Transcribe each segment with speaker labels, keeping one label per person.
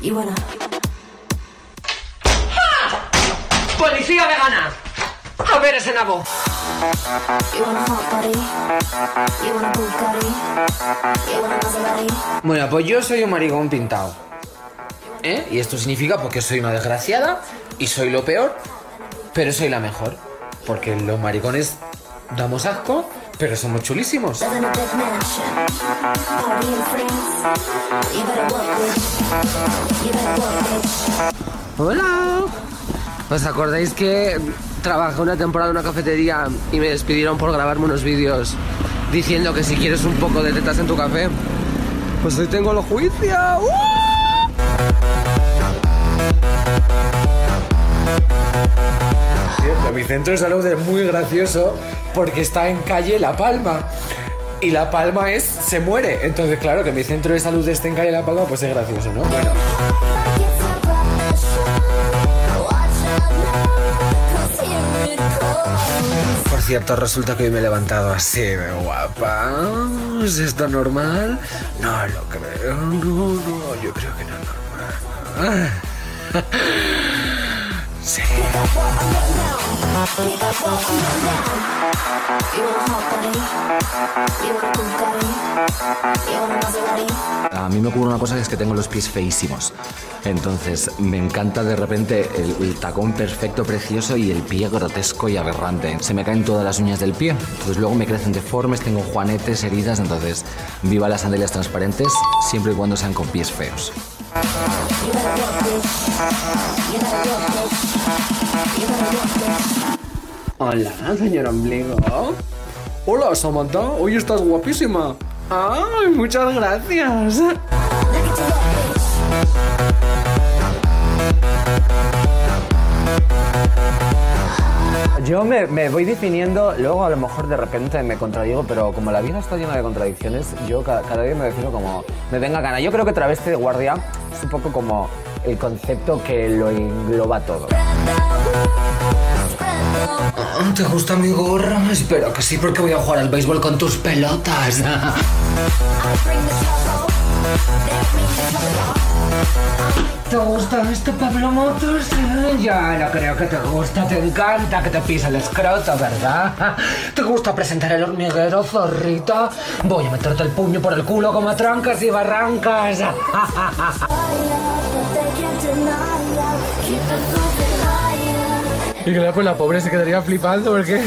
Speaker 1: Y bueno,
Speaker 2: ¡Policía vegana! A ver ese nabo.
Speaker 1: you wanna hot body, you wanna Bugatti, you wanna Maserati.
Speaker 2: Bueno, pues yo soy un marigón pintado. ¿Eh? Y esto significa porque soy una desgraciada y soy lo peor, pero soy la mejor. Porque los maricones damos asco, pero somos chulísimos.
Speaker 1: Live in a big mansion, party in France. You better work, bitch. You better work, bitch.
Speaker 2: Hola. ¿Os acordáis que trabajé una temporada en una cafetería y me despidieron por grabarme unos vídeos diciendo que si quieres un poco de tetas en tu café? Pues hoy tengo los juicios. ¡Uh! Mi centro de salud es muy gracioso porque está en calle La Palma. Y La Palma es se muere. Entonces, claro, que mi centro de salud esté en calle La Palma, pues es gracioso, ¿no? Bueno.
Speaker 1: It's a rubbish show. Watch out now, 'cause here it comes.
Speaker 2: Por cierto, resulta que hoy me he levantado así de guapa. ¿Es esto normal? No lo creo. No, no, yo creo que no es normal. Sí.
Speaker 1: Pick up what I'm doing now. You wanna hot body, you wanna Bugatti, you wanna Maserati.
Speaker 3: A mí me ocurre una cosa que es que tengo los pies feísimos. Entonces me encanta de repente el, el tacón perfecto, precioso y el pie grotesco y aberrante. Se me caen todas las uñas del pie. Entonces luego me crecen deformes, tengo juanetes, heridas. Entonces, viva las sandalias transparentes siempre y cuando sean con pies feos.
Speaker 2: Hola, señor ombligo. Hola, Samantha. Hoy estás guapísima. Ay, muchas gracias.
Speaker 1: Look at your work, bitch.
Speaker 2: Yo me, me voy definiendo, luego a lo mejor de repente me contradigo, pero como la vida está llena de contradicciones, yo cada, cada día me defino como me venga gana. Yo creo que travesti de guardia es un poco como el concepto que lo engloba todo. ¿Te gusta mi gorra? Espero que sí, porque voy a jugar al béisbol con tus pelotas. ¿Te gusta este Pablo Motos? Eh, Ya no creo que te gusta, te encanta que te pisa el escroto, ¿verdad? ¿Te gusta presentar el hormiguero, zorrita? Voy a meterte el puño por el culo como a trancas y barrancas.
Speaker 4: Y claro, pues la pobre se quedaría flipando porque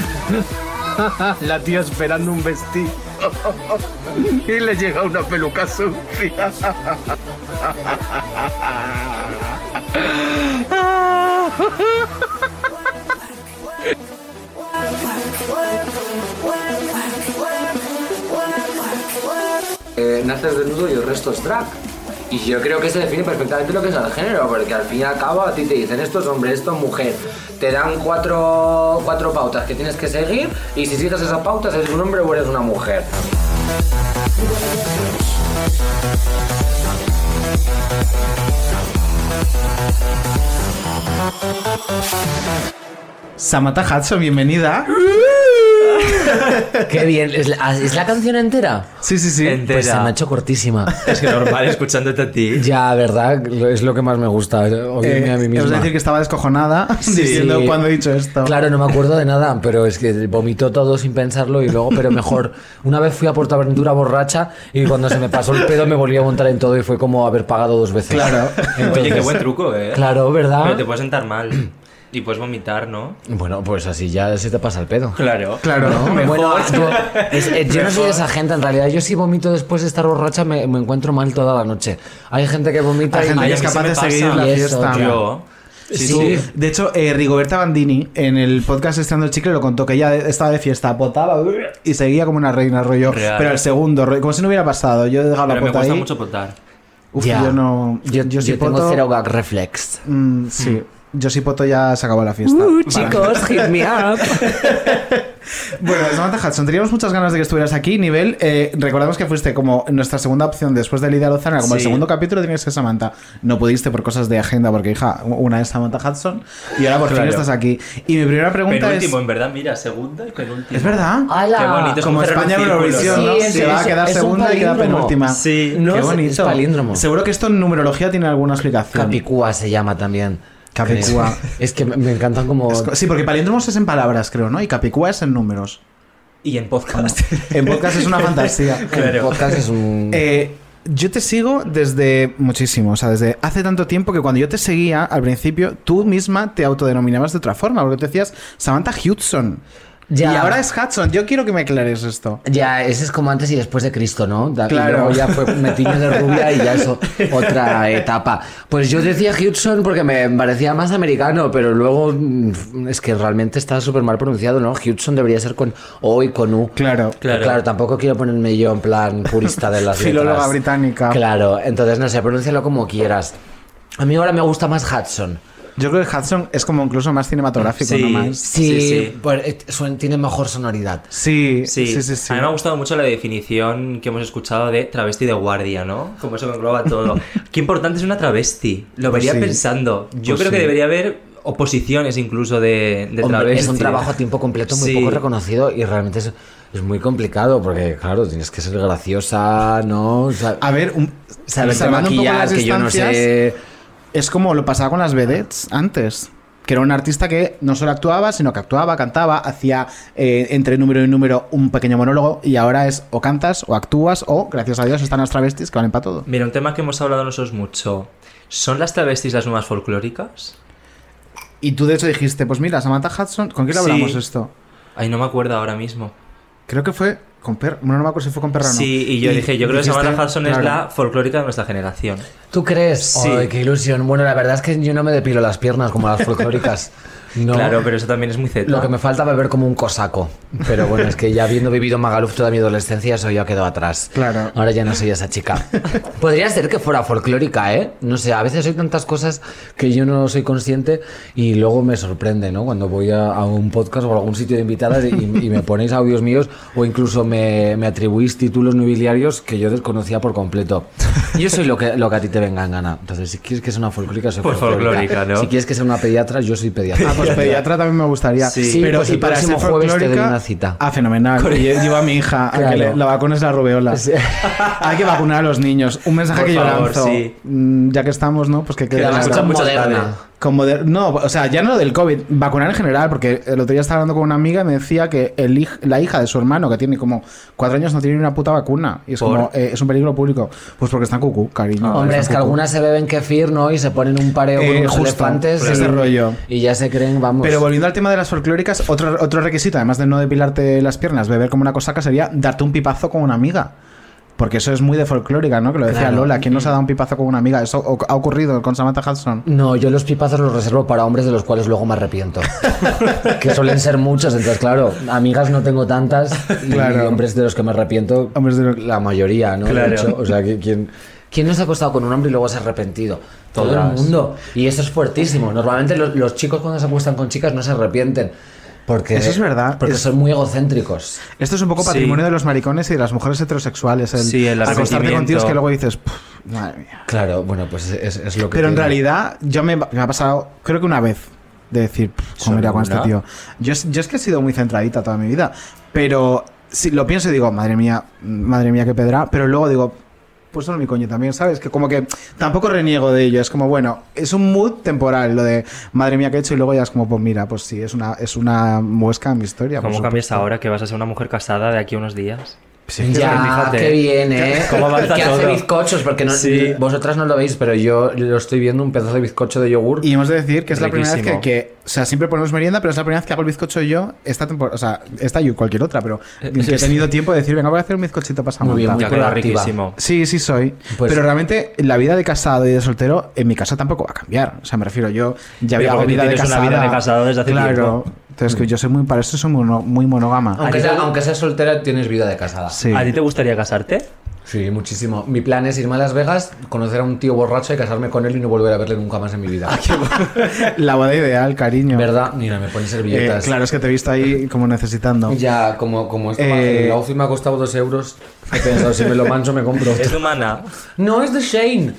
Speaker 4: la tía esperando un vestido. y le llega una peluca sucia. Ah.
Speaker 2: Eh, naces desnudo y el resto es drag. Y yo creo que se define perfectamente lo que es el género, porque al fin y al cabo a ti te dicen esto es hombre, esto es mujer. Te dan cuatro, cuatro pautas que tienes que seguir y si sigues esas pautas eres un hombre o eres una mujer.
Speaker 4: Samantha Hudson, bienvenida.
Speaker 2: Qué bien. ¿Es la, es la canción entera?
Speaker 4: Sí, sí, sí.
Speaker 5: Entera.
Speaker 2: Pues se me ha hecho cortísima.
Speaker 6: Es que normal escuchándote a ti.
Speaker 2: Ya, ¿verdad? Es lo que más me gusta. Oírme a mí
Speaker 4: Eh, os
Speaker 2: misma.
Speaker 4: decir que estaba descojonada diciendo
Speaker 2: Sí.
Speaker 4: cuando he dicho esto.
Speaker 2: Claro, no me acuerdo de nada, pero es que vomitó todo sin pensarlo y luego, pero mejor. Una vez fui a Portaventura borracha y cuando se me pasó el pedo me volví a montar en todo y fue como haber pagado dos veces.
Speaker 4: Claro.
Speaker 6: Oye, qué
Speaker 2: Entonces-
Speaker 6: buen truco, ¿eh?
Speaker 2: Claro,
Speaker 6: Pero te
Speaker 2: ¿verdad?
Speaker 6: puedes sentar mal. Y puedes vomitar, ¿no?
Speaker 2: Bueno, pues así ya se te pasa el pedo.
Speaker 6: Claro.
Speaker 4: Claro.
Speaker 2: Bueno, yo, es- eh, yo no soy de esa gente en realidad. Yo si vomito después de estar borracha me, me encuentro mal toda la noche. Hay gente que vomita
Speaker 4: Hay
Speaker 2: y-
Speaker 4: gente
Speaker 6: Ay,
Speaker 4: que
Speaker 6: a
Speaker 4: es
Speaker 6: mí se
Speaker 4: capaz
Speaker 6: me
Speaker 4: de
Speaker 6: pasa.
Speaker 4: seguir la
Speaker 2: Y eso,
Speaker 4: fiesta.
Speaker 2: tío.
Speaker 6: Yo.
Speaker 2: Sí,
Speaker 4: Sí. De hecho, eh, Rigoberta Bandini en el podcast Estando el Chicle lo contó que ella estaba de fiesta, potaba uh, y seguía como una reina rollo.
Speaker 6: Real.
Speaker 4: Pero el segundo, rollo, como si no hubiera pasado. Yo he dejado la
Speaker 6: Pero me
Speaker 4: pota
Speaker 6: gusta
Speaker 4: ahí.
Speaker 6: mucho potar.
Speaker 4: Uf,
Speaker 2: Ya.
Speaker 4: yo no.
Speaker 2: Yo,
Speaker 4: yo sí
Speaker 2: yo tengo
Speaker 4: poto-
Speaker 2: cero gag reflex.
Speaker 4: Mm, sí. Yo sí poto ya se acabó la fiesta. Vale.
Speaker 2: hit me up.
Speaker 4: Bueno, Samantha Hudson, teníamos muchas ganas de que estuvieras aquí. Nivel, eh, recordamos que fuiste como nuestra segunda opción después de Lidia Lozana, como el
Speaker 6: Sí.
Speaker 4: segundo capítulo tenía que ser Samantha. No pudiste por cosas de agenda, porque hija, una es Samantha Hudson y ahora por fin
Speaker 6: Claro.
Speaker 4: estás aquí. Y mi primera pregunta
Speaker 6: Penúltimo,
Speaker 4: es.
Speaker 6: en verdad, mira, segunda y penúltimo.
Speaker 4: ¿Es verdad?
Speaker 2: ¡Hala!
Speaker 6: Qué bonito. Es
Speaker 4: Como
Speaker 6: como
Speaker 4: España en
Speaker 6: cerrar un círculo,
Speaker 4: Eurovisión,
Speaker 2: ¿no?
Speaker 4: ¿no?
Speaker 2: Sí, es-
Speaker 4: se va a
Speaker 2: es-
Speaker 4: quedar
Speaker 2: es un
Speaker 4: segunda y queda
Speaker 2: palíndromo.
Speaker 4: penúltima.
Speaker 6: Sí.
Speaker 2: No,
Speaker 4: Qué
Speaker 2: es- es
Speaker 4: bonito.
Speaker 2: palíndromo.
Speaker 4: Seguro que esto en numerología tiene alguna explicación.
Speaker 2: Capicúa se llama también.
Speaker 4: Capicúa.
Speaker 2: Creo. Es que me- me encantan como.
Speaker 4: Es co- Sí, porque palíndromos es en palabras, creo, ¿no? Y capicúa es en números.
Speaker 6: Y en podcast.
Speaker 4: En podcast es una fantasía.
Speaker 2: El podcast es un.
Speaker 4: Eh, yo te sigo desde muchísimo, o sea, desde hace tanto tiempo que cuando yo te seguía al principio, tú misma te autodenominabas de otra forma, porque te decías Samantha Hudson.
Speaker 2: Ya.
Speaker 4: Y ahora es Hudson, yo quiero que me aclares esto.
Speaker 2: Ya, ese es como antes y después de Cristo, ¿no? Da-
Speaker 4: Claro.
Speaker 2: Y luego ya fue metiño de rubia y ya eso, otra etapa. Pues yo decía Hudson porque me parecía más americano, pero luego mm, es que realmente está súper mal pronunciado, ¿no? Hudson debería ser con O y con U.
Speaker 4: Claro.
Speaker 2: Claro. tampoco quiero ponerme yo en plan purista de las
Speaker 4: Filóloga
Speaker 2: letras.
Speaker 4: británica.
Speaker 2: Claro, entonces no sé, pronúncialo como quieras. A mí ahora me gusta más Hudson.
Speaker 4: Yo creo que Hudson es como incluso más cinematográfico,
Speaker 6: Sí.
Speaker 4: ¿no más?
Speaker 2: Sí,
Speaker 6: Sí, sí.
Speaker 2: por- eh, suen- tiene mejor sonoridad.
Speaker 4: Sí, sí,
Speaker 6: Sí.
Speaker 4: sí, sí.
Speaker 6: A mí me ha gustado mucho la definición que hemos escuchado de travesti de guardia, ¿no? Como eso me engloba todo. Qué importante es una travesti. Lo
Speaker 4: Pues
Speaker 6: venía
Speaker 4: sí.
Speaker 6: pensando. Yo
Speaker 4: Pues
Speaker 6: creo que
Speaker 4: sí.
Speaker 6: debería haber oposiciones incluso de, de
Speaker 2: Hombre,
Speaker 6: travesti.
Speaker 2: es un trabajo a tiempo completo muy
Speaker 6: Sí.
Speaker 2: poco reconocido y realmente es, es muy complicado porque, claro, tienes que ser graciosa, ¿no? O sea,
Speaker 4: A ver, un,
Speaker 2: saberte
Speaker 4: salvando un poco
Speaker 2: maquillar,
Speaker 4: las
Speaker 2: que yo no
Speaker 4: distancias,
Speaker 2: sé.
Speaker 4: Es como lo pasaba con las vedettes antes. Que era un artista que no solo actuaba, sino que actuaba, cantaba, hacía eh, entre número y número un pequeño monólogo y ahora es o cantas o actúas o, gracias a Dios, están las travestis que valen para todo.
Speaker 6: Mira, un tema que hemos hablado nosotros mucho. ¿Son las travestis las nuevas folclóricas?
Speaker 4: Y tú, de hecho, dijiste, pues mira, Samantha Hudson, ¿con quién
Speaker 6: Sí.
Speaker 4: hablamos esto?
Speaker 6: Ay, no me acuerdo ahora mismo.
Speaker 4: Creo que fue con Perra. Bueno, no me acuerdo si fue con Perra o no.
Speaker 6: Sí, y yo dije, yo creo que
Speaker 4: dijiste,
Speaker 6: Samantha Hudson es
Speaker 4: claro.
Speaker 6: la folclórica de nuestra generación.
Speaker 2: ¿Tú crees?
Speaker 6: Sí.
Speaker 2: Ay, qué ilusión. Bueno, la verdad es que yo no me depilo las piernas como las folclóricas. No.
Speaker 6: Claro, pero eso también es muy zeta.
Speaker 2: Lo que me falta beber como un cosaco. Pero bueno, es que ya habiendo vivido Magaluf toda mi adolescencia, eso ya quedó atrás.
Speaker 4: Claro.
Speaker 2: Ahora ya no soy esa chica. Podría ser que fuera folclórica, ¿eh? No sé, a veces hay tantas cosas que yo no soy consciente y luego me sorprende, ¿no? Cuando voy a, a un podcast o a algún sitio de invitadas y, y me ponéis audios míos o incluso me, me atribuís títulos nobiliarios que yo desconocía por completo. Yo soy lo que, lo que a ti te venga en gana. Entonces, si quieres que sea una folclórica, soy
Speaker 6: Pues
Speaker 2: folclórica.
Speaker 6: folclórica, ¿no?
Speaker 2: Si quieres que sea una pediatra, yo soy pediatra.
Speaker 4: Ah, pues pediatra también me gustaría.
Speaker 2: Sí,
Speaker 4: pero
Speaker 2: pues
Speaker 4: y
Speaker 2: el
Speaker 4: para
Speaker 2: próximo
Speaker 4: ser
Speaker 2: jueves te doy
Speaker 4: folclórica-
Speaker 2: una cita.
Speaker 4: Ah, fenomenal. Lle- Llevo a mi hija a que
Speaker 2: Claro.
Speaker 4: le- la vacuna es la rubeola.
Speaker 2: Sí.
Speaker 4: Hay que vacunar a los niños. Un mensaje
Speaker 6: Por
Speaker 4: que yo
Speaker 6: favor,
Speaker 4: lanzo.
Speaker 6: sí.
Speaker 4: Mm, Ya que estamos, ¿no? Pues que quede
Speaker 2: la
Speaker 4: claro.
Speaker 2: vacuna moderna.
Speaker 4: Como de- no, o sea, ya no del COVID, vacunar en general, porque el otro día estaba hablando con una amiga y me decía que el hij- la hija de su hermano, que tiene como cuatro años, no tiene ni una puta vacuna. Y es
Speaker 6: ¿Por?
Speaker 4: como, eh, es un peligro público. Pues porque están cucú, cariño.
Speaker 2: Ah, Hombre,
Speaker 4: Están
Speaker 2: es que
Speaker 4: cucú.
Speaker 2: algunas se beben kefir, ¿no? Y se ponen un pareo
Speaker 4: Eh,
Speaker 2: con unos
Speaker 4: justo,
Speaker 2: elefantes.
Speaker 4: claro. ese
Speaker 2: y,
Speaker 4: rollo.
Speaker 2: y pues- ya se creen, vamos.
Speaker 4: Pero volviendo al tema de las folclóricas, otro, otro requisito, además de no depilarte las piernas, beber como una cosaca, sería darte un pipazo con una amiga. Porque eso es muy de folclórica, ¿no? Que lo decía
Speaker 2: Claro.
Speaker 4: Lola. ¿Quién nos ha dado un pipazo con una amiga? Eso o- ha ocurrido con Samantha Hudson.
Speaker 2: No, yo los pipazos los reservo para hombres de los cuales luego me arrepiento. que suelen ser muchos, entonces, claro, amigas no tengo tantas. Y
Speaker 4: Claro.
Speaker 2: hombres de los que me arrepiento,
Speaker 4: Hombres de los-
Speaker 2: la mayoría, ¿no? De
Speaker 6: Claro.
Speaker 2: hecho, o sea, que- ¿quién, ¿quién no se ha acostado con un hombre y luego se ha arrepentido? Todo el
Speaker 6: Todas.
Speaker 2: mundo. Y eso es fuertísimo. Normalmente los, los chicos cuando se acuestan con chicas no se arrepienten. Porque,
Speaker 4: Eso es verdad.
Speaker 2: Porque
Speaker 4: Es-
Speaker 2: son muy egocéntricos.
Speaker 4: Esto es un poco
Speaker 6: Sí.
Speaker 4: patrimonio de los maricones y de las mujeres heterosexuales. El
Speaker 6: Sí, el
Speaker 4: acostarte con
Speaker 6: arrepentimiento.
Speaker 4: tíos que luego dices, "Puf, madre mía.
Speaker 2: Claro, bueno, pues es, es lo que.
Speaker 4: Pero en
Speaker 2: tiene.
Speaker 4: realidad, yo me, me ha pasado, creo que una vez. de decir, "Pff, ¿cómo me iría con este
Speaker 2: Sobra.
Speaker 4: tío? Yo, es- yo es que he sido muy centradita toda mi vida, pero si lo pienso y digo, madre mía, madre mía, qué pedra, pero luego digo, pues solo mi coño también, ¿sabes? Que como que tampoco reniego de ello, es como, bueno, es un mood temporal lo de, madre mía, qué he hecho, y luego ya es como, pues mira, pues sí, es una, es una muesca en mi historia. pues, por
Speaker 6: ¿Cómo cambias
Speaker 4: supuesto.
Speaker 6: ahora que vas a ser una mujer casada de aquí a unos días?
Speaker 4: Sí, es que-
Speaker 6: es
Speaker 2: Ya,
Speaker 6: que fíjate.
Speaker 2: qué bien, ¿eh?
Speaker 6: Cómo avanza
Speaker 2: que hace
Speaker 6: todo.
Speaker 2: bizcochos, porque no,
Speaker 6: Sí.
Speaker 2: vosotras no lo veis, pero yo lo estoy viendo un pedazo de bizcocho de yogur.
Speaker 4: Y hemos de decir que es la primera
Speaker 6: Riquísimo.
Speaker 4: vez que, que- o sea, siempre ponemos merienda, pero es la primera vez que hago el bizcocho yo esta temporada, o sea, esta y cualquier otra, pero
Speaker 6: Eh,
Speaker 2: Eh,
Speaker 4: que he tenido tiempo de decir, venga, voy a hacer un bizcochito para
Speaker 2: Muy bien,
Speaker 4: Samantha".
Speaker 2: muy
Speaker 6: Ya queda
Speaker 2: proactiva.
Speaker 6: riquísimo.
Speaker 4: Sí, sí soy.
Speaker 2: Pues-
Speaker 4: pero realmente la vida de casado y de soltero en mi casa tampoco va a cambiar. O sea, me refiero, yo ya
Speaker 6: Pero
Speaker 4: había
Speaker 6: porque tú
Speaker 4: vida de
Speaker 6: tienes una
Speaker 4: casada.
Speaker 6: vida de casado desde hace
Speaker 4: claro.
Speaker 6: tiempo. Mm.
Speaker 4: Entonces que yo soy muy para eso soy mono- muy monógama.
Speaker 2: Aunque,
Speaker 6: ¿A ti
Speaker 2: sea,
Speaker 6: te-
Speaker 2: aunque seas soltera, tienes vida de casada.
Speaker 4: Sí.
Speaker 6: ¿A ti te gustaría casarte?
Speaker 2: Sí, muchísimo. Mi plan es irme a Las Vegas, conocer a un tío borracho y casarme con él y no volver a verle nunca más en mi
Speaker 4: Ah,
Speaker 2: vida.
Speaker 4: La boda ideal, cariño.
Speaker 2: ¿Verdad? Mira, me pones
Speaker 4: Eh,
Speaker 2: servilletas.
Speaker 4: claro, es que te he visto ahí como necesitando.
Speaker 2: Ya, como, como esto,
Speaker 4: Eh,
Speaker 2: la UCI me ha costado dos euros, he pensado, si me lo mancho me compro.
Speaker 6: Es humana.
Speaker 2: No, es de Shane.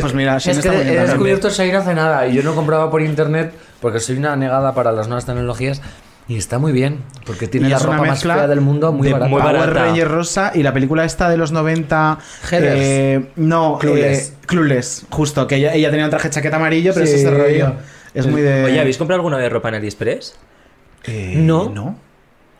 Speaker 4: Pues mira, Shane
Speaker 2: es
Speaker 4: está
Speaker 2: que
Speaker 4: muy bien
Speaker 2: he
Speaker 4: también.
Speaker 2: descubierto Shane hace nada y yo no compraba por internet porque soy una negada para las nuevas tecnologías y está muy bien porque tiene
Speaker 4: Y
Speaker 2: la
Speaker 4: es una
Speaker 2: ropa más
Speaker 4: mezcla
Speaker 2: fea del mundo muy
Speaker 6: de
Speaker 2: barata.
Speaker 6: muy
Speaker 4: Power
Speaker 6: barata.
Speaker 4: Ranger Rosa y la película esta de los 90.
Speaker 2: Heathers.
Speaker 4: eh, no,
Speaker 2: Clueless.
Speaker 4: eh, Clueless, justo, que ella, ella tenía un traje de chaqueta amarillo, pero
Speaker 2: Sí.
Speaker 4: es ese rollo. Es muy de.
Speaker 6: Oye, ¿habéis comprado alguna vez ropa en AliExpress?
Speaker 4: Eh,
Speaker 2: No.
Speaker 4: no.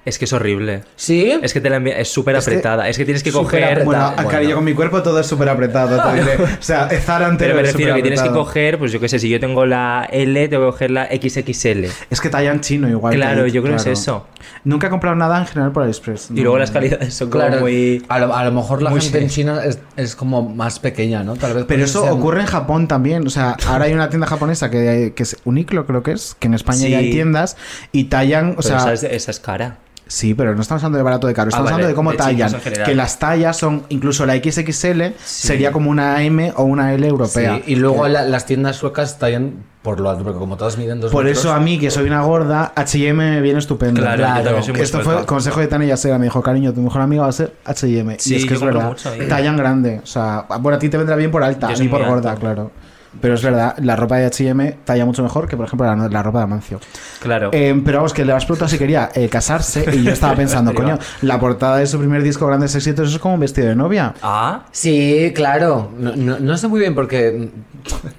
Speaker 6: Es que es horrible.
Speaker 2: Sí,
Speaker 6: Es que te la envía- es súper
Speaker 4: Es que-
Speaker 6: apretada. Es que tienes que
Speaker 2: Súper
Speaker 6: coger.
Speaker 2: apretada.
Speaker 4: Bueno,
Speaker 2: Bueno.
Speaker 4: cariño, con mi cuerpo todo es súper apretado. te diré. O sea, Zara entero
Speaker 6: Pero me
Speaker 4: es
Speaker 6: refiero a que tienes que
Speaker 4: superapretado.
Speaker 6: coger, pues yo qué sé, si yo tengo la L, tengo que coger la XXL.
Speaker 4: Es que tallan chino igual.
Speaker 6: Claro,
Speaker 4: Kate,
Speaker 6: yo creo que es
Speaker 4: claro.
Speaker 6: eso.
Speaker 4: Nunca he comprado nada en general por AliExpress.
Speaker 6: Y luego las calidades son como
Speaker 2: Mm. claro.
Speaker 6: muy.
Speaker 2: a, lo, a lo mejor la
Speaker 6: muy
Speaker 2: gente en China es, es como más pequeña, ¿no? Tal vez por
Speaker 4: Pero eso
Speaker 2: sea-
Speaker 4: ocurre en Japón también. O sea, ahora hay una tienda japonesa que, que es Uniqlo, creo que es, que en España ya hay
Speaker 6: Sí.
Speaker 4: tiendas y tallan. O
Speaker 6: Pero
Speaker 4: sea,
Speaker 6: esa, es, esa es cara.
Speaker 4: Sí, pero no estamos hablando de barato o de caro, estamos
Speaker 6: vale,
Speaker 4: hablando de cómo
Speaker 6: de chicas
Speaker 4: tallan.
Speaker 6: en general.
Speaker 4: Que las tallas son, incluso la XXL sería como una M o una L
Speaker 2: Sí,
Speaker 4: europea.
Speaker 2: y luego la- las tiendas suecas tallan por lo alto, porque como todas miden dos
Speaker 4: Por
Speaker 2: metros-
Speaker 4: eso a mí, que soy una gorda, HM me viene estupendo.
Speaker 6: Claro, yo Claro. también soy muy
Speaker 4: Esto
Speaker 6: suelta.
Speaker 4: fue consejo de Tania Yasera. Me dijo, cariño, tu mejor amiga va a ser HM. y
Speaker 6: Sí,
Speaker 4: es que
Speaker 6: yo
Speaker 4: es
Speaker 6: compro
Speaker 4: verdad.
Speaker 6: mucho ahí.
Speaker 4: Tallan grande. O sea, bueno, a ti te vendrá bien por alta,
Speaker 6: Yo
Speaker 4: a
Speaker 6: soy
Speaker 4: mí por
Speaker 6: muy
Speaker 4: gorda,
Speaker 6: alto.
Speaker 4: claro. Pero es verdad, la ropa de HM talla mucho mejor que, por ejemplo, la, la ropa de Amancio.
Speaker 6: Claro.
Speaker 4: Eh, pero vamos, que le has preguntado si quería eh, casarse y yo estaba pensando, coño, la portada de su primer disco Grandes Éxitos es como un vestido de novia.
Speaker 6: Ah,
Speaker 2: Sí, claro. No, no- no sé muy bien por qué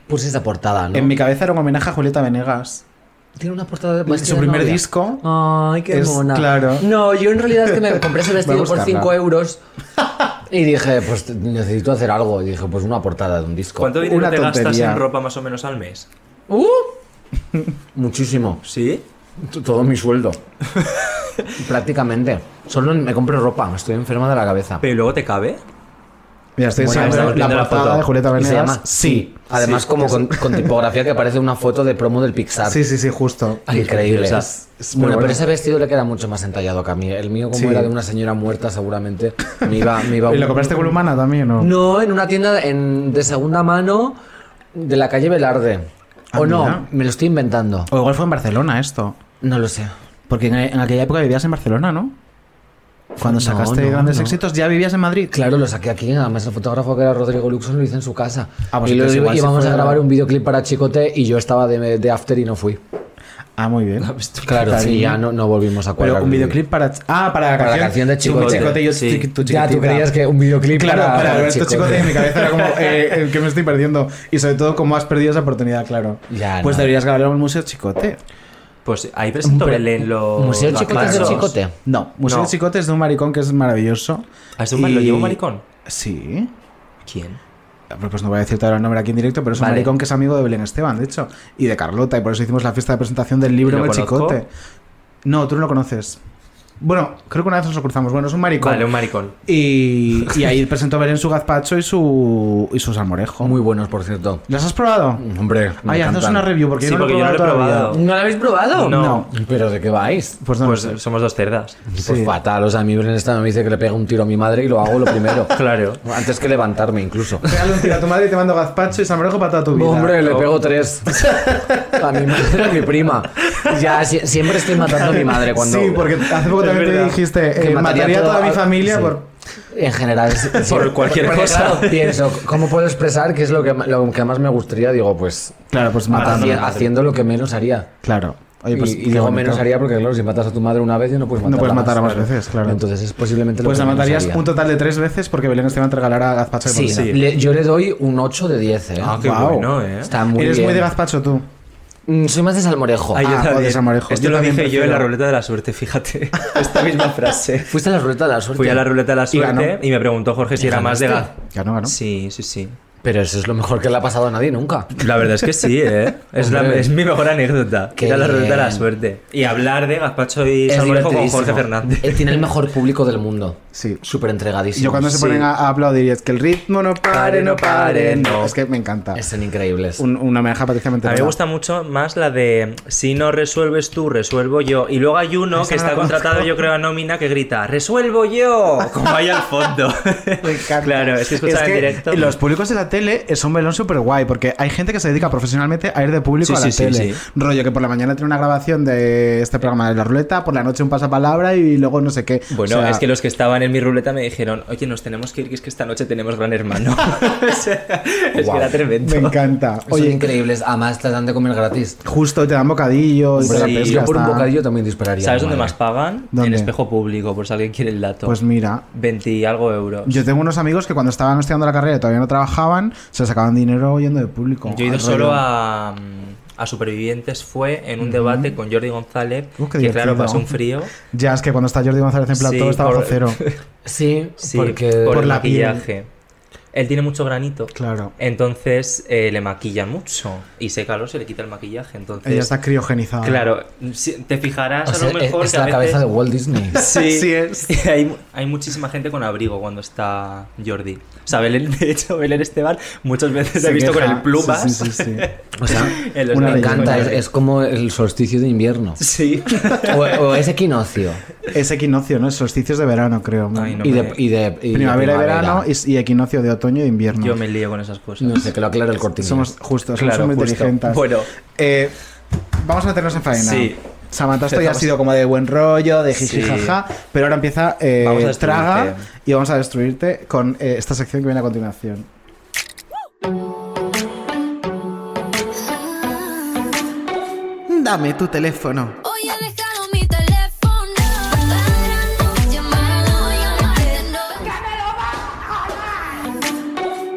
Speaker 2: puse esa portada, ¿no?
Speaker 4: En mi cabeza era un homenaje a Julieta Venegas.
Speaker 2: Tiene una portada de
Speaker 4: su
Speaker 2: vestida de
Speaker 4: primer
Speaker 2: novia.
Speaker 4: disco.
Speaker 2: Ay, qué
Speaker 4: Es-
Speaker 2: mona.
Speaker 4: claro.
Speaker 2: No, yo en realidad es que me compré ese
Speaker 4: Voy
Speaker 2: vestido
Speaker 4: a
Speaker 2: por
Speaker 4: buscarla.
Speaker 2: 5 euros y dije, pues necesito hacer algo. Y dije, pues una portada de un disco.
Speaker 6: ¿cuánto dinero
Speaker 4: Una
Speaker 6: te gastas
Speaker 4: tontería.
Speaker 6: en ropa más o menos al mes?
Speaker 2: ¡Uh! Muchísimo.
Speaker 6: ¿Sí?
Speaker 2: T- Todo mi sueldo. Prácticamente. Solo me compro ropa. Estoy enferma de la cabeza.
Speaker 4: Ah.
Speaker 6: Pero luego te cabe.
Speaker 4: Mira, estoy
Speaker 2: Bueno,
Speaker 4: enseñando
Speaker 2: estamos
Speaker 4: la
Speaker 2: viendo la
Speaker 4: portada
Speaker 2: foto.
Speaker 4: de Julieta
Speaker 2: ¿Y
Speaker 4: Venegas.
Speaker 2: se llama?
Speaker 4: Sí.
Speaker 2: Además, como con, con tipografía que parece una foto de promo del Pixar.
Speaker 4: Sí, sí, sí, justo.
Speaker 2: Ay, Increíble.
Speaker 6: preciosa.
Speaker 2: Es-
Speaker 4: Es muy
Speaker 2: bueno, pero
Speaker 4: bueno.
Speaker 2: ese vestido le queda mucho más entallado que a mí. El mío, como
Speaker 4: Sí.
Speaker 2: era de una señora muerta, seguramente me iba. Me iba
Speaker 4: ¿Y lo compraste con humana también o
Speaker 2: No, en una tienda en- de segunda mano de la calle Velarde.
Speaker 4: Ah,
Speaker 2: o no,
Speaker 4: mira.
Speaker 2: me lo estoy inventando.
Speaker 4: O igual fue en Barcelona esto.
Speaker 2: No lo sé.
Speaker 4: Porque en, en aquella época vivías en Barcelona, ¿no? Cuando
Speaker 2: No,
Speaker 4: sacaste
Speaker 2: no,
Speaker 4: grandes
Speaker 2: no.
Speaker 4: éxitos ya vivías en Madrid.
Speaker 2: Claro, lo saqué aquí. Además, el fotógrafo que era Rodrigo Luxon lo hice en su casa.
Speaker 4: Ah, pues
Speaker 2: y
Speaker 4: entonces
Speaker 2: luego
Speaker 4: igual sí
Speaker 2: íbamos
Speaker 4: fue
Speaker 2: a
Speaker 4: la-
Speaker 2: grabar un videoclip para Chicote y yo estaba de, de after y no fui.
Speaker 4: Ah, muy bien.
Speaker 2: Claro, sí,
Speaker 4: Cariño.
Speaker 2: ya no, no volvimos a cuadrar.
Speaker 4: Pero un
Speaker 2: el
Speaker 4: videoclip para. Ah, para la
Speaker 2: Para la
Speaker 4: canción,
Speaker 2: canción de Chicote.
Speaker 4: Chicote, yo
Speaker 6: Sí.
Speaker 4: chiqui- tu
Speaker 2: Ya, tú
Speaker 4: chiquitita.
Speaker 2: creías que un videoclip
Speaker 4: Claro,
Speaker 2: para-
Speaker 4: para,
Speaker 2: para
Speaker 4: Alberto
Speaker 2: Chicote.
Speaker 4: Chicote en mi cabeza era como eh, el que me estoy perdiendo. Y sobre todo, cómo has perdido esa oportunidad, claro.
Speaker 2: Ya,
Speaker 4: pues
Speaker 2: no.
Speaker 4: deberías grabarlo en el Museo Chicote.
Speaker 6: Pues ahí presento
Speaker 2: Pero-
Speaker 6: Belén los.
Speaker 2: Museo
Speaker 6: los
Speaker 2: Chicote es de
Speaker 6: accesos.
Speaker 2: Chicote.
Speaker 4: No, Museo
Speaker 6: No.
Speaker 4: de Chicote es de un maricón que es maravilloso.
Speaker 6: Ah, ¿es de un mar- ¿Lo
Speaker 4: Y-
Speaker 6: lleva un maricón?
Speaker 4: Sí.
Speaker 6: ¿Quién?
Speaker 4: Pues pues no voy a decirte ahora el nombre aquí en directo, pero es un
Speaker 6: Vale.
Speaker 4: maricón que es amigo de Belén Esteban, de hecho, y de Carlota, y por eso hicimos la fiesta de presentación del libro
Speaker 6: ¿Lo
Speaker 4: en el
Speaker 6: conozco?
Speaker 4: chicote. No, tú no lo conoces. Bueno, creo que una vez nos lo cruzamos. Bueno, es un maricón.
Speaker 6: Vale, un maricón.
Speaker 4: Y, y ahí presentó Belén su gazpacho y su, y su salmorejo.
Speaker 2: Muy buenos, por cierto.
Speaker 4: ¿Las has probado?
Speaker 2: Hombre, me
Speaker 4: Ay, haznos una
Speaker 2: encantan.
Speaker 4: review porque
Speaker 6: Sí,
Speaker 4: yo no
Speaker 6: porque yo
Speaker 4: lo he
Speaker 6: no lo he
Speaker 4: probado.
Speaker 6: probado.
Speaker 4: todavía.
Speaker 2: ¿No la habéis probado?
Speaker 6: No.
Speaker 2: ¿Pero de qué vais?
Speaker 4: Pues no. lo
Speaker 6: Pues
Speaker 4: sé.
Speaker 6: somos dos cerdas.
Speaker 2: Pues
Speaker 4: Sí.
Speaker 2: fatal, o sea, a mí Belén esta me dice que le pega un tiro a mi madre y lo hago lo primero.
Speaker 6: Claro.
Speaker 2: Antes que levantarme incluso.
Speaker 4: Pégale un tiro a tu madre y te mando gazpacho y salmorejo para toda tu vida.
Speaker 2: Hombre, le pego tres. A mi madre y a mi prima. Ya, si- siempre estoy matando a mi madre cuando...
Speaker 4: Sí, porque hace poco
Speaker 6: Es
Speaker 4: también te
Speaker 6: verdad.
Speaker 4: dijiste
Speaker 2: Que
Speaker 4: eh,
Speaker 2: mataría
Speaker 4: mataría a toda
Speaker 2: toda-
Speaker 4: mi familia
Speaker 2: sí.
Speaker 4: por
Speaker 2: en general. es- es-
Speaker 6: Por cualquier
Speaker 2: porque,
Speaker 6: cosa.
Speaker 2: claro, pienso, ¿cómo puedo expresar qué es lo que, ma- lo que más me gustaría? Digo, pues
Speaker 4: Claro, pues
Speaker 2: haci-
Speaker 4: matando.
Speaker 2: haciendo lo que menos haría.
Speaker 4: Claro.
Speaker 2: Y-
Speaker 4: Oye, pues,
Speaker 2: y
Speaker 4: qué
Speaker 2: digo
Speaker 4: bonito.
Speaker 2: menos haría porque, claro, si matas a tu madre una vez, ya no puedes
Speaker 4: No
Speaker 2: matarla
Speaker 4: puedes matarla más
Speaker 2: claro.
Speaker 4: veces, claro.
Speaker 2: Entonces es posiblemente lo
Speaker 4: Pues
Speaker 2: que
Speaker 4: la
Speaker 2: menos
Speaker 4: matarías
Speaker 2: haría.
Speaker 4: un total de tres veces porque Belén Esteban te regalará gazpacho de
Speaker 2: Sí,
Speaker 4: por vida.
Speaker 2: le- yo le doy un 8 de 10, ¿eh?
Speaker 6: Ah, qué
Speaker 4: Guau.
Speaker 6: bueno, ¿eh?
Speaker 2: Está muy
Speaker 4: Eres
Speaker 2: bien.
Speaker 4: muy de gazpacho tú.
Speaker 2: Mm, Soy más de salmorejo.
Speaker 6: Ay, yo
Speaker 4: Ah,
Speaker 6: también.
Speaker 4: joder, Salmorejo.
Speaker 6: Esto
Speaker 4: Yo
Speaker 6: lo dije
Speaker 4: también
Speaker 6: yo en
Speaker 4: prefiero-
Speaker 6: la ruleta de la suerte, fíjate. Esta misma frase.
Speaker 2: Fuiste a la ruleta de la suerte.
Speaker 6: Fui a la ruleta de la suerte
Speaker 4: ganó.
Speaker 6: y, me preguntó Jorge si
Speaker 2: ¿Y
Speaker 6: era más de gas.
Speaker 2: ganaste?
Speaker 4: Ganó, ganó.
Speaker 6: Sí, sí, sí.
Speaker 2: Pero eso es lo mejor que le ha pasado a nadie nunca.
Speaker 6: La verdad es que sí, ¿eh? Es, la-
Speaker 2: Hombre.
Speaker 6: es mi mejor anécdota.
Speaker 2: Qué
Speaker 6: Era la ruleta de la
Speaker 2: bien.
Speaker 6: suerte. Y hablar de gazpacho y
Speaker 2: Es
Speaker 6: salmorejo con
Speaker 2: divertidísimo.
Speaker 6: Jorge Fernández.
Speaker 2: Él tiene el mejor público del mundo.
Speaker 4: Sí.
Speaker 2: Súper entregadísimo.
Speaker 4: Yo cuando se ponen a, a aplaudir y es que el ritmo no pare, no pare, no. Es que me encanta.
Speaker 2: Son increíbles.
Speaker 4: Un, un homenaje a Patricia
Speaker 6: A
Speaker 4: Manterola.
Speaker 6: mí me gusta mucho más la de si no resuelves tú, resuelvo yo. Y luego hay uno
Speaker 4: Esa
Speaker 6: que
Speaker 4: no la
Speaker 6: está
Speaker 4: conozco.
Speaker 6: contratado, yo creo, a nómina que grita, resuelvo yo, como hay al fondo.
Speaker 4: Me encanta.
Speaker 6: Claro, es que escuchar en directo.
Speaker 4: Los públicos de la tele es un melón súper guay porque hay gente que se dedica profesionalmente a ir de público
Speaker 6: Sí,
Speaker 4: a la
Speaker 6: sí, sí,
Speaker 4: tele.
Speaker 6: sí.
Speaker 4: Rollo que por la mañana tiene una grabación de este programa de la ruleta, por la noche un pasapalabra y luego no sé qué.
Speaker 6: Bueno,
Speaker 4: O sea,
Speaker 6: es que los que estaban en mi ruleta me dijeron, oye, nos tenemos que ir, que es que esta noche tenemos gran hermano. O sea, es que era tremendo.
Speaker 4: Me encanta.
Speaker 2: Oye,
Speaker 4: Oye,
Speaker 2: Son increíbles. Además, te dan de comer gratis.
Speaker 4: justo te dan bocadillo y te la
Speaker 6: Sí,
Speaker 4: pesca,
Speaker 2: Yo por un
Speaker 4: está-
Speaker 2: bocadillo también dispararía.
Speaker 6: ¿Sabes dónde
Speaker 2: Madre.
Speaker 6: más pagan? En
Speaker 4: ¿Dónde?
Speaker 6: espejo público, por si alguien quiere el dato.
Speaker 4: Pues mira,
Speaker 6: 20 y algo euros.
Speaker 4: yo tengo unos amigos que cuando estaban estudiando la carrera y todavía no trabajaban, se sacaban dinero yendo de público.
Speaker 6: Yo he ido
Speaker 4: Al
Speaker 6: solo
Speaker 4: rollo.
Speaker 6: a, mm, a Supervivientes, fue en un debate con Jordi González,
Speaker 4: Uh, qué
Speaker 6: que claro,
Speaker 4: divertido.
Speaker 6: pasó un frío.
Speaker 4: Ya, es que cuando está Jordi González en plato
Speaker 6: Sí,
Speaker 4: todo está bajo
Speaker 6: por-
Speaker 4: cero.
Speaker 2: Sí,
Speaker 6: Sí,
Speaker 2: porque.
Speaker 6: por, el
Speaker 4: la piel.
Speaker 6: maquillaje. Él tiene mucho granito.
Speaker 4: Claro.
Speaker 6: Entonces eh, le maquilla mucho y se calor se le quita el maquillaje. Entonces,
Speaker 4: Ella está criogenizada.
Speaker 6: claro, si- te fijarás
Speaker 2: o sea,
Speaker 6: a lo mejor
Speaker 2: es, es
Speaker 6: que a
Speaker 2: la cabeza de
Speaker 6: veces-
Speaker 2: Walt Disney.
Speaker 6: Sí,
Speaker 4: Sí es.
Speaker 6: Hay, hay muchísima gente con abrigo cuando está Jordi. O sea, Belén, de hecho, Belén Esteban muchas veces
Speaker 4: Se
Speaker 6: he visto con
Speaker 4: queja.
Speaker 6: el plumas.
Speaker 4: Sí, sí, sí, sí.
Speaker 2: O sea,
Speaker 6: en los
Speaker 4: Una
Speaker 2: me
Speaker 6: brazos con
Speaker 2: encanta. Es,
Speaker 6: Jordi.
Speaker 2: es como el solsticio de invierno.
Speaker 6: Sí.
Speaker 2: O, o es equinoccio.
Speaker 4: Es equinoccio, ¿no? Es solsticios de verano, creo. ¿no?
Speaker 6: Ay, no.
Speaker 2: Y de,
Speaker 6: me-
Speaker 2: y de- y de
Speaker 4: Primavera y verano y, y equinoccio de otoño e invierno.
Speaker 6: Yo me lío con esas cosas.
Speaker 2: No sé, que lo aclare el cortín.
Speaker 4: Somos justos,
Speaker 6: Claro,
Speaker 4: somos muy
Speaker 6: justo.
Speaker 4: inteligentes.
Speaker 6: Bueno.
Speaker 4: Eh, vamos a meternos en faena.
Speaker 6: Sí.
Speaker 4: Samantha, esto ya ha
Speaker 6: Empezamos.
Speaker 4: sido como de buen rollo, de jiji
Speaker 6: Sí.
Speaker 4: jaja, pero ahora empieza eh,
Speaker 6: Vamos a destruirte.
Speaker 4: traga y vamos a destruirte con eh, esta sección que viene a continuación.
Speaker 7: Dame tu teléfono.
Speaker 1: Hoy he dejado mi teléfono para no llamarlo, llamarte no.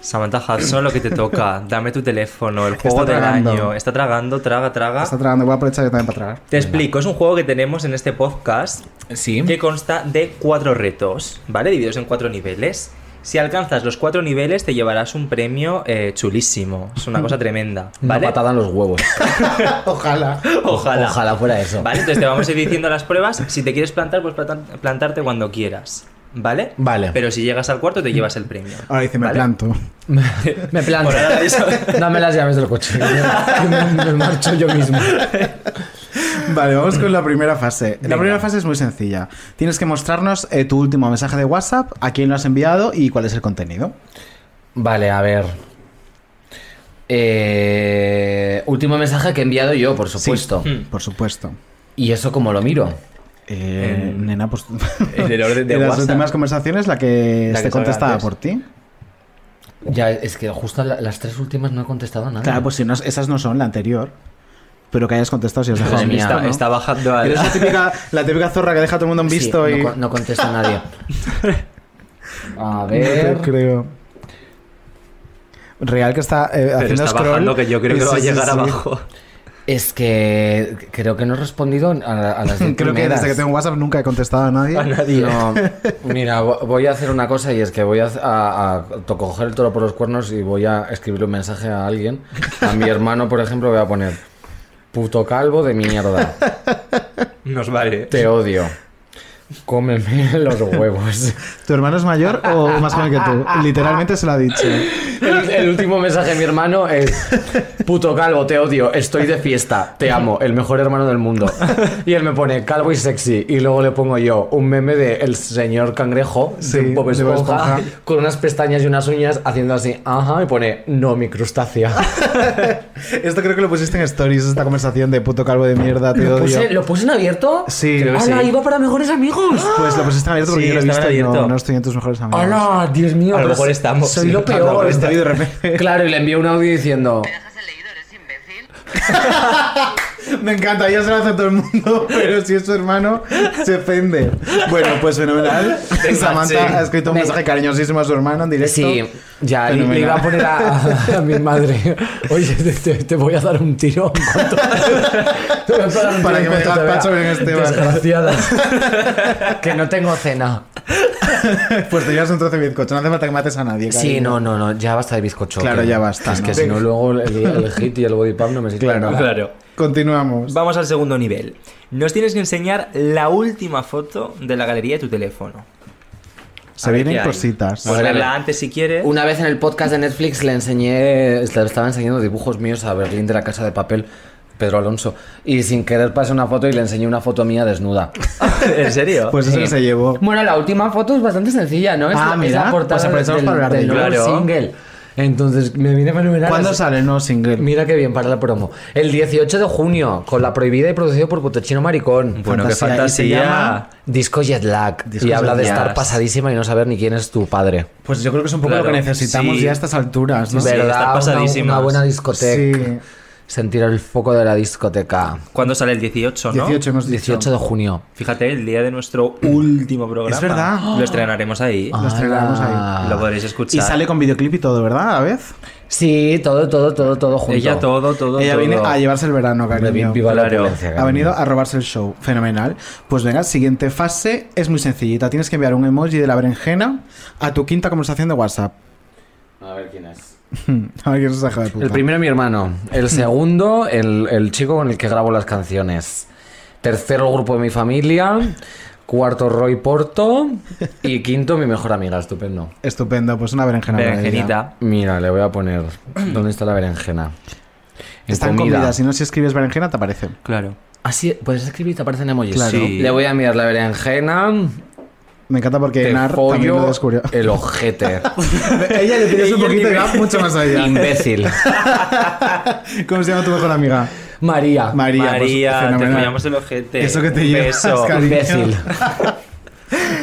Speaker 6: Samantha Hudson, lo que te toca. Dame tu teléfono, el juego
Speaker 4: Está
Speaker 6: del
Speaker 4: tragando.
Speaker 6: año. Está tragando, traga, traga.
Speaker 4: Está tragando, voy a aprovechar yo también para tragar.
Speaker 6: Te explico, es un juego que tenemos en este podcast
Speaker 2: Sí.
Speaker 6: que consta de cuatro retos, ¿vale? Divididos en cuatro niveles. Si alcanzas los cuatro niveles, te llevarás un premio eh, chulísimo. Es
Speaker 4: Mm.
Speaker 6: una cosa tremenda,
Speaker 2: Una
Speaker 6: ¿vale?
Speaker 2: patada en los huevos.
Speaker 4: Ojalá.
Speaker 6: Ojalá.
Speaker 2: Ojalá fuera eso.
Speaker 6: Vale, entonces te vamos a ir diciendo las pruebas. Si te quieres plantar, pues platan- plantarte cuando quieras. ¿Vale?
Speaker 2: Vale.
Speaker 6: Pero si llegas al cuarto, te llevas el premio.
Speaker 4: Ahora dice, me
Speaker 6: ¿vale?
Speaker 4: planto.
Speaker 2: Me planto.
Speaker 6: Por ahora eso-
Speaker 2: Dame las llaves del
Speaker 6: Pues
Speaker 2: coche. que Me, me marcho yo mismo.
Speaker 4: Vale, vamos con la primera fase. La primera fase es muy sencilla. Tienes que mostrarnos eh, tu último mensaje de WhatsApp, a quién lo has enviado y cuál es el contenido.
Speaker 2: Vale, a ver. Eh, último mensaje que he enviado yo, por supuesto.
Speaker 6: Mm.
Speaker 4: Por supuesto.
Speaker 2: ¿Y eso cómo lo miro?
Speaker 4: Eh,
Speaker 6: En-
Speaker 4: nena, pues.
Speaker 6: en el orden de
Speaker 4: las
Speaker 6: WhatsApp.
Speaker 4: últimas conversaciones, la que
Speaker 6: La que
Speaker 4: esté
Speaker 6: salga
Speaker 4: contestada
Speaker 6: antes.
Speaker 4: por ti.
Speaker 2: Ya, es que justo la- las tres últimas no he contestado nada.
Speaker 4: Claro, pues si no, esas no son la anterior. Pero que hayas contestado si has dejado
Speaker 2: Madre
Speaker 4: en
Speaker 2: mía,
Speaker 4: visto.
Speaker 6: Está,
Speaker 4: ¿no?
Speaker 6: está bajando al...
Speaker 4: Eres la típica, la típica zorra que deja a todo el mundo en
Speaker 2: Sí,
Speaker 4: visto
Speaker 2: no
Speaker 4: y.
Speaker 2: co- no, contesta a nadie. A
Speaker 4: No te
Speaker 2: ver.
Speaker 4: creo. Real que está eh,
Speaker 6: Pero
Speaker 4: haciendo
Speaker 6: está
Speaker 4: scroll.
Speaker 6: bajando, que yo creo
Speaker 4: Sí,
Speaker 6: que va a
Speaker 4: sí, sí,
Speaker 6: llegar
Speaker 4: sí.
Speaker 6: abajo.
Speaker 2: Es que creo que no he respondido a, a las diez
Speaker 4: Creo que
Speaker 2: primeras.
Speaker 4: desde que tengo WhatsApp nunca he contestado a nadie.
Speaker 2: No, mira, vo- voy a hacer una cosa y es que voy a, a- a to- coger el toro por los cuernos y voy a escribir un mensaje a alguien. A mi hermano, por ejemplo, voy a poner: Puto calvo de mierda,
Speaker 6: Nos vale.
Speaker 2: te odio. Cómeme los huevos.
Speaker 4: ¿Tu hermano es mayor o más joven que tú? Literalmente se lo ha dicho.
Speaker 2: El, el último mensaje de mi hermano es: Puto calvo, te odio, estoy de fiesta, te amo, el mejor hermano del mundo. Y él me pone calvo y sexy. Y luego le pongo yo un meme de el señor cangrejo
Speaker 4: Sí,
Speaker 2: de Bob
Speaker 4: de Bob
Speaker 2: Esponja,
Speaker 4: Esponja.
Speaker 2: con unas pestañas y unas uñas haciendo así, ajá, y pone no mi crustácea.
Speaker 4: Esto creo que lo pusiste en stories, esta conversación de puto calvo de mierda, te
Speaker 2: ¿Lo
Speaker 4: odio.
Speaker 2: puse, ¿Lo puse en abierto?
Speaker 4: Sí. Creo que
Speaker 2: ¡Hala,
Speaker 6: sí.
Speaker 2: iba para mejores amigos!
Speaker 4: Pues lo pusiste en abierto porque
Speaker 6: Sí,
Speaker 4: yo lo he
Speaker 6: estaba
Speaker 4: visto
Speaker 6: en
Speaker 4: y no,
Speaker 6: abierto.
Speaker 4: no estoy en tus mejores amigos.
Speaker 2: ¡Hala, Dios mío!
Speaker 6: A lo
Speaker 2: pero
Speaker 6: mejor estamos,
Speaker 2: Soy
Speaker 6: sí.
Speaker 2: lo
Speaker 4: A lo mejor
Speaker 2: peor.
Speaker 4: estoy de repente.
Speaker 2: Claro, y le envié un audio diciendo...
Speaker 4: Me encanta, ya se lo hace a todo el mundo, pero si es su hermano, se ofende. Bueno, pues fenomenal. Samantha
Speaker 6: sí.
Speaker 4: ha escrito un
Speaker 2: Me-
Speaker 4: mensaje cariñosísimo a su hermano en directo.
Speaker 2: Sí, ya, le- le
Speaker 4: Fenomenal.
Speaker 2: iba a poner a, a- a mi madre. Oye, te, te- te voy a dar un tiro. en cuanto- te voy a pegar un
Speaker 4: Para
Speaker 2: tiro
Speaker 4: que
Speaker 2: en
Speaker 4: me
Speaker 2: cuanto te
Speaker 4: gazpacho
Speaker 2: vea.
Speaker 4: bien este bar.
Speaker 2: Desgraciada. que no tengo cena.
Speaker 4: Pues te llevas un trozo de bizcocho, no hace falta que mates a nadie.
Speaker 2: Sí,
Speaker 4: cariño.
Speaker 2: no, no, no, ya basta de bizcocho.
Speaker 4: Claro,
Speaker 2: que-
Speaker 4: ya basta,
Speaker 2: Es que
Speaker 4: ¿no?
Speaker 2: si no, luego el, el hit y el body pump no me sirven.
Speaker 4: Claro.
Speaker 6: Claro.
Speaker 4: Continuamos.
Speaker 6: Vamos al segundo nivel. Nos tienes que enseñar la última foto de la galería de tu teléfono.
Speaker 4: Se
Speaker 6: A ver qué
Speaker 4: vienen
Speaker 6: hay.
Speaker 4: cositas.
Speaker 6: Puedes verla antes si quieres.
Speaker 2: Una vez en el podcast de Netflix le enseñé, le estaba enseñando dibujos míos a Berlín de la Casa de Papel, Pedro Alonso, y sin querer pasé una foto y le enseñé una foto mía desnuda.
Speaker 6: ¿En serio?
Speaker 4: Pues eso
Speaker 2: Sí.
Speaker 4: se llevó.
Speaker 2: Bueno, la última foto es bastante sencilla, ¿no? Es
Speaker 4: Ah,
Speaker 2: la, es
Speaker 4: mira,
Speaker 2: la portada
Speaker 4: pues aprovechamos
Speaker 2: del,
Speaker 4: para hablar de
Speaker 2: del
Speaker 4: ello.
Speaker 2: nuevo
Speaker 6: Claro.
Speaker 2: single. Entonces, me viene fenomenal.
Speaker 4: ¿Cuándo
Speaker 2: Así-
Speaker 4: sale el nuevo single?
Speaker 2: Mira qué bien para la promo. El 18 de junio, con la prohibida y producido por Potechino Maricón.
Speaker 6: bueno,
Speaker 4: fantasía, y
Speaker 6: qué
Speaker 4: se
Speaker 6: fantasía.
Speaker 4: llama-
Speaker 2: Disco Jet Lag.
Speaker 4: Disco
Speaker 2: y habla
Speaker 4: Jet
Speaker 2: de
Speaker 6: Lag.
Speaker 2: estar pasadísima y no saber ni quién es tu padre.
Speaker 4: Pues yo creo que es un poco
Speaker 6: Claro.
Speaker 4: lo que necesitamos
Speaker 6: Sí.
Speaker 4: ya a estas alturas, ¿no?
Speaker 6: Sí,
Speaker 2: ¿Verdad?
Speaker 6: estar
Speaker 2: Una-
Speaker 6: pasadísimas.
Speaker 2: Una, buena discoteca.
Speaker 4: Sí.
Speaker 2: Sentir el foco de la discoteca.
Speaker 6: ¿Cuándo sale el 18, no?
Speaker 4: 18 hemos dicho.
Speaker 2: 18 de junio.
Speaker 6: Fíjate, el día de nuestro último programa.
Speaker 4: Es verdad.
Speaker 6: Lo estrenaremos ahí.
Speaker 4: Lo estrenaremos ahí.
Speaker 2: Ah.
Speaker 6: Lo podréis escuchar.
Speaker 4: Y sale con videoclip y todo, ¿verdad? A la vez.
Speaker 2: Sí, todo, todo, todo, todo junto.
Speaker 6: Ella todo, todo,
Speaker 4: Ella
Speaker 6: todo.
Speaker 4: viene a llevarse el verano, cariño.
Speaker 2: Viva la
Speaker 6: Claro.
Speaker 2: opulencia,
Speaker 4: Ha
Speaker 2: cariño.
Speaker 4: venido a robarse el show. Fenomenal. Pues venga, siguiente fase es muy sencillita. Tienes que enviar un emoji de la berenjena a tu quinta conversación de WhatsApp.
Speaker 2: A ver quién es.
Speaker 4: A ver quién es esa hija de puta. Mm.
Speaker 2: El primero mi hermano. El segundo, el, el chico con el que grabo las canciones. Tercero, el grupo de mi familia. Cuarto, Roy Porto. Y quinto, mi mejor amiga. Estupendo.
Speaker 4: Estupendo, pues una berenjena. para ella.
Speaker 6: Berenjenita.
Speaker 2: Mira, le voy a poner. ¿Dónde está la berenjena? En Ah,
Speaker 4: Está en comida. Si no, si escribes berenjena, te aparece.
Speaker 6: Claro.
Speaker 2: Así, puedes escribir, te aparecen emojis.
Speaker 4: Claro.
Speaker 6: Sí.
Speaker 2: Le voy a mirar la berenjena.
Speaker 4: Me encanta porque
Speaker 2: Te
Speaker 4: Nar también lo
Speaker 2: follo
Speaker 4: descubrió.
Speaker 2: el ojete.
Speaker 4: Ella le tienes un
Speaker 6: Ella
Speaker 4: poquito de
Speaker 6: tiene-
Speaker 4: gap mucho más allá.
Speaker 2: Imbécil.
Speaker 4: ¿Cómo se llama tu mejor amiga?
Speaker 2: María.
Speaker 4: María. pues,
Speaker 6: María, te
Speaker 4: fenomenal.
Speaker 6: follamos el ojete.
Speaker 4: Eso que te
Speaker 6: Un
Speaker 4: llevas,
Speaker 6: beso.
Speaker 4: cariño.
Speaker 2: Imbécil.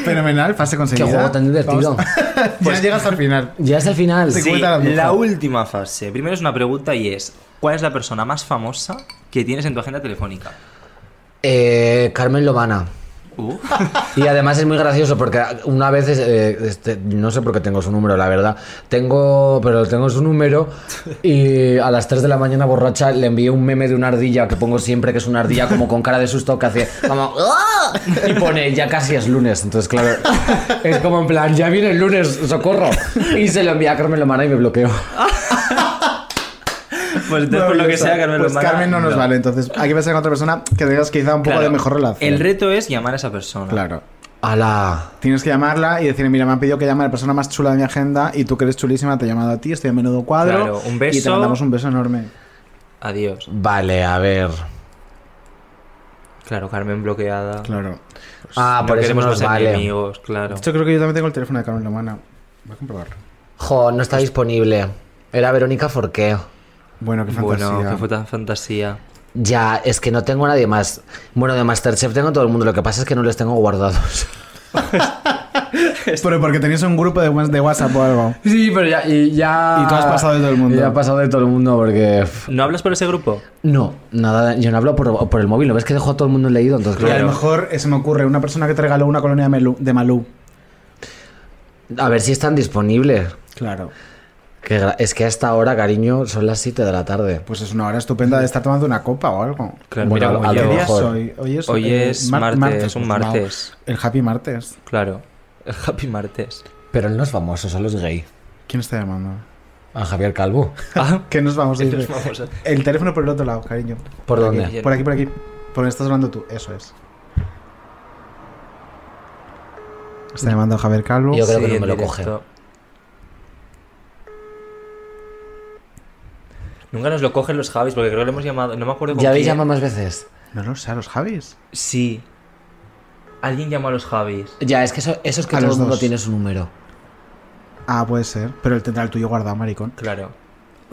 Speaker 4: Fenomenal, fase
Speaker 2: Qué
Speaker 4: conseguida.
Speaker 2: juego tan divertido.
Speaker 4: Vamos- ya llegas al final.
Speaker 2: Ya es el final.
Speaker 4: Sí.
Speaker 6: Pues Sí,
Speaker 4: Cuenta la bruja.
Speaker 6: la última fase. Primero es una pregunta y es: ¿Cuál es la persona más famosa que tienes en tu agenda telefónica?
Speaker 2: Eh, Carmen Lobana.
Speaker 6: Uh.
Speaker 2: Y además es muy gracioso porque una vez, eh, este, no sé por qué tengo su número, la verdad. Tengo, pero tengo su número y a las 3 de la mañana borracha le envié un meme de una ardilla que pongo siempre que es una ardilla como con cara de susto que hace como "¡Ah!", y pone ya casi es lunes. Entonces, claro, es como en plan, ya viene el lunes, socorro. Y se lo envié a Carmen Lomana y me bloqueó.
Speaker 6: Pues entonces, por lo que
Speaker 4: Maravillosa.
Speaker 6: sea, Carmen
Speaker 4: Pues
Speaker 6: Lomana,
Speaker 4: Carmen no nos vale, entonces hay que pensar en otra persona que tengas quizá un poco
Speaker 6: Claro,
Speaker 4: de mejor relación.
Speaker 6: El reto es llamar a esa persona.
Speaker 4: Claro.
Speaker 2: ¡Hala!
Speaker 4: Tienes que llamarla y decirle, mira, me han pedido que llame a la persona más chula de mi agenda y tú que eres chulísima te he llamado a ti, estoy a menudo cuadro.
Speaker 6: Claro, un beso.
Speaker 4: Y te mandamos un beso enorme.
Speaker 6: Adiós.
Speaker 2: Vale, a ver.
Speaker 6: Claro, Carmen bloqueada.
Speaker 4: Claro.
Speaker 2: Ah,
Speaker 6: No
Speaker 2: por eso
Speaker 6: queremos
Speaker 2: nos
Speaker 6: más
Speaker 2: vale.
Speaker 6: enemigos, claro.
Speaker 4: Yo creo que yo también tengo el teléfono de Carmen Lomana. Voy a comprobarlo.
Speaker 2: Jo, no está disponible. Era Verónica Forqué.
Speaker 4: Bueno, qué fantasía.
Speaker 6: Bueno, qué puta fantasía.
Speaker 2: Ya, es que no tengo a nadie más. Bueno, de Masterchef tengo a todo el mundo, lo que pasa es que no los tengo guardados.
Speaker 4: Pero porque tenéis un grupo de, wa- de WhatsApp o algo.
Speaker 2: Sí, pero ya. Y, ya
Speaker 4: Y tú has pasado de todo el mundo.
Speaker 2: Ya he pasado de todo el mundo porque. pff,
Speaker 6: ¿No hablas por ese grupo?
Speaker 2: No, nada, yo no hablo por, por el móvil, ¿no ves que dejo a todo el mundo leído? Entonces,
Speaker 4: Y a
Speaker 2: claro.
Speaker 4: lo mejor eh, se me ocurre una persona que te regaló una colonia de Melú- de Malú.
Speaker 2: A ver si están disponibles.
Speaker 4: Claro.
Speaker 2: Que gra- es que hasta ahora, cariño, son las 7 de la tarde.
Speaker 4: Pues es una hora estupenda de estar tomando una copa o algo.
Speaker 6: Claro,
Speaker 2: Bueno,
Speaker 6: mira,
Speaker 2: a
Speaker 6: como
Speaker 4: ¿Qué
Speaker 2: lo
Speaker 6: yo.
Speaker 4: día
Speaker 2: mejor.
Speaker 4: es hoy? Hoy es,
Speaker 6: Hoy
Speaker 4: eh,
Speaker 6: es
Speaker 4: mar-
Speaker 6: martes, un
Speaker 4: pues, wow.
Speaker 6: martes.
Speaker 4: El happy martes.
Speaker 6: Claro, el Happy Martes.
Speaker 2: Pero él no es famoso, solo es gay.
Speaker 4: ¿Quién está llamando?
Speaker 2: A Javier Calvo.
Speaker 6: Ah,
Speaker 4: ¿Qué nos vamos a ir?
Speaker 6: vamos a-
Speaker 4: El teléfono por el otro lado, cariño.
Speaker 2: ¿Por
Speaker 6: Aquí,
Speaker 2: dónde?
Speaker 6: Bien.
Speaker 4: Por aquí, por aquí. Por donde estás hablando tú. Eso es. Está llamando Javier Calvo.
Speaker 2: Yo creo que
Speaker 6: Sí,
Speaker 2: no me
Speaker 6: en
Speaker 2: lo
Speaker 6: directo. Nunca nos lo cogen los Javis porque creo que lo hemos llamado. No me acuerdo con
Speaker 2: ¿Ya habéis
Speaker 6: quién.
Speaker 2: llamado más veces?
Speaker 4: No lo sé, a los Javis.
Speaker 6: Sí. Alguien llamó a los Javis.
Speaker 2: Ya, es que eso, eso es que
Speaker 4: A
Speaker 2: todo
Speaker 4: los
Speaker 2: el mundo
Speaker 4: dos.
Speaker 2: tiene su número.
Speaker 4: Ah, puede ser. Pero él tendrá el tuyo guardado, maricón.
Speaker 6: Claro.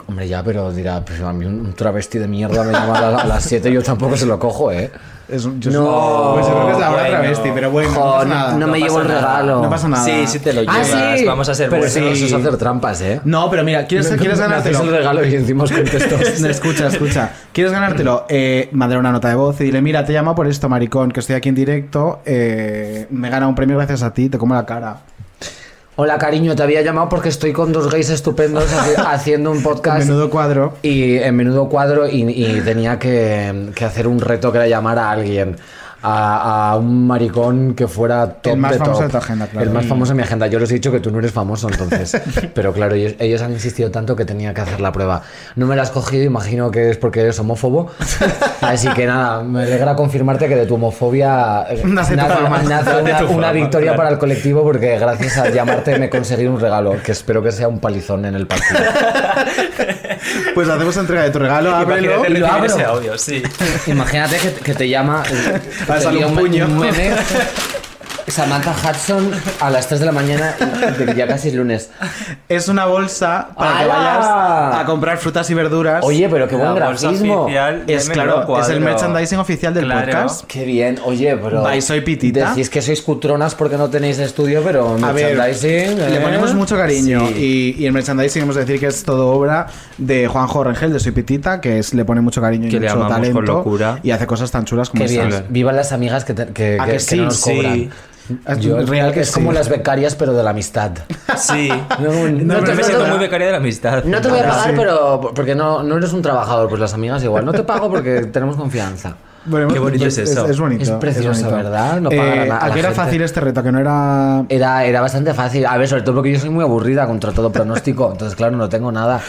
Speaker 2: Hombre, ya, pero dirá, pues a mí un un travesti de mierda me llama a la- a las 7 y yo tampoco se lo cojo, ¿eh?
Speaker 4: Es un- yo-
Speaker 2: No,
Speaker 4: Pues yo creo que es de ahora
Speaker 6: bueno.
Speaker 4: travesti, pero bueno, no
Speaker 3: Jo,
Speaker 4: pasa
Speaker 3: no-
Speaker 4: nada.
Speaker 3: no
Speaker 4: No,
Speaker 3: me
Speaker 6: pasa
Speaker 3: llevo el
Speaker 6: nada.
Speaker 3: regalo.
Speaker 4: pasa nada.
Speaker 6: Sí, sí te lo
Speaker 2: Ah,
Speaker 6: llevas.
Speaker 2: sí.
Speaker 6: Vamos a ser
Speaker 2: Pero
Speaker 6: buenos.
Speaker 2: sí. eso es hacer trampas, ¿eh?
Speaker 4: No, pero mira, ¿quieres,
Speaker 2: Me-
Speaker 4: ¿quieres
Speaker 2: me hacéis
Speaker 4: ganártelo?
Speaker 2: el regalo y encima os contesto.
Speaker 4: No, escucha, escucha. ¿Quieres ganártelo? Eh, mandar una nota de voz y dile, mira, te llamo por esto, maricón, que estoy aquí en directo. eh, me gana un premio gracias a ti, te como la cara.
Speaker 2: Hola, cariño, te había llamado porque estoy con dos gays estupendos haci- haciendo un
Speaker 4: Con
Speaker 2: podcast.
Speaker 4: menudo cuadro.
Speaker 2: Y en menudo cuadro y, y tenía que, que hacer un reto que era llamar a alguien. A, a un maricón que fuera top
Speaker 4: más
Speaker 2: de
Speaker 4: famoso
Speaker 2: top.
Speaker 4: de tu
Speaker 6: Ah,
Speaker 4: agenda, claro.
Speaker 2: El más
Speaker 4: Mm.
Speaker 2: famoso de mi agenda. Yo les he dicho que tú no eres famoso, entonces. Pero claro, ellos, ellos han insistido tanto que tenía que hacer la prueba. No me la has cogido, imagino que es porque eres homófobo. Así que nada, me alegra confirmarte que de tu homofobia eh,
Speaker 4: Nace tu fama.
Speaker 2: nace una,
Speaker 6: tu
Speaker 2: una
Speaker 6: fama,
Speaker 2: victoria
Speaker 6: claro.
Speaker 2: para el colectivo porque gracias a llamarte me he conseguido un regalo, que espero que sea un palizón en el partido.
Speaker 4: Pues hacemos entrega de tu regalo, ábrelo.
Speaker 2: y
Speaker 6: Imagínate
Speaker 2: lo abro.
Speaker 6: recibir Ah, ese audio, sí.
Speaker 2: Imagínate que, que te llama eh, que
Speaker 4: Para
Speaker 2: te
Speaker 4: salir
Speaker 2: lía
Speaker 4: un puño.
Speaker 2: meme, Samantha Hudson a las 3 de la mañana de que ya casi es lunes.
Speaker 4: Es una bolsa para que
Speaker 2: ¡Hala!
Speaker 4: vayas a comprar frutas y verduras.
Speaker 2: Oye, pero qué buen
Speaker 6: La bolsa
Speaker 2: grafismo.
Speaker 6: oficial de
Speaker 4: es
Speaker 6: Menudo
Speaker 4: claro, es el
Speaker 6: Cuadro.
Speaker 4: merchandising oficial del
Speaker 6: Claro.
Speaker 4: podcast.
Speaker 2: Qué bien, oye, pero.
Speaker 4: Vais, soy pitita.
Speaker 2: Decís que sois cutronas porque no tenéis estudio, pero
Speaker 4: A ver,
Speaker 2: merchandising,
Speaker 4: le
Speaker 2: ¿eh?
Speaker 4: ponemos mucho cariño
Speaker 2: Sí.
Speaker 4: y, y el merchandising hemos de decir que es todo obra de Juanjo Rengel de Soy Pitita, que es, le pone mucho cariño y
Speaker 6: Que le
Speaker 4: mucho
Speaker 6: amamos con
Speaker 4: talento
Speaker 6: locura.
Speaker 4: y hace cosas tan chulas como
Speaker 2: Qué
Speaker 4: estas.
Speaker 2: bien. Vivan las amigas que, te- que,
Speaker 4: ¿A
Speaker 2: que-
Speaker 4: que
Speaker 2: que
Speaker 4: sí?
Speaker 2: no nos
Speaker 4: Sí.
Speaker 2: cobran.
Speaker 4: Es
Speaker 2: Yo-
Speaker 4: real que
Speaker 2: es
Speaker 4: sí.
Speaker 2: como las becarias, pero de la amistad.
Speaker 6: Sí.
Speaker 2: No, no, no,
Speaker 6: No, pero me
Speaker 2: no,
Speaker 6: siento
Speaker 2: no.
Speaker 6: muy becaria de la amistad.
Speaker 2: No te voy a
Speaker 4: Ah,
Speaker 2: pagar,
Speaker 4: sí.
Speaker 2: pero porque no, no eres un trabajador, pues las amigas igual. No te pago porque tenemos confianza.
Speaker 4: Bueno,
Speaker 6: Qué bonito es eso.
Speaker 4: Es, bonito.
Speaker 2: Es precioso,
Speaker 4: bonito.
Speaker 2: ¿verdad? No pagar a na- a la
Speaker 4: ¿a qué era
Speaker 2: gente.
Speaker 4: fácil este reto? Que no era...
Speaker 2: Era, era bastante fácil. A ver, sobre todo porque yo soy muy aburrida contra todo pronóstico. Entonces, claro, no tengo nada.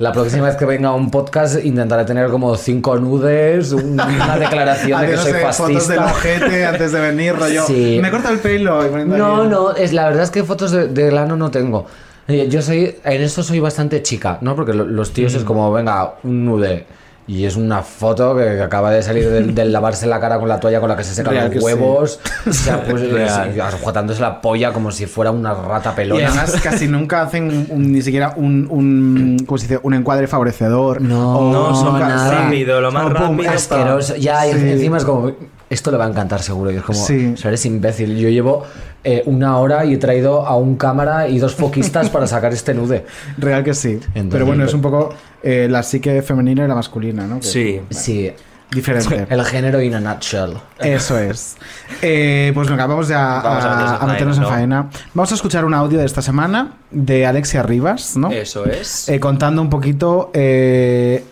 Speaker 2: La próxima vez que venga un podcast intentaré tener como cinco nudes, un- una declaración de que
Speaker 4: Adiós,
Speaker 2: soy
Speaker 4: eh, fotos del
Speaker 2: fascista.
Speaker 4: ojete antes de venir, rollo.
Speaker 2: Sí.
Speaker 4: Me he cortado el pelo. y poniendo
Speaker 2: No,
Speaker 4: ahí-
Speaker 2: no, es, la verdad es que fotos de, de lano no tengo. Eh, Yo soy, en eso soy bastante chica, ¿no? Porque lo- los tíos
Speaker 4: Mm.
Speaker 2: es como, venga, un nude. Y es una foto que que acaba de salir del, del lavarse la cara con la toalla con la que se secan
Speaker 4: Real que
Speaker 2: los
Speaker 4: sí.
Speaker 2: huevos. O sea, pues
Speaker 6: Real.
Speaker 2: sí, ajuatándose la polla como si fuera una rata pelona.
Speaker 4: Y además casi nunca hacen un- un- ni siquiera un, un, ¿cómo se dice? un encuadre favorecedor.
Speaker 2: No,
Speaker 4: O
Speaker 2: no,
Speaker 4: nunca-
Speaker 2: son nada.
Speaker 6: rápido, lo más
Speaker 4: Como, pum,
Speaker 6: rápido,
Speaker 4: asco.
Speaker 2: asqueroso. Ya, y
Speaker 4: Sí.
Speaker 2: encima es como, esto le va a encantar seguro. Y es como,
Speaker 4: Sí.
Speaker 2: o sea, eres imbécil. Yo llevo eh, una hora y he traído a un cámara y dos foquistas para sacar este nude.
Speaker 4: Real que sí.
Speaker 2: Entonces,
Speaker 4: pero bueno, es
Speaker 2: pero-
Speaker 4: un poco eh, la psique femenina y la masculina, ¿no? Que-
Speaker 6: Sí.
Speaker 2: Sí,
Speaker 4: Diferente.
Speaker 2: el género in a nutshell.
Speaker 4: Eso es. Eh, pues venga, vamos ya
Speaker 6: Vamos a
Speaker 4: a,
Speaker 6: meternos en
Speaker 4: a meternos en
Speaker 6: faena,
Speaker 4: faena. Vamos a escuchar un audio de esta semana de Alexia Rivas, ¿no?
Speaker 6: Eso es.
Speaker 4: Eh, contando un poquito eh,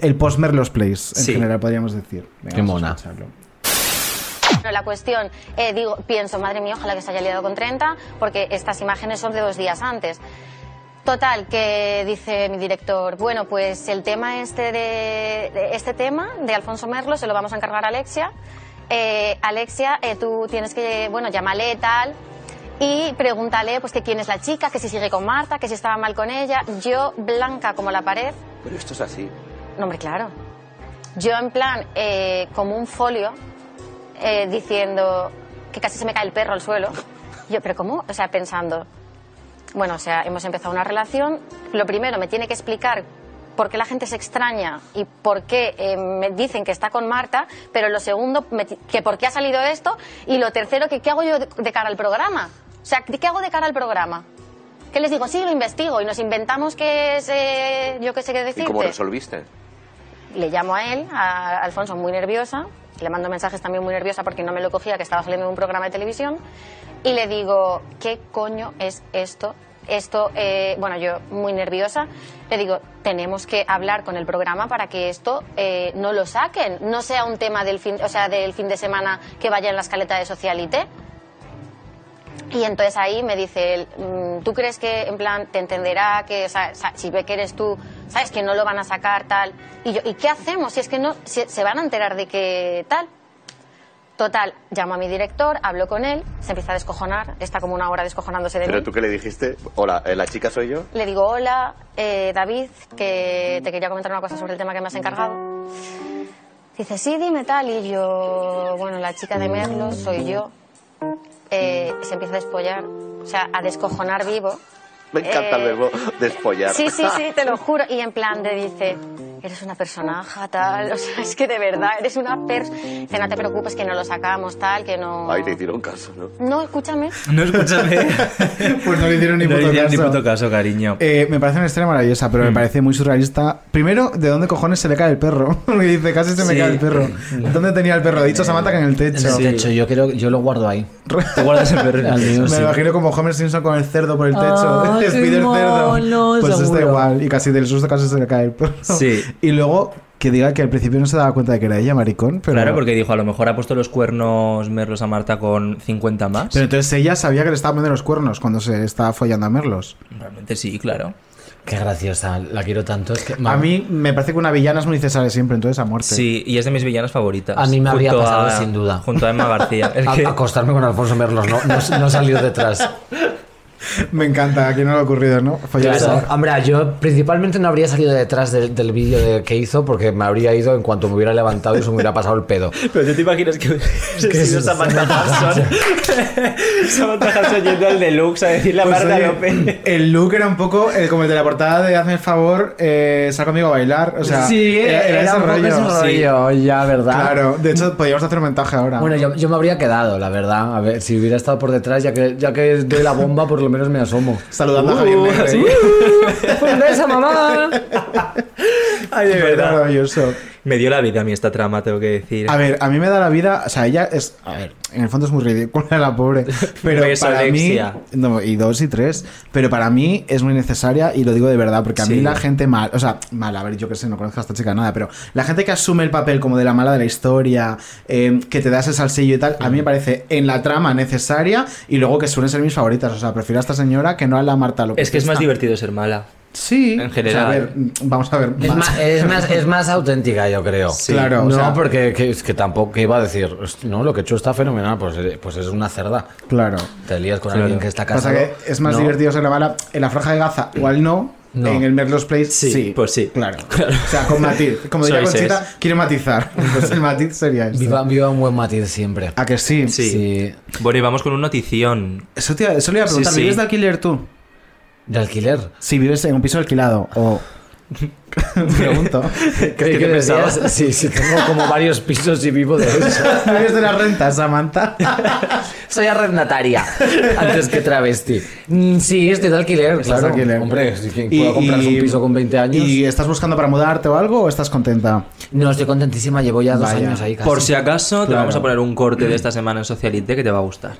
Speaker 4: el post-Merlos los Plays, en
Speaker 6: Sí.
Speaker 4: general, podríamos decir. Venga,
Speaker 2: Qué
Speaker 4: vamos a
Speaker 2: mona.
Speaker 4: escucharlo.
Speaker 8: Bueno, la cuestión, eh, digo, pienso, madre mía, ojalá que se haya liado con 30, porque estas imágenes son de dos días antes. Total, que dice mi director, bueno, pues el tema este de, de este tema de Alfonso Merlo se lo vamos a encargar a Alexia. Eh, Alexia, eh, tú tienes que, bueno, llámale tal y pregúntale pues que quién es la chica, que si sigue con Marta, que si estaba mal con ella. Yo, blanca como la pared,
Speaker 9: Pero esto es así.
Speaker 8: no, hombre, claro. Yo en plan, eh, como un folio, eh, diciendo que casi se me cae el perro al suelo. Yo, pero ¿cómo? O sea, pensando, bueno, o sea, hemos empezado una relación, lo primero me tiene que explicar por qué la gente se extraña y por qué eh, me dicen que está con Marta, pero lo segundo, me ti- que por qué ha salido esto, y lo tercero, que qué hago yo de- de cara al programa. O sea, ¿qué hago de cara al programa? ¿Qué les digo? Sí, lo investigo y nos inventamos que es, eh, yo qué sé qué decirte.
Speaker 9: ¿Y cómo resolviste?
Speaker 8: Le llamo a él, a Alfonso, muy nerviosa. Le mando mensajes también muy nerviosa porque no me lo cogía, que estaba saliendo en un programa de televisión. Y le digo, ¿qué coño es esto? Esto, eh, bueno, yo muy nerviosa. Le digo, tenemos que hablar con el programa para que esto eh, no lo saquen. No sea un tema del fin, o sea, del fin de semana que vaya en la escaleta de Socialite. Y entonces ahí me dice él, mm, ¿tú crees que en plan te entenderá que, o sea, sa- si ve que eres tú, sabes que no lo van a sacar tal? Y yo, ¿y qué hacemos si es que no, si se van a enterar de que tal? Total, llamo a mi director, hablo con él, se empieza a descojonar, está como una hora descojonándose de mí.
Speaker 10: Pero tú que le dijiste, hola, eh, la chica soy yo.
Speaker 8: Le digo, hola, eh, David, que te quería comentar una cosa sobre el tema que me has encargado. Dice, sí, dime tal. Y yo, bueno, la chica de Merlos soy yo. Eh, se empieza a despollar, o sea, a descojonar vivo.
Speaker 10: Me encanta el
Speaker 8: Eh,
Speaker 10: verbo despollar.
Speaker 8: Sí, sí, sí, te lo juro. Y en plan te dice, eres una personaja, tal. O sea, es que de verdad, eres una persona. No te preocupes que no lo sacamos, tal, que no...
Speaker 10: Ahí te hicieron caso, ¿no?
Speaker 8: No, escúchame.
Speaker 6: No, escúchame.
Speaker 4: pues no le hicieron ni
Speaker 6: No
Speaker 4: puto
Speaker 6: le hicieron ni
Speaker 4: caso.
Speaker 6: puto caso, cariño.
Speaker 4: Eh, me parece una historia maravillosa, pero
Speaker 6: Mm.
Speaker 4: me parece muy surrealista. Primero, ¿de dónde cojones se le cae el perro? Porque dice, casi se me
Speaker 6: Sí. Eh,
Speaker 4: cae el perro. ¿Dónde tenía el perro? Ha dicho Samantha que en el techo.
Speaker 6: En el techo,
Speaker 4: yo creo yo lo guardo ahí.
Speaker 6: Te guardas el perro en el
Speaker 4: me
Speaker 6: techo, sí.
Speaker 4: imagino como Homer Simpson con el cerdo por el techo.
Speaker 6: Ah,
Speaker 4: Les
Speaker 6: qué
Speaker 4: pide el cerdo.
Speaker 6: mono,
Speaker 4: Pues está
Speaker 6: seguro.
Speaker 4: igual. Y casi del susto casi se le cae el perro.
Speaker 6: Sí.
Speaker 4: Y luego que diga que al principio no se daba cuenta de que era ella, maricón. Pero,
Speaker 6: Claro, porque dijo, a lo mejor ha puesto los cuernos Merlos a Marta con 50 más.
Speaker 4: pero entonces ella sabía que le estaba poniendo los cuernos cuando se estaba follando a Merlos.
Speaker 6: Realmente sí, claro.
Speaker 2: Qué graciosa, la quiero tanto. Es que,
Speaker 4: A mí me parece que una villana es muy necesaria siempre, entonces a muerte.
Speaker 6: Sí, y es de mis villanas favoritas.
Speaker 2: A mí me habría
Speaker 6: Junto
Speaker 2: pasado
Speaker 6: a-
Speaker 2: sin duda.
Speaker 6: Junto a Emma García. Es
Speaker 2: A-
Speaker 6: que-
Speaker 2: Acostarme con Alfonso Merlos, no, no, no salir detrás.
Speaker 4: Me encanta, aquí no lo ha ocurrido, ¿no? Follar.
Speaker 2: Claro, hombre, yo principalmente no habría salido detrás del, del vídeo de- que hizo porque me habría ido en cuanto me hubiera levantado y se me hubiera pasado el pedo.
Speaker 6: Pero tú te imaginas que hubiese
Speaker 2: es eso?
Speaker 6: sido Samantha Hudson. Samantha Hudson yendo al deluxe a decirle a
Speaker 4: Pues,
Speaker 6: Marta
Speaker 4: oye,
Speaker 6: López.
Speaker 4: el look era un poco eh, como el de la portada de Hazme el favor, eh, sal conmigo a bailar. O sea,
Speaker 2: Sí,
Speaker 4: era, era
Speaker 2: era
Speaker 4: ese
Speaker 2: un poco
Speaker 4: rollo.
Speaker 2: ese
Speaker 4: Sí.
Speaker 2: rollo, ya, ¿verdad?
Speaker 4: Claro, de hecho, podríamos hacer un montaje ahora.
Speaker 2: Bueno, yo, yo me habría quedado, la verdad. A ver, si hubiera estado por detrás, ya que, ya que doy la bomba, por lo menos me asomo.
Speaker 6: Uh,
Speaker 4: Saludando a Javier Negre.
Speaker 10: ¿eh?
Speaker 2: ¡Un beso, mamá!
Speaker 6: Ay, de
Speaker 4: Era
Speaker 6: verdad.
Speaker 4: maravilloso.
Speaker 6: Me dio la vida a mí esta trama, tengo que decir.
Speaker 4: A ver, a mí me da la vida. O sea, ella es. A ver, en el fondo es muy ridícula la pobre. Pero
Speaker 6: Beso,
Speaker 4: para
Speaker 6: Alexia.
Speaker 4: mí. No, y dos y tres. Pero para mí es muy necesaria y lo digo de verdad, porque a mí
Speaker 6: Sí.
Speaker 4: la gente mal. O sea, mal, a ver, yo que sé, no conozco a esta chica nada, pero la gente que asume el papel como de la mala de la historia, eh, que te da ese salsillo y tal, a mí
Speaker 6: Mm.
Speaker 4: me parece en la trama necesaria y luego que suelen ser mis favoritas. O sea, prefiero a esta señora que no a la Marta López.
Speaker 6: es que es más
Speaker 4: Esta.
Speaker 6: divertido ser mala.
Speaker 4: Sí.
Speaker 6: En
Speaker 4: O sea, a
Speaker 6: general.
Speaker 4: ver, vamos a ver.
Speaker 2: Es más, es, más, es más auténtica, yo creo.
Speaker 6: Sí.
Speaker 4: Claro, o
Speaker 2: No,
Speaker 4: sea-
Speaker 2: porque que- es que tampoco que iba a decir, "Host- no, lo que he hecho está fenomenal, pues, eh, pues es una cerda.
Speaker 4: Claro.
Speaker 2: Te lías con
Speaker 6: Claro.
Speaker 2: alguien que está
Speaker 4: Pasa
Speaker 2: casado.
Speaker 4: que es más
Speaker 2: no.
Speaker 4: divertido ser la mala en la franja de Gaza, igual no.
Speaker 2: No.
Speaker 4: En el Merlos Place, sí,
Speaker 6: Sí, pues sí.
Speaker 4: Claro. O sea, con matiz. Como diría
Speaker 6: Sois
Speaker 4: Conchita, quiere matizar. Pues el matiz sería esto.
Speaker 2: Viva, viva un buen matiz siempre. Eh,
Speaker 4: ¿A que sí?
Speaker 6: Sí. Bueno, y vamos con un notición.
Speaker 4: Eso, te, eso le iba a
Speaker 6: Sí,
Speaker 4: preguntar.
Speaker 6: sí.
Speaker 4: ¿Vives de alquiler tú?
Speaker 2: De alquiler.
Speaker 4: Si vives en un piso alquilado o... Pregunto.
Speaker 2: Creí
Speaker 6: te
Speaker 2: que decías-
Speaker 6: pensabas?
Speaker 2: Sí, sí, tengo como varios pisos y vivo de eso.
Speaker 4: ¿Vives de la renta, Samantha?
Speaker 2: Soy arrendataria, antes que travesti. Mm, Sí, estoy de alquiler,
Speaker 4: Estás
Speaker 2: claro.
Speaker 4: de alquiler.
Speaker 2: Hombre, si quien
Speaker 4: Y-
Speaker 2: pueda comprarse
Speaker 4: y-
Speaker 2: un piso con 20 años.
Speaker 4: ¿Y estás buscando para mudarte o algo o estás contenta?
Speaker 2: No, estoy contentísima, llevo ya dos
Speaker 4: Vaya.
Speaker 2: años ahí casi.
Speaker 6: Por si acaso, te
Speaker 4: Claro.
Speaker 6: vamos a poner un corte de esta semana en Socialite que te va a gustar.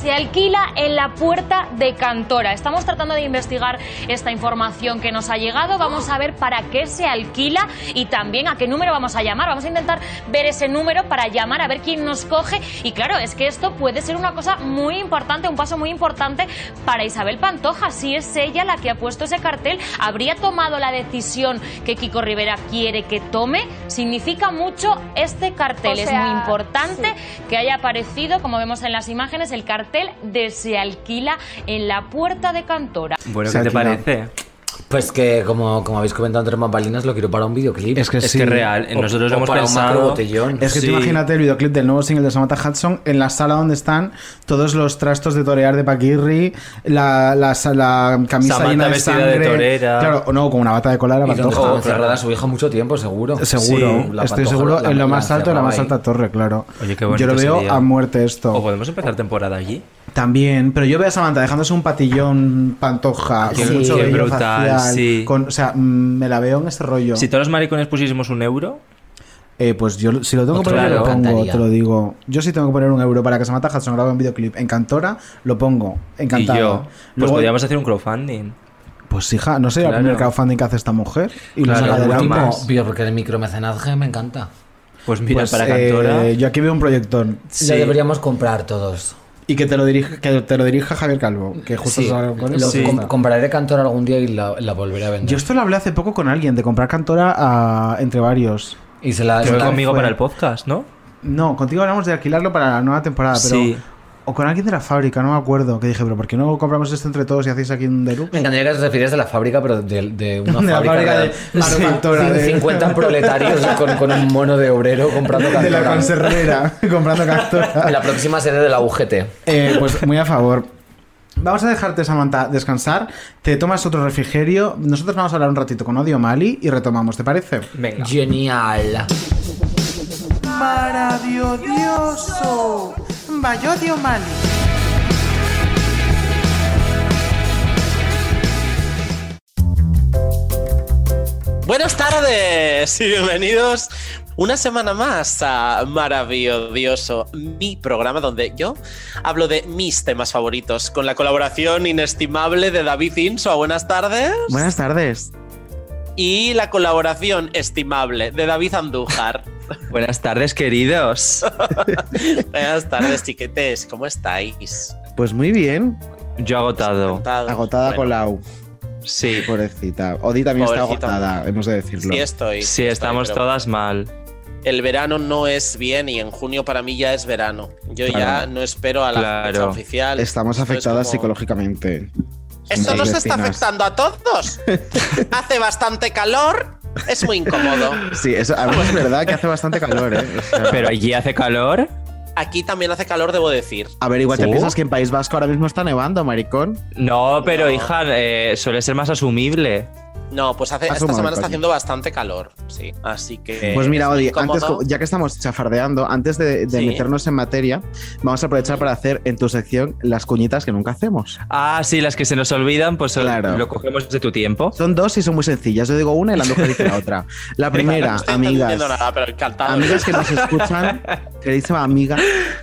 Speaker 11: Se alquila en la puerta de Cantora. Estamos tratando de investigar esta información que nos ha llegado. Vamos a ver para qué se alquila y también a qué número vamos a llamar. Vamos a intentar ver ese número para llamar, a ver quién nos coge. Y claro, es que esto puede ser una cosa muy importante, un paso muy importante para Isabel Pantoja. Si es ella la que ha puesto ese cartel, habría tomado la decisión que Kiko Rivera quiere que tome. Significa mucho este cartel.
Speaker 8: O sea,
Speaker 11: es muy importante que haya aparecido, como vemos en las imágenes, el cartel de se alquila en la puerta de Cantora.
Speaker 6: Bueno,
Speaker 4: Se
Speaker 6: ¿qué te
Speaker 4: alquila.
Speaker 6: parece?
Speaker 2: Pues que, como, como habéis comentado entre bambalinas, lo quiero para un videoclip.
Speaker 4: Es que
Speaker 6: Es
Speaker 4: sí.
Speaker 6: que es real. eh,
Speaker 2: O-
Speaker 6: Nosotros
Speaker 2: o
Speaker 6: hemos
Speaker 2: para un
Speaker 6: pensado.
Speaker 2: macrobotellón.
Speaker 4: Es que
Speaker 6: Sí.
Speaker 4: tú imagínate el videoclip del nuevo single de Samantha Hudson en la sala donde están todos los trastos de torear de Paquirri, la, la, sa- la camisa
Speaker 6: Samantha
Speaker 4: llena de
Speaker 6: vestida de
Speaker 4: sangre.
Speaker 6: torera.
Speaker 4: Claro, o no, con una bata de cola era
Speaker 2: Y donde
Speaker 4: Pantoja.
Speaker 2: estaba encerrada su hija mucho tiempo, seguro.
Speaker 4: Seguro,
Speaker 2: Sí, la
Speaker 4: estoy
Speaker 2: Pantoja
Speaker 4: seguro,
Speaker 2: la-
Speaker 4: en lo
Speaker 2: la
Speaker 4: más alto, en la más
Speaker 2: encerraba
Speaker 4: alta
Speaker 2: ahí.
Speaker 4: torre, claro.
Speaker 6: Oye, qué bonito
Speaker 4: Yo lo veo
Speaker 6: sería.
Speaker 4: a muerte esto.
Speaker 6: O podemos empezar temporada allí.
Speaker 4: También, pero yo veo a Samantha dejándose un patillón pantoja,
Speaker 6: Qué-
Speaker 4: con mucho
Speaker 6: qué
Speaker 4: vello
Speaker 6: brutal,
Speaker 4: facial,
Speaker 6: sí.
Speaker 4: con- o sea, mm, me la veo en ese rollo.
Speaker 6: Si todos los maricones pusiésemos un euro,
Speaker 4: Eh, pues yo si lo tengo que
Speaker 2: Otro
Speaker 4: poner,
Speaker 2: lado
Speaker 4: lo pongo,
Speaker 2: encantaría.
Speaker 4: te lo digo. Yo si tengo que poner un euro para que Samantha Hudson grabe un videoclip en Cantora, lo pongo. Encantado.
Speaker 6: y yo, pues
Speaker 4: Luego-
Speaker 6: podríamos hacer un crowdfunding.
Speaker 4: pues, hija, no sé el
Speaker 6: Claro.
Speaker 4: primer crowdfunding que hace esta mujer. Y
Speaker 2: O
Speaker 4: nos
Speaker 2: sea,
Speaker 6: Claro,
Speaker 4: la
Speaker 2: lo
Speaker 6: adelante.
Speaker 2: último,
Speaker 6: Más.
Speaker 2: vio, porque el micromecenazje me encanta.
Speaker 6: Pues mira, para Cantora.
Speaker 4: eh, yo aquí veo un proyectón.
Speaker 2: Lo
Speaker 6: Sí.
Speaker 2: deberíamos comprar todos.
Speaker 4: Y que te lo dirija, que te lo dirija Javier Calvo, que justo
Speaker 2: Sí,
Speaker 4: se habla con él.
Speaker 2: lo
Speaker 4: Sí.
Speaker 2: com- compraré Cantor algún día y la, la volveré a vender.
Speaker 4: Yo esto lo hablé hace poco con alguien, de comprar Cantora a- entre varios.
Speaker 2: y se
Speaker 4: Ah,
Speaker 2: la,
Speaker 6: Creo
Speaker 2: se
Speaker 6: que
Speaker 2: la-
Speaker 6: conmigo
Speaker 4: fue.
Speaker 6: para el podcast, ¿no?
Speaker 4: No, contigo hablamos de alquilarlo para la nueva temporada, pero...
Speaker 6: Sí.
Speaker 4: O con alguien de la fábrica, no me acuerdo. Que dije, pero ¿por qué no compramos esto entre todos y hacéis aquí un deluxe?
Speaker 2: Me encantaría que te refieras de la fábrica, pero de, de una
Speaker 4: De la
Speaker 2: fábrica,
Speaker 4: fábrica de manufactura,
Speaker 2: sí,
Speaker 4: de-
Speaker 2: 50 proletarios con, con un mono de obrero comprando
Speaker 4: de la
Speaker 2: Cantora.
Speaker 4: conserrera comprando
Speaker 2: En
Speaker 4: Cantora.
Speaker 2: la próxima sede de la UGT.
Speaker 4: Eh, pues muy a favor. Vamos a dejarte, Samantha, descansar. Te tomas otro refrigerio. Nosotros vamos a hablar un ratito con Odio Mali y retomamos, ¿te parece?
Speaker 6: Venga.
Speaker 4: Genial.
Speaker 7: Maravilloso. Vayodio Mali.
Speaker 12: Buenas tardes y bienvenidos una semana más a Maravilloso, mi programa donde yo hablo de mis temas favoritos con la colaboración inestimable de David Insua. Buenas tardes.
Speaker 4: Buenas tardes.
Speaker 12: Y la colaboración estimable de David Andújar.
Speaker 6: Buenas tardes, queridos.
Speaker 12: Buenas tardes, chiquetes. ¿Cómo estáis?
Speaker 4: Pues muy bien.
Speaker 6: Yo agotado.
Speaker 12: Agotado.
Speaker 4: Agotada
Speaker 12: Bueno.
Speaker 4: con la U.
Speaker 6: Sí.
Speaker 4: Pobrecita. Odi también
Speaker 12: Pobrecita.
Speaker 4: está agotada, hemos de decirlo.
Speaker 12: Sí, estoy.
Speaker 6: Sí, estamos
Speaker 12: pero-
Speaker 6: todas mal.
Speaker 12: El verano no es bien y en junio para mí ya es verano. Yo ya
Speaker 4: Claro.
Speaker 12: no espero a la fecha oficial.
Speaker 4: Estamos
Speaker 12: Esto es
Speaker 4: afectadas
Speaker 12: como-
Speaker 4: psicológicamente.
Speaker 12: Esto
Speaker 4: Somos
Speaker 12: nos está
Speaker 4: vecinas.
Speaker 12: afectando a todos. Hace bastante calor, es muy incómodo.
Speaker 4: Sí, eso, a mí es verdad que hace bastante calor, ¿eh? O sea-
Speaker 6: Pero allí hace calor.
Speaker 12: Aquí también hace calor, debo decir.
Speaker 4: A ver, igual te
Speaker 6: ¿Sí?
Speaker 4: piensas que en País Vasco ahora mismo está nevando, maricón.
Speaker 6: No, pero hija, eh, suele ser más asumible.
Speaker 12: No, pues hace, esta
Speaker 4: Asuma,
Speaker 12: semana está
Speaker 4: coño.
Speaker 12: haciendo bastante calor, sí. Así
Speaker 6: Eh,
Speaker 12: que.
Speaker 4: Pues mira,
Speaker 12: es muy
Speaker 4: Odi, antes,
Speaker 12: incómodo.
Speaker 4: co- ya que estamos chafardeando, antes de, de
Speaker 12: Sí.
Speaker 4: meternos en materia, vamos a aprovechar para hacer en tu sección las cuñitas que nunca hacemos.
Speaker 6: Ah, sí, las que se nos olvidan, pues son- lo cogemos de tu tiempo.
Speaker 4: Son dos y son muy sencillas. Yo digo una y la mujer dice la otra. La primera,
Speaker 12: No estoy
Speaker 4: amigas.
Speaker 12: entendiendo nada, pero encantado.
Speaker 4: Amigas que nos escuchan, queridísima amiga,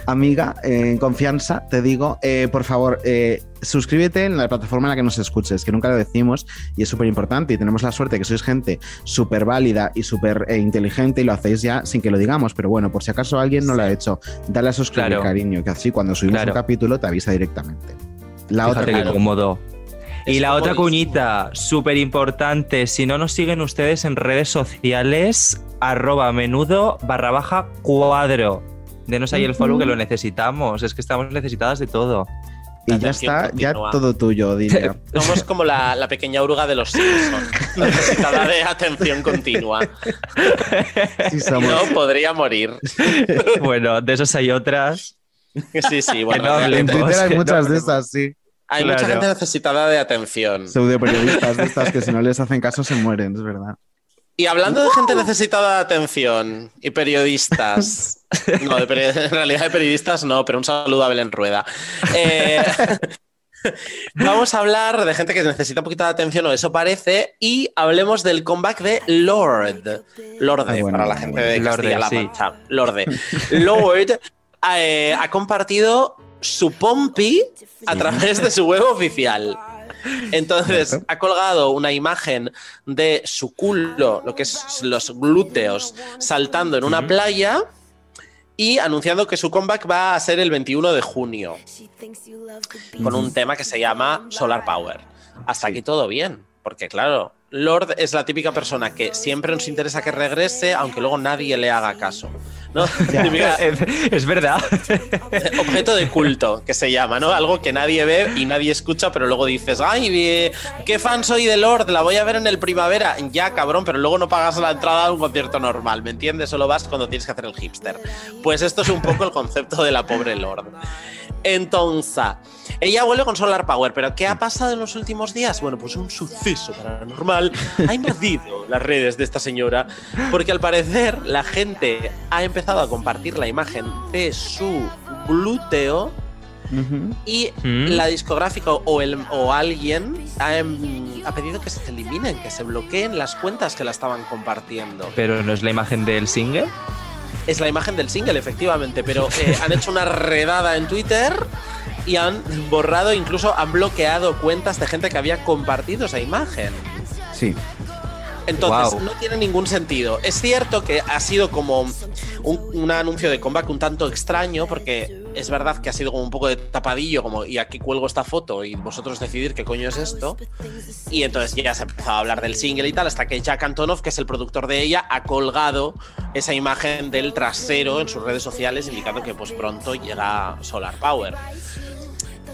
Speaker 4: amiga, eh, en confianza, te digo, eh, por favor, eh, suscríbete en la plataforma en la que nos escuches, que nunca lo decimos y es súper importante. Y tenemos la suerte que sois gente súper válida y súper eh, inteligente y lo hacéis ya sin que lo digamos. Pero bueno, por si acaso alguien no lo ha hecho, dale a suscribir,
Speaker 6: Claro.
Speaker 4: cariño, que así cuando subimos
Speaker 6: Claro.
Speaker 4: un capítulo te avisa directamente. La
Speaker 6: Fíjate
Speaker 4: otra.
Speaker 6: qué cómodo. Y la otra
Speaker 4: comodísimo.
Speaker 6: cuñita, súper importante, si no nos siguen ustedes en redes sociales, arroba menudo barra baja cuadro. Denos ahí el follow que lo necesitamos, es que estamos necesitadas de todo.
Speaker 4: Y ya está, ya
Speaker 12: continúa.
Speaker 4: todo tuyo, Dilia.
Speaker 12: Somos como la, la pequeña oruga de los Simpsons, necesitada de atención continua.
Speaker 4: somos.
Speaker 12: No podría morir.
Speaker 6: bueno, de esas hay otras.
Speaker 12: Sí, sí, bueno.
Speaker 6: Que no
Speaker 4: en
Speaker 6: hablemos,
Speaker 4: Twitter hay
Speaker 6: que no
Speaker 4: muchas de esas, sí.
Speaker 12: Hay mucha
Speaker 4: Claro.
Speaker 12: gente necesitada de atención.
Speaker 4: Pseudoperiodistas de estas que si no les hacen caso se mueren, es verdad.
Speaker 12: Y hablando de gente necesitada de atención y periodistas. No, de peri- en realidad de periodistas no, pero un saludo a Belén Rueda. Eh, vamos a hablar de gente que necesita un poquito de atención, o eso parece, y hablemos del comeback de Lord. Lorde, para la gente de
Speaker 6: Lorde,
Speaker 12: Castilla-La
Speaker 6: sí.
Speaker 12: Mancha. Lorde. Lord eh, ha compartido su Pompi a través de su web oficial. Entonces, ha colgado una imagen de su culo, lo que es los glúteos, saltando en una playa y anunciando que su comeback va a ser el 21 de junio con un tema que se llama Solar Power. Hasta aquí todo bien, porque claro, Lord es la típica persona que siempre nos interesa que regrese, aunque luego nadie le haga caso. ¿no? Típica-
Speaker 6: Es verdad.
Speaker 12: objeto de culto que se llama, ¿no? Algo que nadie ve y nadie escucha, pero luego dices, ay, eh, qué fan soy de Lord, la voy a ver en el primavera. Ya, cabrón, pero luego no pagas la entrada a un concierto normal, ¿me entiendes? Solo vas cuando tienes que hacer el hipster. Pues esto es un poco el concepto de la pobre Lord. Entonces, ella vuelve con Solar Power, pero ¿qué ha pasado en los últimos días? Bueno, pues un suceso paranormal ha invadido las redes de esta señora, porque al parecer la gente ha empezado a compartir la imagen de su glúteo y
Speaker 6: Mm.
Speaker 12: la discográfica o, el, o alguien ha, em, ha pedido que se eliminen, que se bloqueen las cuentas que la estaban compartiendo.
Speaker 6: Pero no es la imagen del single.
Speaker 12: Es la imagen del single, efectivamente, pero eh, han hecho una redada en Twitter y han borrado, incluso han bloqueado cuentas de gente que había compartido esa imagen.
Speaker 4: Sí.
Speaker 12: Entonces,
Speaker 6: Guau.
Speaker 12: no tiene ningún sentido. Es cierto que ha sido como un, un anuncio de comeback un tanto extraño, porque es verdad que ha sido como un poco de tapadillo, como y aquí cuelgo esta foto y vosotros decidir qué coño es esto. Y entonces ya se ha empezado a hablar del single y tal, hasta que Jack Antonoff, que es el productor de ella, ha colgado esa imagen del trasero en sus redes sociales, indicando que pues pronto llega Solar Power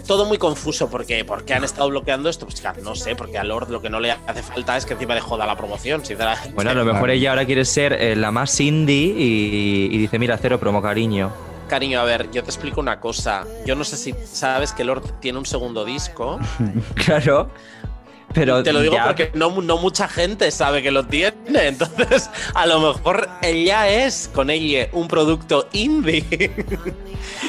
Speaker 12: todo muy confuso porque ¿por qué han estado bloqueando esto? Pues claro, no sé, porque a Lord lo que no le hace falta es que encima le joda la promoción, sinceramente.
Speaker 6: Bueno, a lo mejor ella ahora quiere ser eh, la más indie y, y dice, mira, cero promo, cariño.
Speaker 12: Cariño, a ver, yo te explico una cosa. Yo no sé si sabes que Lord tiene un segundo disco.
Speaker 4: Mm.
Speaker 6: Claro. Pero
Speaker 12: Te lo digo
Speaker 6: ya,
Speaker 12: porque no, mu- no mucha gente sabe que lo tiene. Entonces, a lo mejor ella es con ella un producto indie.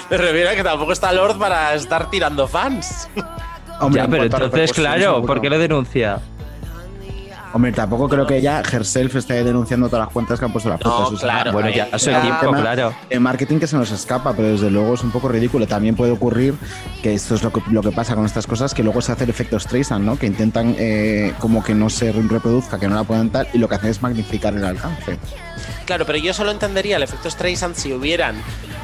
Speaker 12: Me refiero a que tampoco está Lord para estar tirando fans.
Speaker 4: Hombre,
Speaker 6: ya,
Speaker 4: en cuanto
Speaker 6: pero
Speaker 4: a
Speaker 6: entonces,
Speaker 4: repercusión,
Speaker 6: claro,
Speaker 4: seguro.
Speaker 6: ¿por qué lo denuncia?
Speaker 4: Hombre, tampoco creo que ella herself esté denunciando todas las cuentas que han puesto la foto. Eso es-
Speaker 6: claro, Bueno, ya, a su equipo, claro.
Speaker 4: De marketing que se nos escapa, pero desde luego es un poco ridículo. También puede ocurrir que esto es lo que, lo que pasa con estas cosas, que luego se hace el efecto Streisand, ¿no? Que intentan eh, como que no se reproduzca, que no la puedan tal, y lo que hacen es magnificar el alcance.
Speaker 12: Claro, pero yo solo entendería el efecto Streisand si hubieran,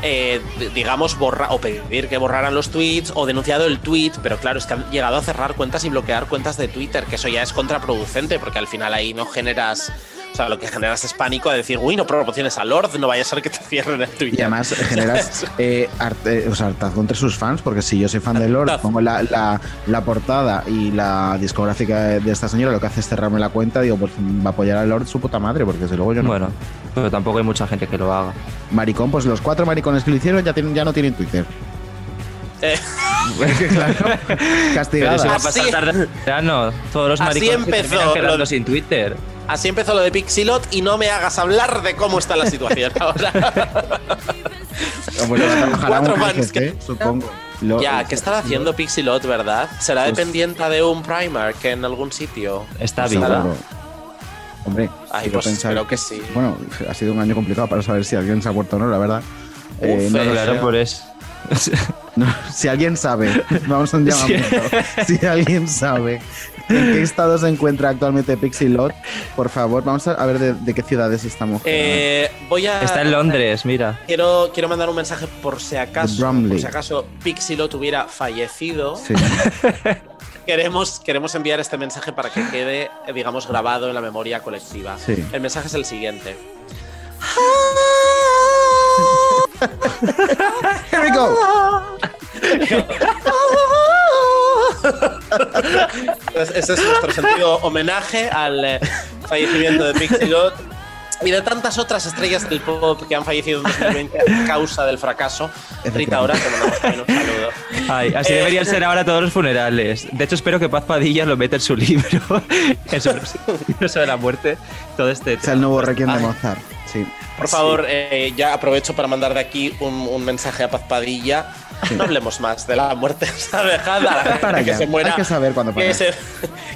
Speaker 12: eh, d- digamos, borra o pedir que borraran los tweets o denunciado el tweet, pero claro, es que han llegado a cerrar cuentas y bloquear cuentas de Twitter, que eso ya es contraproducente, porque al final ahí no generas. O sea, lo que generas es pánico de decir, uy, no promociones a Lord, no vaya a ser que te cierren el Twitter.
Speaker 4: Y además generas eh, arte- o sea, hartazgo entre sus fans, porque si yo soy fan de Lord, pongo la, la- la portada y la discográfica de- de esta señora, lo que hace es cerrarme la cuenta, digo, pues va a apoyar a Lord su puta madre, porque desde luego yo no.
Speaker 6: Bueno, pero tampoco hay mucha gente que lo haga.
Speaker 4: Maricón, pues los cuatro maricones que lo hicieron ya, tienen, ya no tienen Twitter.
Speaker 6: Pero
Speaker 4: Castigadas.
Speaker 6: eso va a pasar
Speaker 12: Eh. Así-
Speaker 6: tarde o temprano. Todos los
Speaker 12: Así
Speaker 6: maricones se
Speaker 12: empezó
Speaker 6: terminan quedando
Speaker 12: lo-
Speaker 6: sin Twitter.
Speaker 12: Así empezó lo de Pixilot y no me hagas hablar de cómo está la situación ahora.
Speaker 4: Bueno, Ah, pues, ojalá un
Speaker 12: Cuatro
Speaker 4: canje,
Speaker 12: fans que-
Speaker 4: ¿eh? Supongo. Lo-
Speaker 12: ya, ¿qué estará haciendo Pixilot, verdad? ¿Será
Speaker 4: Pues-
Speaker 12: dependiente de un Primark en algún sitio? Pues
Speaker 6: Está
Speaker 12: vivo.
Speaker 4: Seguro. Pues, Hombre,
Speaker 12: Ay,
Speaker 4: quiero
Speaker 12: pues espero que sí.
Speaker 4: Bueno, ha sido un año complicado para saber si alguien se ha muerto o no, la verdad.
Speaker 6: Uf,
Speaker 4: Eh, no lo
Speaker 6: claro,
Speaker 4: sé.
Speaker 6: por eso.
Speaker 4: No, si alguien sabe, vamos a un
Speaker 6: Sí.
Speaker 4: llamamiento. Si alguien sabe en qué estado se encuentra actualmente Pixilot, por favor, vamos a ver de, de qué ciudades estamos.
Speaker 12: Eh, voy a.
Speaker 6: Está en Londres, Pues mira.
Speaker 12: Quiero, quiero mandar un mensaje por si
Speaker 4: The
Speaker 12: acaso,
Speaker 4: Bromley.
Speaker 12: por si acaso Pixilot hubiera fallecido.
Speaker 4: Sí.
Speaker 12: Queremos, queremos enviar este mensaje para que quede, eh, digamos, grabado en la memoria colectiva.
Speaker 4: Sí.
Speaker 12: El mensaje es el siguiente.
Speaker 4: Here we go.
Speaker 12: Entonces, Ese es nuestro sentido homenaje al eh, fallecimiento de Pixilot y de tantas otras estrellas del pop que han fallecido en 2020 a causa del fracaso. Rita, ahora te mandamos también un saludo.
Speaker 6: Ay, así
Speaker 12: Eh,
Speaker 6: deberían ser ahora todos los funerales. De hecho, espero que Paz Padilla lo meta en su libro, en su libro sobre la muerte, todo este
Speaker 4: Es el nuevo Requiem de Mozart. Sí.
Speaker 12: Por favor, eh, ya aprovecho para mandar de aquí un, un mensaje a Paz Padilla. No hablemos más de la muerte dejada.
Speaker 4: Para
Speaker 12: que
Speaker 4: allá.
Speaker 12: se muera.
Speaker 4: Hay que saber cuándo
Speaker 12: que
Speaker 4: parar.
Speaker 12: se,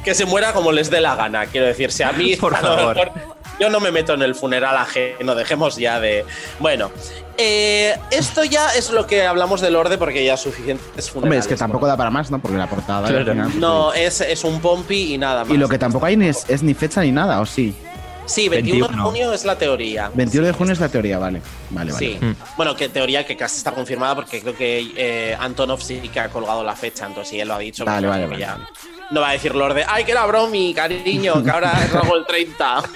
Speaker 12: que se muera como les dé la gana. Quiero decirse, a mí,
Speaker 6: Por
Speaker 12: a lo
Speaker 6: favor.
Speaker 12: mejor, yo no me meto en el funeral ajeno. Dejemos ya de. Bueno, eh, esto ya es lo que hablamos del orden porque ya suficientes funerales.
Speaker 4: Hombre, es que tampoco da para más, ¿no? Porque la portada. al final, pues,
Speaker 12: No, es, es un pompi y nada más.
Speaker 4: Y lo que tampoco hay ni es, es ni fecha ni nada, ¿o sí?
Speaker 12: Sí, 21, de
Speaker 4: 21.
Speaker 12: junio es la teoría.
Speaker 4: 21 de junio es la teoría, vale. Vale, vale. Mm.
Speaker 12: Sí. Bueno, que teoría que casi está confirmada porque creo que eh, Antonov sí que ha colgado la fecha, entonces si él lo ha dicho.
Speaker 4: Vale,
Speaker 12: pues,
Speaker 4: vale,
Speaker 12: que
Speaker 4: vale.
Speaker 12: ya No va a decir Lorde, ¡ay, que era bromi, cariño! Que ahora es hago el 30.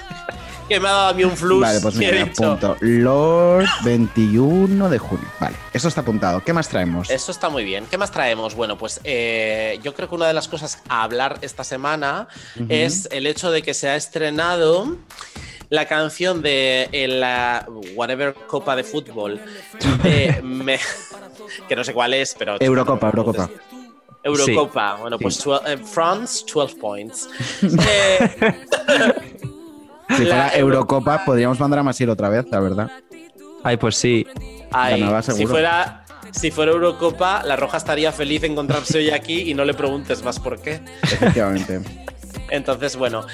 Speaker 12: que me ha dado a mí un flux.
Speaker 4: Vale, pues
Speaker 12: que he
Speaker 4: mira,
Speaker 12: dicho,
Speaker 4: punto. Lord 21 de junio. Vale, eso está apuntado. ¿Qué más traemos?
Speaker 12: Eso está muy bien. ¿Qué más traemos? Bueno, pues eh, yo creo que una de las cosas a hablar esta semana
Speaker 4: Ujú.
Speaker 12: es el hecho de que se ha estrenado la canción de eh, la whatever copa de fútbol de Me- que no sé cuál es, pero
Speaker 4: Eurocopa, Eurocopa.
Speaker 12: Eurocopa. Bueno,
Speaker 4: Sí.
Speaker 12: pues twel- eh, France 12 points. Eh,
Speaker 4: Si
Speaker 12: La
Speaker 4: fuera
Speaker 12: Euro-
Speaker 4: Eurocopa, podríamos mandar a Masiel otra vez, la verdad.
Speaker 6: Ay, pues sí.
Speaker 12: ay,
Speaker 4: Ganaba
Speaker 12: si
Speaker 4: seguro.
Speaker 12: fuera si fuera Eurocopa, la Roja estaría feliz de encontrarse hoy aquí y no le preguntes más por qué.
Speaker 4: Efectivamente.
Speaker 12: Entonces, bueno,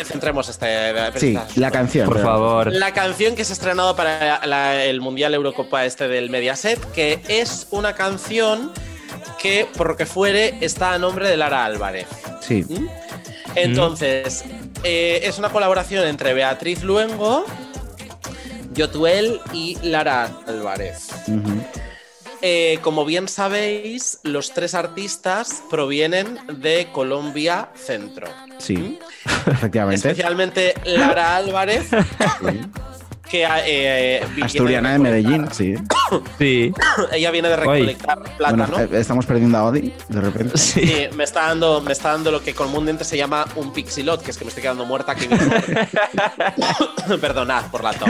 Speaker 12: eh, centremos este.
Speaker 4: Sí,
Speaker 12: esta-
Speaker 4: la canción.
Speaker 6: Pues Por
Speaker 4: pero-
Speaker 6: favor.
Speaker 12: La canción que se ha estrenado para la- el Mundial Eurocopa este del Mediaset, que es una canción que, por lo que fuere, está a nombre de Lara Álvarez.
Speaker 4: Sí.
Speaker 6: ¿Mm?
Speaker 12: Entonces, eh, es una colaboración entre Beatriz Luengo, Yotuel y Lara Álvarez.
Speaker 4: Ujú.
Speaker 12: Eh, como bien sabéis, los tres artistas provienen de Colombia
Speaker 4: ¿Eh?
Speaker 12: Centro.
Speaker 4: Sí. Efectivamente.
Speaker 12: Especialmente Lara Álvarez, que eh, viviera-
Speaker 13: Asturiana de Medellín, sí. eh,
Speaker 6: Sí.
Speaker 12: ella viene de recolectar plata, ¿no?
Speaker 13: estamos perdiendo a Odi, de repente.
Speaker 12: Sí, me está dando, me está dando lo que comúnmente se llama un pixilot, que es que me estoy quedando muerta aquí mismo. Perdonad por la tos.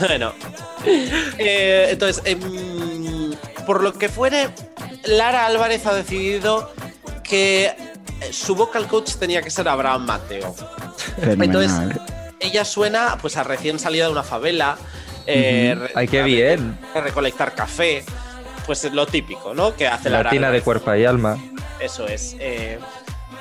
Speaker 12: bueno. Eh, entonces, em, por lo que fuere, Lara Álvarez ha decidido que eh, su vocal coach tenía que ser Abraham Mateo.
Speaker 13: Fenomenal.
Speaker 12: Ella suena pues a recién salida de una favela. eh,
Speaker 6: Ujú.
Speaker 12: re-
Speaker 6: Ay, qué bien.
Speaker 12: a recolectar café. Pues lo típico, ¿no? Que hace Lara
Speaker 6: Latina de cuerpo y alma.
Speaker 12: eso es. eh,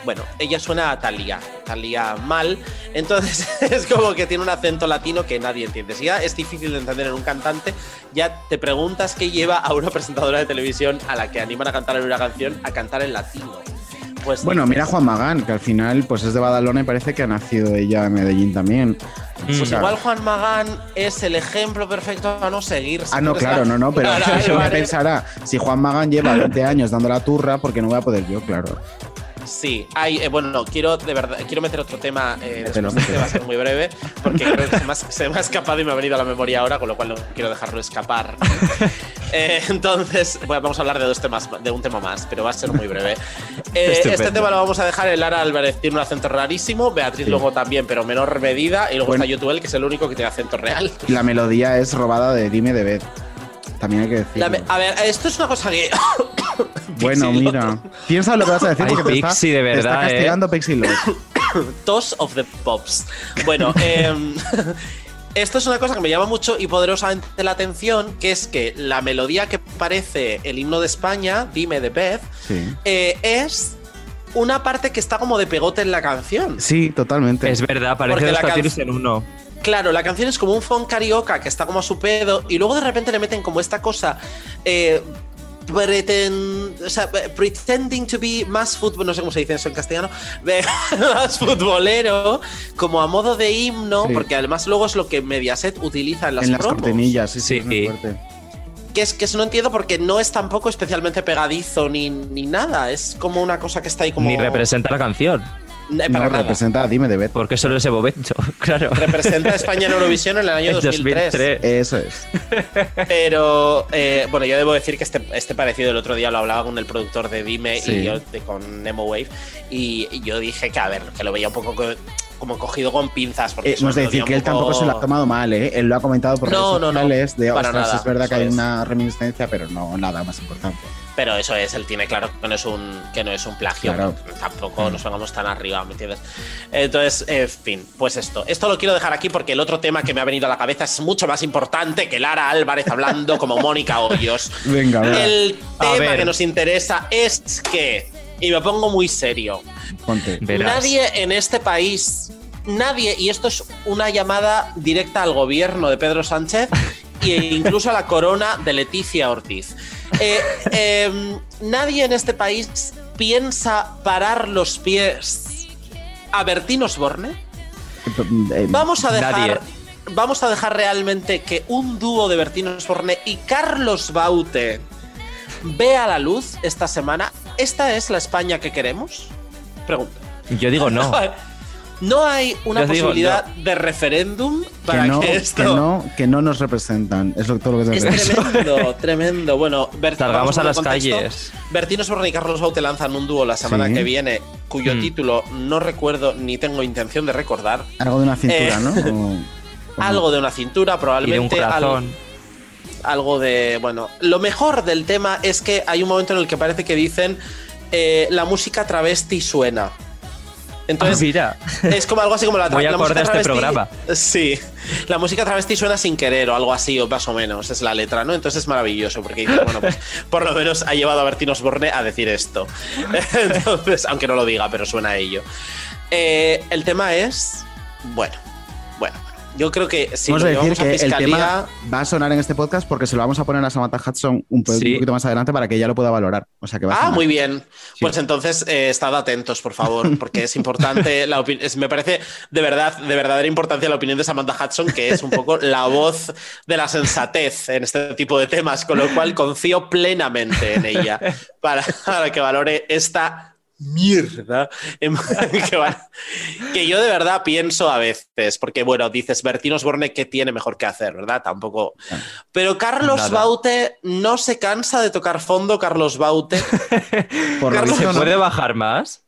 Speaker 12: bueno, ella suena a Talía, Talía mal, entonces es como que tiene un acento latino que nadie entiende. Si ya es difícil de entender en un cantante, ya te preguntas qué lleva a una presentadora de televisión a la que animan a cantar en una canción a cantar en latino. Pues
Speaker 13: Bueno,
Speaker 12: dices,
Speaker 13: mira a Juan Magán, que al final pues es de Badalona y parece que ha nacido ella en Medellín
Speaker 6: Mm.
Speaker 13: también. O
Speaker 12: Pues
Speaker 13: sea,
Speaker 12: igual Juan Magán es el ejemplo perfecto a no seguirse.
Speaker 13: Ah, no, claro, no, no, pero
Speaker 12: Lara
Speaker 13: eso me
Speaker 12: Álvarez,
Speaker 13: pensará. Si Juan Magán lleva 20 años dando la turra, porque no voy a poder yo, claro.
Speaker 12: Sí, hay, eh, bueno, no, quiero de verdad, quiero meter otro tema eh, después
Speaker 13: Mételo,
Speaker 12: de este,
Speaker 13: mételo.
Speaker 12: va a ser muy breve, porque creo que se me, ha, se me ha escapado y me ha venido a la memoria ahora, con lo cual no quiero dejarlo escapar. Eh, entonces, bueno, vamos a hablar de dos temas, de un tema más, pero va a ser muy breve. Eh, este
Speaker 6: Estupendo.
Speaker 12: tema lo vamos a dejar en Lara Álvarez, tiene un acento rarísimo, Beatriz
Speaker 13: Sí.
Speaker 12: Luego también, pero menor medida, y luego
Speaker 13: Bueno.
Speaker 12: está Yotuel, que es el único que tiene acento real.
Speaker 13: La melodía es robada de Dime de Beth. También hay que decir.
Speaker 12: La me- a ver, esto es una cosa que
Speaker 13: Bueno, mira. Piensa lo que vas a decir
Speaker 6: Ay,
Speaker 13: porque te está,
Speaker 6: Pixie, de
Speaker 13: te está
Speaker 6: verdad, ¿eh?
Speaker 13: castigando Pixie Lord.
Speaker 12: Toss of the Pops. Bueno, em, esto es una cosa que me llama mucho y poderosamente la atención, que es que la melodía que parece el himno de España, Dime de Beth,
Speaker 13: Sí.
Speaker 12: eh, es una parte que está como de pegote en la canción.
Speaker 13: Sí, totalmente.
Speaker 6: Es verdad, parece
Speaker 12: Porque
Speaker 6: dos
Speaker 12: la
Speaker 6: canciones
Speaker 12: canción-
Speaker 6: en uno.
Speaker 12: Claro, la canción es como un funk carioca que está como a su pedo y luego de repente le meten como esta cosa eh, preten- o sea, eh, pretending to be más fútbol, no sé cómo se dice eso en castellano, de- más futbolero, como a modo de himno,
Speaker 13: Sí.
Speaker 12: porque además luego es lo que Mediaset utiliza en las,
Speaker 13: en las
Speaker 12: promos,
Speaker 13: cortinillas, sí, sí, es muy fuerte.
Speaker 12: Que es que eso no entiendo porque no es tampoco especialmente pegadizo ni, ni nada, es como una cosa que está ahí como...
Speaker 6: Ni representa la canción.
Speaker 12: Eh, para nada.
Speaker 13: representa Dime de Beth.
Speaker 6: Porque solo es Evo Bencho, claro.
Speaker 12: Representa a España en Eurovisión en el año
Speaker 6: En
Speaker 12: 2003.
Speaker 13: Eso es. Eh,
Speaker 12: Pero eh, bueno, yo debo decir que este, este parecido el otro día lo hablaba con el productor de Dime
Speaker 13: Sí.
Speaker 12: y yo de- con Nemo Wave. Y, y yo dije que, a ver, que lo veía un poco co- como cogido con pinzas. Porque
Speaker 13: Eh,
Speaker 12: es
Speaker 13: hemos de
Speaker 12: una
Speaker 13: decir
Speaker 12: melodía
Speaker 13: que él
Speaker 12: un poco-
Speaker 13: tampoco se lo ha tomado mal, ¿eh? Él lo ha comentado por
Speaker 12: No,
Speaker 13: redes
Speaker 12: no, no,
Speaker 13: sociales de,
Speaker 12: para
Speaker 13: ostras,
Speaker 12: nada,
Speaker 13: es verdad que
Speaker 12: eso
Speaker 13: hay
Speaker 12: es.
Speaker 13: una reminiscencia, pero no nada más importante.
Speaker 12: Pero eso es, él tiene claro que no es un, que no es un plagio.
Speaker 13: Claro. Mm.
Speaker 12: Tampoco nos pongamos tan arriba, ¿me entiendes? Entonces, en fin, pues esto. Esto lo quiero dejar aquí porque el otro tema que me ha venido a la cabeza es mucho más importante que Lara Álvarez hablando como Mónica Hoyos.
Speaker 13: Venga, va,
Speaker 12: El
Speaker 6: A
Speaker 12: tema
Speaker 6: ver.
Speaker 12: que nos interesa es que, y me pongo muy serio,
Speaker 13: ponte.
Speaker 12: nadie en este país, nadie, y esto es una llamada directa al gobierno de Pedro Sánchez e incluso a la corona de Leticia Ortiz. Eh, em, nadie en este país piensa parar los pies a Bertín Osborne.
Speaker 13: Eh,
Speaker 12: Vamos a dejar.
Speaker 13: nadie.
Speaker 12: Vamos a dejar realmente que un dúo de Bertín Osborne y Carlos Baute vea la luz esta semana. ¿Esta es la España que queremos? Pregunta.
Speaker 6: Yo digo no.
Speaker 12: ¿No hay una
Speaker 6: Yo digo
Speaker 12: posibilidad de referéndum
Speaker 13: Que
Speaker 12: para que,
Speaker 13: no,
Speaker 12: esto.?
Speaker 13: que no, que no nos representan. Es lo, todo lo que te
Speaker 12: Es
Speaker 13: voy a decir.
Speaker 12: tremendo, tremendo. Bueno, Bert-
Speaker 6: Salgamos
Speaker 12: vamos
Speaker 6: a las
Speaker 12: poner contexto.
Speaker 6: calles.
Speaker 12: Bertino Osborne y Carlos Baute lanzan un dúo la semana
Speaker 13: Sí.
Speaker 12: que viene, cuyo
Speaker 6: Mm.
Speaker 12: título no recuerdo ni tengo intención de recordar.
Speaker 13: Algo de una cintura,
Speaker 12: Eh,
Speaker 13: ¿no? O-
Speaker 12: Algo de una cintura,
Speaker 6: Y de un
Speaker 12: probablemente. al-
Speaker 6: corazón.
Speaker 12: algo de. Bueno, lo mejor del tema es que hay un momento en el que parece que dicen eh, la música travesti suena.
Speaker 6: Entonces,
Speaker 12: Entonces,
Speaker 6: Ah, mira.
Speaker 12: es como algo así como la, tra-
Speaker 6: Muy
Speaker 12: la
Speaker 6: acorde
Speaker 12: música
Speaker 6: a este programa.
Speaker 12: Sí, la música travesti suena sin querer o algo así, o más o menos, es la letra, ¿no? Entonces es maravilloso porque dice, bueno, pues por lo menos ha llevado a Bertín Osborne a decir esto. Entonces, aunque no lo diga, pero suena a ello. Eh, el tema es, bueno, bueno, yo creo que si
Speaker 13: vamos
Speaker 12: lo
Speaker 13: a decir
Speaker 12: llevamos a
Speaker 13: que el
Speaker 12: fiscalía,
Speaker 13: tema va a sonar en este podcast porque se lo vamos a poner a Samantha Hudson un, po- un
Speaker 6: Sí.
Speaker 13: poquito más adelante para que ella lo pueda valorar. O sea que va a
Speaker 12: Ah,
Speaker 13: sonar.
Speaker 12: muy bien. Pues entonces eh, estad atentos, por favor, porque es importante la opinión. Me parece de verdad, de verdadera importancia la opinión de Samantha Hudson, que es un poco la voz de la sensatez en este tipo de temas, con lo cual confío plenamente en ella para, para que valore esta
Speaker 14: mierda en- que, van- que yo de verdad pienso a veces, porque bueno, dices Bertín Osborne, ¿qué tiene mejor que hacer, verdad? Tampoco.
Speaker 13: Ah.
Speaker 14: Pero Carlos
Speaker 12: Nada.
Speaker 14: Baute no se cansa de tocar fondo, Carlos Baute.
Speaker 12: Por lo que se puede bajar más.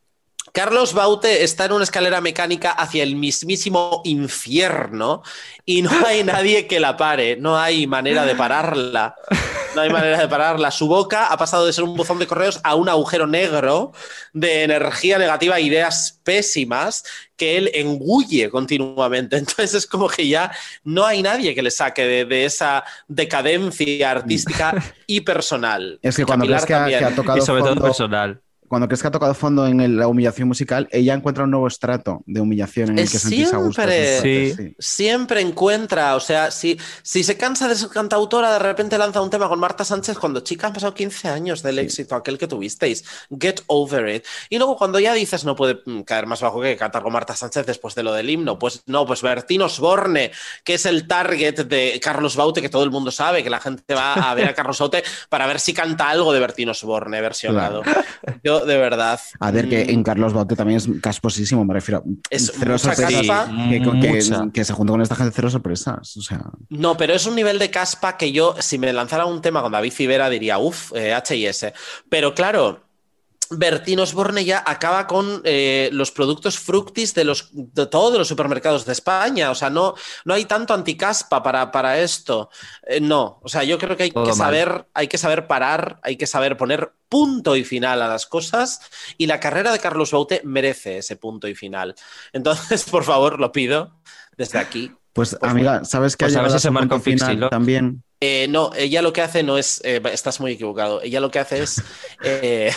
Speaker 14: Carlos Baute está en una escalera mecánica hacia el mismísimo infierno y no hay nadie que la pare, no hay manera de pararla. No hay manera de pararla. Su boca ha pasado de ser un buzón de correos a un agujero negro de energía negativa e ideas pésimas que él engulle continuamente. Entonces es como que ya no hay nadie que le saque de, de esa decadencia artística y personal.
Speaker 4: Es que cuando
Speaker 14: Capilar
Speaker 4: crees que ha, que
Speaker 14: también.
Speaker 4: ha tocado fondo, Cuando crees que ha tocado fondo en el- la humillación musical, ella encuentra un nuevo estrato de humillación en el que sentirse a gusto.
Speaker 14: siempre,
Speaker 4: Entonces, sí.
Speaker 14: siempre encuentra, o sea, si, si se cansa de ser cantautora, de repente lanza un tema con Marta Sánchez cuando chica han pasado 15 años del éxito aquel que tuvisteis, get over it. Y luego cuando ya dices no puede mm, caer más bajo que cantar con Marta Sánchez después de lo del himno, pues no, pues Bertín Osborne, que es el target de Carlos Baute, que todo el mundo sabe, que la gente va a ver a Carlos Baute para ver si canta algo de Bertín Osborne versionado. Yo, de verdad.
Speaker 4: A ver, que
Speaker 14: mm,
Speaker 4: en Carlos Baute también es casposísimo, me refiero.
Speaker 14: Es
Speaker 4: cero
Speaker 14: mucha
Speaker 4: sorpresas.
Speaker 14: caspa.
Speaker 4: que, con- que-
Speaker 14: Mucha.
Speaker 4: que se junta con esta gente cero sorpresas. O sea,
Speaker 14: No, pero es un nivel de caspa que yo, si me lanzara un tema con David Civera, diría, eh, uff, H&S. Pero claro, Bertín Osborne ya acaba con eh, los productos fructis de, los, de todos los supermercados de España. O sea, no, no hay tanto anticaspa para, para esto. Eh, no, o sea, yo creo que hay
Speaker 12: Todo
Speaker 14: que
Speaker 12: mal.
Speaker 14: saber, hay que saber parar, hay que saber poner punto y final a las cosas. Y la carrera de Carlos Baute merece ese punto y final. Entonces, por favor, lo pido desde aquí.
Speaker 4: pues, amiga, ¿sabes que
Speaker 12: Pues
Speaker 4: ha
Speaker 12: a ver
Speaker 4: llegado
Speaker 12: si
Speaker 4: a
Speaker 12: se
Speaker 4: su
Speaker 12: marca
Speaker 4: punto
Speaker 12: un fixie,
Speaker 4: final
Speaker 12: ¿no?
Speaker 4: también?
Speaker 14: Eh, no, ella lo que hace no es, eh, estás muy equivocado, ella lo que hace es eh,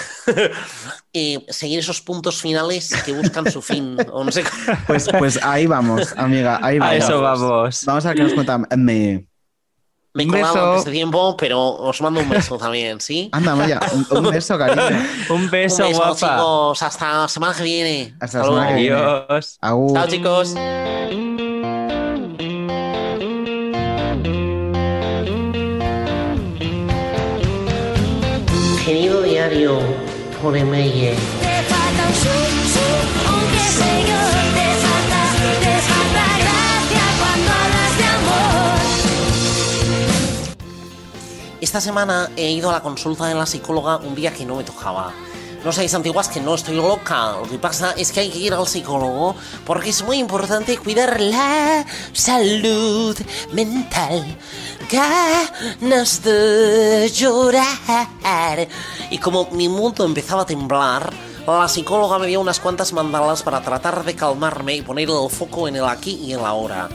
Speaker 14: eh, seguir esos puntos finales que buscan su fin. o no sé cómo.
Speaker 4: Pues, pues ahí vamos, amiga, ahí
Speaker 14: A
Speaker 4: vamos.
Speaker 14: eso
Speaker 12: vamos.
Speaker 4: Vamos a ver qué nos cuenta. Me...
Speaker 14: Me he
Speaker 4: Un
Speaker 14: colado
Speaker 4: beso.
Speaker 14: antes de tiempo, pero os mando un beso también, ¿sí?
Speaker 4: Anda, Maya, un, un beso, cariño.
Speaker 12: Un beso,
Speaker 14: Un beso,
Speaker 12: guapa.
Speaker 14: chicos, hasta la semana que viene.
Speaker 4: Hasta la semana que viene.
Speaker 12: Adiós.
Speaker 4: Agur.
Speaker 14: Chao, chicos.
Speaker 15: Querido diario por email.
Speaker 14: Esta semana he ido a la consulta de la psicóloga un día que no me tocaba. No seáis antiguas que no estoy loca. Lo que pasa es que hay que ir al psicólogo porque es muy importante cuidar la salud mental. Ganas de llorar. Y como mi mundo empezaba a temblar, la psicóloga me dio unas cuantas mandalas para tratar de calmarme y poner el foco en el aquí y en la ahora.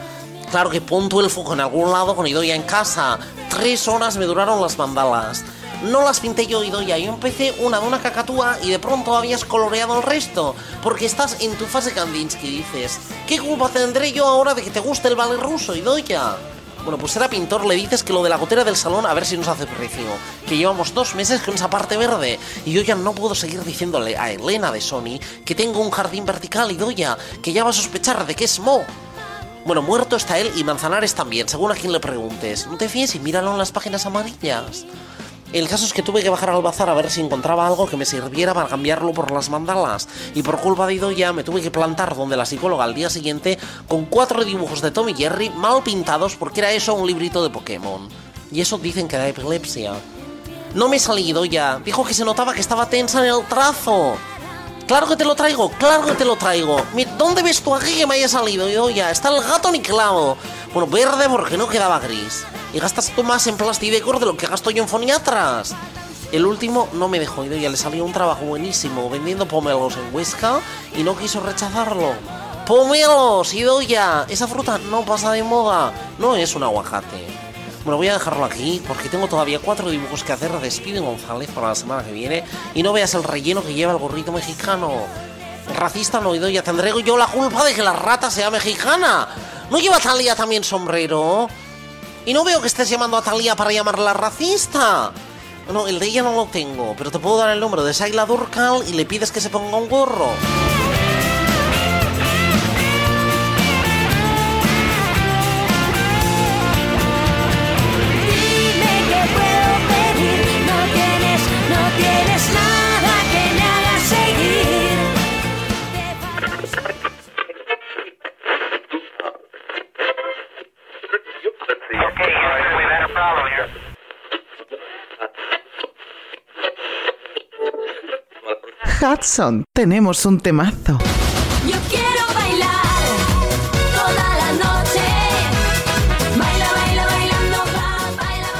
Speaker 14: Claro que pon tú el foco en algún lado con Idoya en casa. Tres horas me duraron las mandalas. No las pinté yo, Idoya. Yo empecé una de una cacatúa y de pronto habías coloreado el resto. Porque estás en tu fase Kandinsky, dices. ¿Qué culpa tendré yo ahora de que te guste el ballet ruso, Idoya? Bueno, pues era pintor, le dices que lo de la gotera del salón a ver si nos hace precio. Que llevamos dos meses con esa parte verde. Y yo ya no puedo seguir diciéndole a Elena de Sony que tengo un jardín vertical, Idoya, que ya va a sospechar de que es Mo. Bueno, muerto está él y Manzanares también, según a quien le preguntes. No te fíes y míralo en las páginas amarillas. El caso es que tuve que bajar al bazar a ver si encontraba algo que me sirviera para cambiarlo por las mandalas. Y por culpa de Idoya me tuve que plantar donde la psicóloga al día siguiente con cuatro dibujos de Tommy Jerry mal pintados porque era eso un librito de Pokémon. Y eso dicen que da epilepsia. No me he salido ya. Dijo que se notaba que estaba tensa en el trazo. Claro que te lo traigo, claro que te lo traigo. Mi- ¿Dónde ves tú aquí que me haya salido? Yo ya, está el gato ni clavo. Bueno, verde porque no quedaba gris. Y gastas tú más en plastidecor de lo que gasto yo en foniatras. El último no me dejó ido, ya le salió un trabajo buenísimo vendiendo pomelos en Huesca y no quiso rechazarlo. ¡Pomelos, Idoya! Esa fruta no pasa de moda, no es un aguacate. Bueno, voy a dejarlo aquí porque tengo todavía cuatro dibujos que hacer de Speedy González para la semana que viene y no veas el relleno que lleva el gorrito mexicano. Racista no ya tendré yo la culpa de que la rata sea mexicana. ¿No lleva Talía también sombrero? Y no veo que estés llamando a Talía para llamarla racista. No, el de ella no lo tengo, pero te puedo dar el número de Saila Durcal y le pides que se ponga un gorro.
Speaker 1: No tienes, no tienes nada que me haga seguir.
Speaker 4: Hudson, tenemos un temazo.
Speaker 1: Yo quiero bailar toda la noche. Baila, baila, bailando.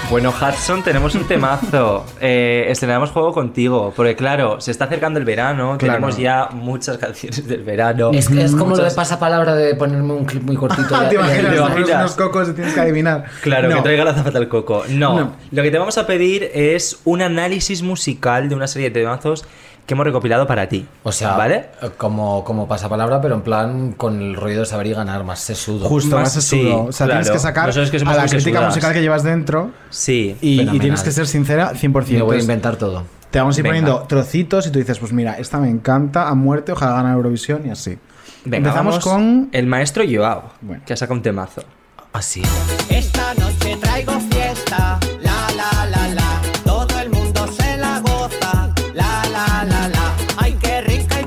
Speaker 6: Bueno, Hudson, tenemos un temazo. Eh, estrenamos juego contigo, porque claro, se está acercando el verano,
Speaker 2: Claro.
Speaker 6: tenemos ya muchas canciones del verano.
Speaker 2: Es que
Speaker 6: Muchas-
Speaker 2: es como lo de
Speaker 4: pasapalabra de ponerme un clip muy cortito.
Speaker 2: de-
Speaker 4: Ah, te imaginas,
Speaker 6: ¿Te
Speaker 4: te pones
Speaker 6: imaginas?
Speaker 4: unos cocos y tienes que adivinar.
Speaker 6: Claro,
Speaker 4: No.
Speaker 6: que traiga la zapata al coco. No.
Speaker 4: No.
Speaker 6: Lo que te vamos a pedir es un análisis musical de una serie de temazos que hemos recopilado para ti.
Speaker 2: O sea,
Speaker 6: ¿vale?
Speaker 2: Como, como pasapalabra, pero en plan con el rollo de saber y ganar más sesudo.
Speaker 4: Justo, más sesudo. o sea, tienes que sacar a la crítica musical que llevas dentro
Speaker 6: Sí.
Speaker 4: y, y
Speaker 2: fenomenal.
Speaker 4: tienes que ser sincera 100%.
Speaker 2: Me voy a
Speaker 4: Entonces,
Speaker 2: inventar todo.
Speaker 4: Te vamos a ir
Speaker 2: Venga.
Speaker 4: poniendo trocitos y tú dices, pues mira, esta me encanta, a muerte, ojalá gane Eurovisión y así.
Speaker 6: Venga,
Speaker 4: Empezamos
Speaker 6: vamos
Speaker 4: con...
Speaker 6: el maestro Joao, que ha sacado un temazo.
Speaker 2: Así.
Speaker 16: Esta noche traigo fiesta, la la la la. Todo el mundo se la goza, la la la la. Ay, qué rica y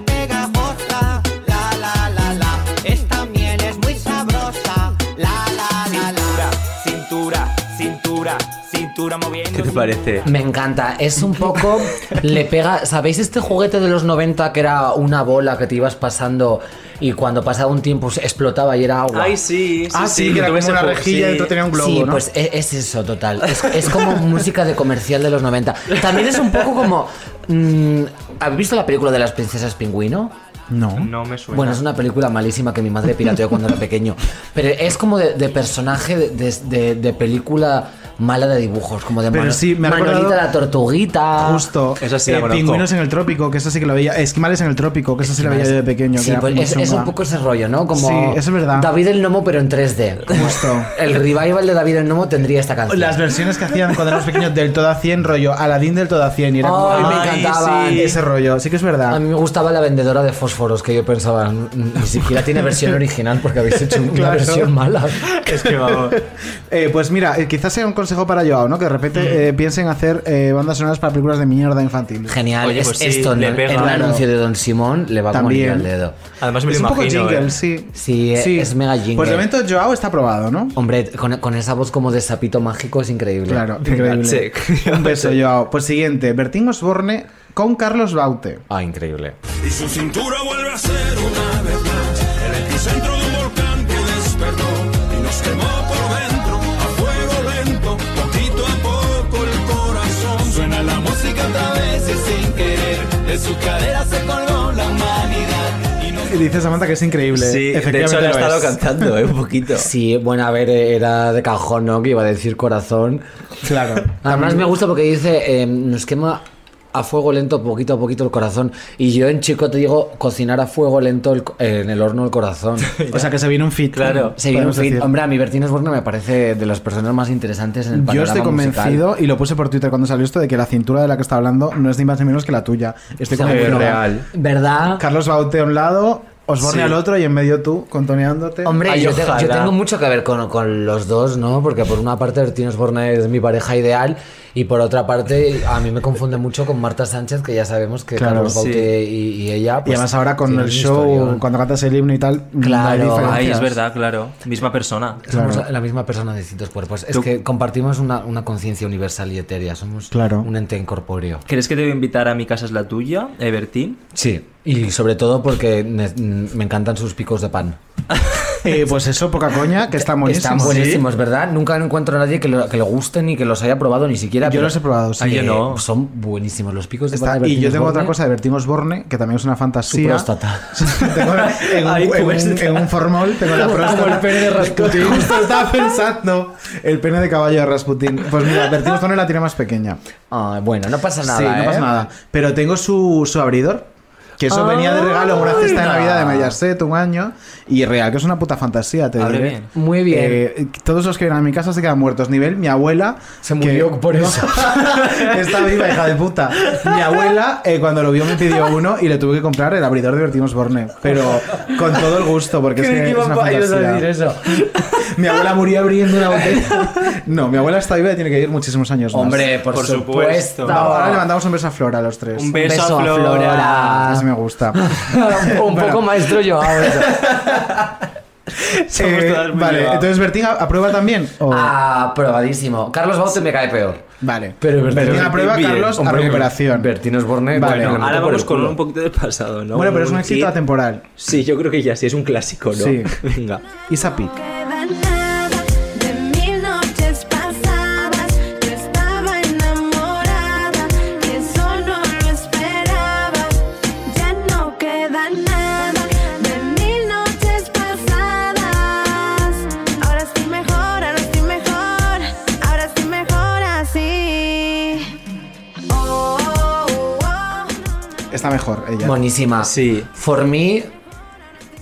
Speaker 16: pegajosa, la la la la. Esta miel es muy sabrosa, la la la la. Cintura, cintura, cintura moviendo.
Speaker 6: ¿Qué te parece?
Speaker 2: Me encanta, es un poco. le pega. ¿Sabéis este juguete de los 90 que era una bola que te ibas pasando y cuando pasaba un tiempo se explotaba y era agua?
Speaker 6: Ay, sí, sí,
Speaker 4: Ah, sí, que era como
Speaker 6: tuve ese
Speaker 4: una
Speaker 6: juego,
Speaker 4: rejilla y dentro tenía un globo,
Speaker 2: Sí,
Speaker 4: ¿no?
Speaker 2: pues e- es, eso, total. Es, es como música de comercial de los 90. También es un poco como. mm, ¿Habéis visto la película de las princesas pingüino?
Speaker 4: No.
Speaker 6: No me suena.
Speaker 2: Bueno, es una película malísima que mi madre pirateó cuando era pequeño. Pero es como de, de personaje de, de- de- de película mala de dibujos, como de
Speaker 4: Pero
Speaker 2: Mano-
Speaker 4: sí, me ha
Speaker 2: Manolita
Speaker 4: recordado-
Speaker 2: la tortuguita.
Speaker 4: Justo. Eh, pingüinos en el trópico, que eso sí que lo veía. Esquimales en el trópico, que eso sí lo veía yo de pequeño. que
Speaker 2: Sí,
Speaker 4: era
Speaker 2: pues
Speaker 4: muy
Speaker 2: es, es un
Speaker 4: chunga.
Speaker 2: poco ese rollo, ¿no? Como
Speaker 4: Sí, eso es verdad.
Speaker 2: David el Nomo, pero en 3D.
Speaker 4: Justo.
Speaker 2: El revival de David el Nomo tendría esta canción.
Speaker 4: Las versiones que hacían cuando éramos pequeños del todo a 100, rollo Aladdin del todo a 100. Y era como,
Speaker 2: Ay, me encantaban.
Speaker 4: Ese rollo, sí que es verdad.
Speaker 2: A mí me gustaba la vendedora de fósforos, que yo pensaba, "Mm, ni siquiera tiene versión original porque habéis hecho una
Speaker 4: Claro.
Speaker 2: versión mala.
Speaker 4: Es que vamos. Eh, pues mira, eh, quizás sea un consejo para Joao, ¿no? Que de repente eh, piensen hacer eh, bandas sonoras para películas de mierda infantil.
Speaker 2: Genial,
Speaker 4: Oye,
Speaker 2: es
Speaker 4: pues sí,
Speaker 2: esto
Speaker 4: le
Speaker 2: ¿no?
Speaker 4: pega.
Speaker 2: en un
Speaker 4: Claro.
Speaker 2: anuncio de Don Simón le va a
Speaker 4: También.
Speaker 2: morir al dedo.
Speaker 6: Además
Speaker 4: es un poco jingle, sí.
Speaker 2: Sí, eh,
Speaker 4: Sí.
Speaker 2: es mega jingle.
Speaker 4: Pues de momento Joao está aprobado, ¿no?
Speaker 2: Hombre, con, con esa voz como de sapito mágico es increíble.
Speaker 4: Claro, increíble. Un beso, Joao. Pues siguiente, Bertín Osborne con Carlos Baute.
Speaker 2: Ah, increíble.
Speaker 17: Y su cintura vuelve a ser una vez más el epicentro de un volcán que despertó y nos quemó por dentro a fuego lento, poquito a poco el corazón. Suena la música otra vez y sin querer de su cadera se colgó la humanidad. Y nos
Speaker 4: Y dice Samantha que es increíble. Efectivamente lo es. ¿eh?
Speaker 2: un poquito. Sí, bueno, a ver, eh, era de cajón, ¿no? Que iba a decir corazón.
Speaker 4: Claro.
Speaker 2: Además me gusta porque dice, eh, nos quema a fuego lento, poquito a poquito el corazón. Y yo en chico te digo, cocinar a fuego lento el co- eh, en el horno el corazón.
Speaker 4: O sea que se viene un fit.
Speaker 2: Se viene un
Speaker 4: podemos
Speaker 2: fit.
Speaker 4: decir.
Speaker 2: Hombre, a mí Bertín Osborne me parece de las personas más interesantes en el
Speaker 4: Yo
Speaker 2: panorama
Speaker 4: estoy convencido, y lo puse por Twitter cuando salió esto, de que la cintura de la que está hablando no es ni más ni menos que la tuya. Estoy
Speaker 2: Seguro.
Speaker 4: convencido.
Speaker 2: Real. ¿Verdad?
Speaker 4: Carlos Baute a un lado, Osborne
Speaker 2: Sí.
Speaker 4: al otro y en medio tú, contoneándote.
Speaker 2: Hombre, yo, te- yo tengo mucho que ver con, con los dos, ¿no? Porque por una parte Bertín Osborne es mi pareja ideal y por otra parte a mí me confunde mucho con Marta Sánchez, que ya sabemos que
Speaker 4: Claro,
Speaker 2: Carlos
Speaker 4: sí.
Speaker 2: Baute y, y ella...
Speaker 4: Y
Speaker 2: pues,
Speaker 4: además ahora con
Speaker 2: tienen
Speaker 4: el
Speaker 2: un
Speaker 4: show,
Speaker 2: historión.
Speaker 4: cuando cantas el himno y tal, no hay diferencias.
Speaker 6: Ay, es verdad, claro. Misma persona.
Speaker 2: Somos la- la misma persona de distintos cuerpos. Es
Speaker 6: Tú-
Speaker 2: que compartimos una, una conciencia universal y etérea. Somos
Speaker 4: Claro.
Speaker 2: un ente incorpóreo.
Speaker 6: ¿Crees que te voy a invitar a mi casa es la tuya, Evertín?
Speaker 2: Sí. Y sobre todo porque ne- mm, me encantan sus picos de pan.
Speaker 4: Eh, pues eso, poca coña, que están buenísimos.
Speaker 2: Están buenísimos, ¿verdad? Nunca encuentro a nadie que lo, que lo guste ni que los haya probado ni siquiera.
Speaker 4: Yo
Speaker 2: pero-
Speaker 4: los he probado, sí. Ah, yo no.
Speaker 2: Son buenísimos los picos de
Speaker 4: Está-
Speaker 2: pan. de
Speaker 4: y yo
Speaker 2: Bertín
Speaker 4: tengo otra
Speaker 2: Osborne.
Speaker 4: cosa de Bertín Osborne, que también es una fantasía.
Speaker 2: próstata.
Speaker 4: Tengo en, un,
Speaker 2: Ay,
Speaker 4: en un-
Speaker 2: puesta.
Speaker 4: en un formol tengo la
Speaker 2: Como
Speaker 4: próstata.
Speaker 2: el pene de Rasputín.
Speaker 4: Justo estaba pensando. El pene de caballo de Rasputín. Pues mira, Bertín Osborne la tiene más pequeña.
Speaker 2: Ah, bueno, no pasa nada.
Speaker 4: sí, no
Speaker 2: ¿eh?
Speaker 4: pasa nada. Pero tengo su, su abridor. Que eso venía de regalo en una cesta de
Speaker 2: Anda.
Speaker 4: Navidad de Mediaset un año. Y real, que es una puta fantasía, te
Speaker 2: Abre
Speaker 4: diré.
Speaker 2: bien. Muy bien.
Speaker 4: Eh, todos los que vienen a mi casa se quedan muertos. Nivel, mi abuela. Se
Speaker 2: murió por eso.
Speaker 4: Está viva, hija de puta. Mi abuela, eh, cuando lo vio, me pidió uno y le tuve que comprar el abridor de Bertín Osborne. Pero con todo el gusto, porque es,
Speaker 2: Creí
Speaker 4: que
Speaker 2: que
Speaker 4: es
Speaker 2: iba
Speaker 4: una
Speaker 2: pa- ibas a
Speaker 4: fantasía.
Speaker 2: decir eso.
Speaker 4: Mi abuela murió abriendo una botella. No, mi abuela está viva y tiene que ir muchísimos años más.
Speaker 2: Hombre, por Por supuesto. supuesto.
Speaker 4: Ahora le mandamos un beso a Flora a los tres.
Speaker 2: Un beso a Flora.
Speaker 4: Así me gusta.
Speaker 2: un poco maestro yo ahora.
Speaker 4: Eh, vale, entonces Bertín a- aprueba también.
Speaker 2: Aprobadísimo. Carlos Baute me cae peor.
Speaker 4: Vale.
Speaker 2: Pero Bertín,
Speaker 4: Bertín aprueba,
Speaker 2: bien,
Speaker 4: Carlos, a recuperación.
Speaker 2: Bertín Osborne.
Speaker 4: Vale.
Speaker 2: bueno,
Speaker 4: Bueno,
Speaker 2: me lo
Speaker 4: ahora
Speaker 2: meto por
Speaker 4: vamos
Speaker 2: el
Speaker 4: con
Speaker 2: culo.
Speaker 4: un
Speaker 18: poquito del pasado, ¿no?
Speaker 4: Bueno, pero es un
Speaker 18: Un
Speaker 4: éxito
Speaker 18: hit.
Speaker 4: atemporal.
Speaker 18: Sí, yo creo que ya sí, es un clásico, ¿no?
Speaker 4: Sí.
Speaker 18: Venga.
Speaker 4: Isa Pic.
Speaker 1: De mil noches pasadas, yo estaba enamorada y eso no lo esperaba. Ya no queda nada de mil noches pasadas. Ahora estoy mejor, ahora estoy mejor, ahora estoy mejor así. Oh, oh, oh, oh.
Speaker 4: Está mejor ella.
Speaker 2: Buenísima. Sí. For me,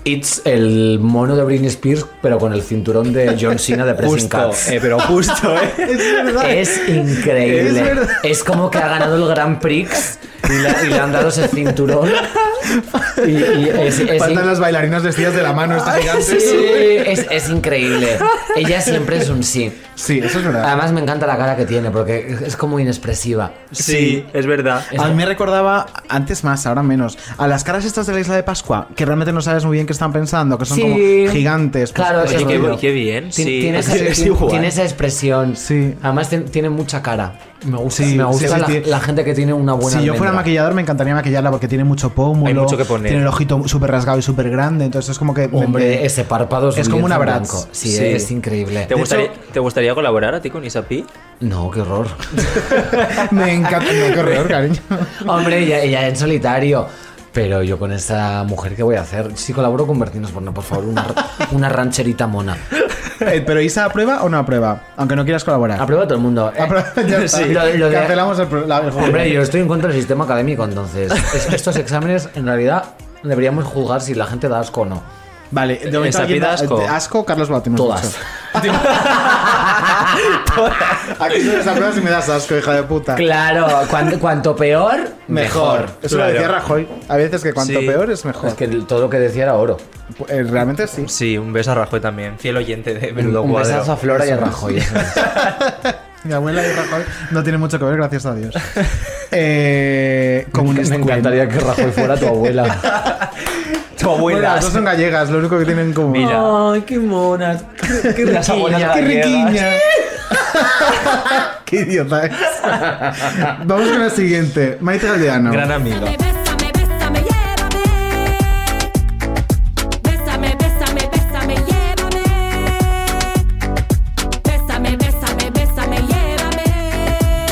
Speaker 2: it's el mono de Britney Spears, pero con el cinturón de Eh, John Cena de Pressing
Speaker 18: Justo,
Speaker 2: Cats.
Speaker 18: eh, pero justo, ¿eh?
Speaker 4: Es verdad.
Speaker 2: Es increíble.
Speaker 4: Es
Speaker 2: Es,
Speaker 4: verdad.
Speaker 2: como que ha ganado el Grand Prix y le, y le han dado ese cinturón. Y, y es, es
Speaker 4: Faltan
Speaker 2: in-
Speaker 4: las bailarinas vestidas de la mano, estas gigantes.
Speaker 2: Sí, es, es increíble. Ella siempre es un sí.
Speaker 4: Sí, eso es verdad.
Speaker 2: Además me encanta la cara que tiene porque es como inexpresiva.
Speaker 4: Sí, Ah,
Speaker 18: es verdad.
Speaker 4: A mí me recordaba, antes más, ahora menos, a las caras estas de la isla de Pascua, que realmente no sabes muy bien qué están pensando, que son
Speaker 2: Sí.
Speaker 4: como gigantes. pues,
Speaker 2: Claro,
Speaker 4: ese
Speaker 2: es
Speaker 4: rollo.
Speaker 2: verdad. Ti- Tiene esa,
Speaker 4: Es
Speaker 2: ti-
Speaker 4: igual.
Speaker 2: tiene esa expresión. Además tien- tiene mucha cara. Me gusta,
Speaker 4: Sí,
Speaker 2: me gusta
Speaker 4: sí, sí,
Speaker 2: la,
Speaker 4: tiene-
Speaker 2: la gente que tiene una buena
Speaker 4: Si yo fuera
Speaker 2: almendra.
Speaker 4: maquillador, me encantaría maquillarla porque tiene mucho pómulo.
Speaker 2: Hay mucho que poner.
Speaker 4: Tiene el ojito súper rasgado y súper grande. Entonces es como que. me-
Speaker 2: Hombre,
Speaker 4: me-
Speaker 2: ese párpado es,
Speaker 4: Es
Speaker 2: un
Speaker 4: como una
Speaker 2: lienzo
Speaker 4: Bratz.
Speaker 2: blanco. Sí,
Speaker 4: Sí.
Speaker 2: es increíble.
Speaker 4: De
Speaker 6: ¿Te,
Speaker 4: hecho-
Speaker 6: gustaría, ¿Te gustaría colaborar a ti con Isapi?
Speaker 2: No, qué horror.
Speaker 4: me encanta. No, qué horror, cariño.
Speaker 2: Hombre, ella, ella en solitario. Pero yo con esa mujer, ¿qué voy a hacer? Si colaboro con Bertín Osborne, por favor, una, una rancherita mona.
Speaker 4: Eh, Pero Isa aprueba o no aprueba, aunque no quieras colaborar.
Speaker 2: Aprueba todo el mundo. eh.
Speaker 4: ya está.
Speaker 2: Lo- lo de-
Speaker 4: Cancelamos el pro- la- el juego.
Speaker 2: Hombre, yo estoy en contra del sistema académico, entonces. Es- estos exámenes, en realidad, deberíamos juzgar si la gente da asco o no.
Speaker 4: Vale, de momento
Speaker 2: Esa
Speaker 4: alguien
Speaker 2: pida
Speaker 4: da-
Speaker 2: asco.
Speaker 4: eh, asco, Carlos Bautista.
Speaker 2: Todas.
Speaker 4: Aquí se desaprueba si me das asco, hija de puta.
Speaker 2: Claro, cuan- cuanto peor, mejor.
Speaker 4: Eso lo decía Rajoy. A veces que cuanto
Speaker 2: Sí.
Speaker 4: peor es mejor.
Speaker 2: Es que todo lo que decía era oro.
Speaker 4: realmente sí.
Speaker 6: Sí, un beso a Rajoy también, fiel oyente de Menudo
Speaker 2: Un
Speaker 6: Cuadro.
Speaker 2: besazo a Flora y a Rajoy.
Speaker 4: Mi abuela y Rajoy no tienen mucho que ver, gracias a Dios. Eh, comunista
Speaker 2: Me encantaría que Rajoy fuera tu abuela.
Speaker 6: Tu
Speaker 4: Bueno, las dos son gallegas, lo único que tienen en común.
Speaker 2: Ay, qué monas. Qué
Speaker 4: Las abuelas ¡Qué riquiña! ¡Qué idiota es! Vamos con la siguiente. Maite Galdeano.
Speaker 6: Gran amigo.
Speaker 1: Bésame, bésame, bésame, llévame. Bésame, bésame, bésame, llévame.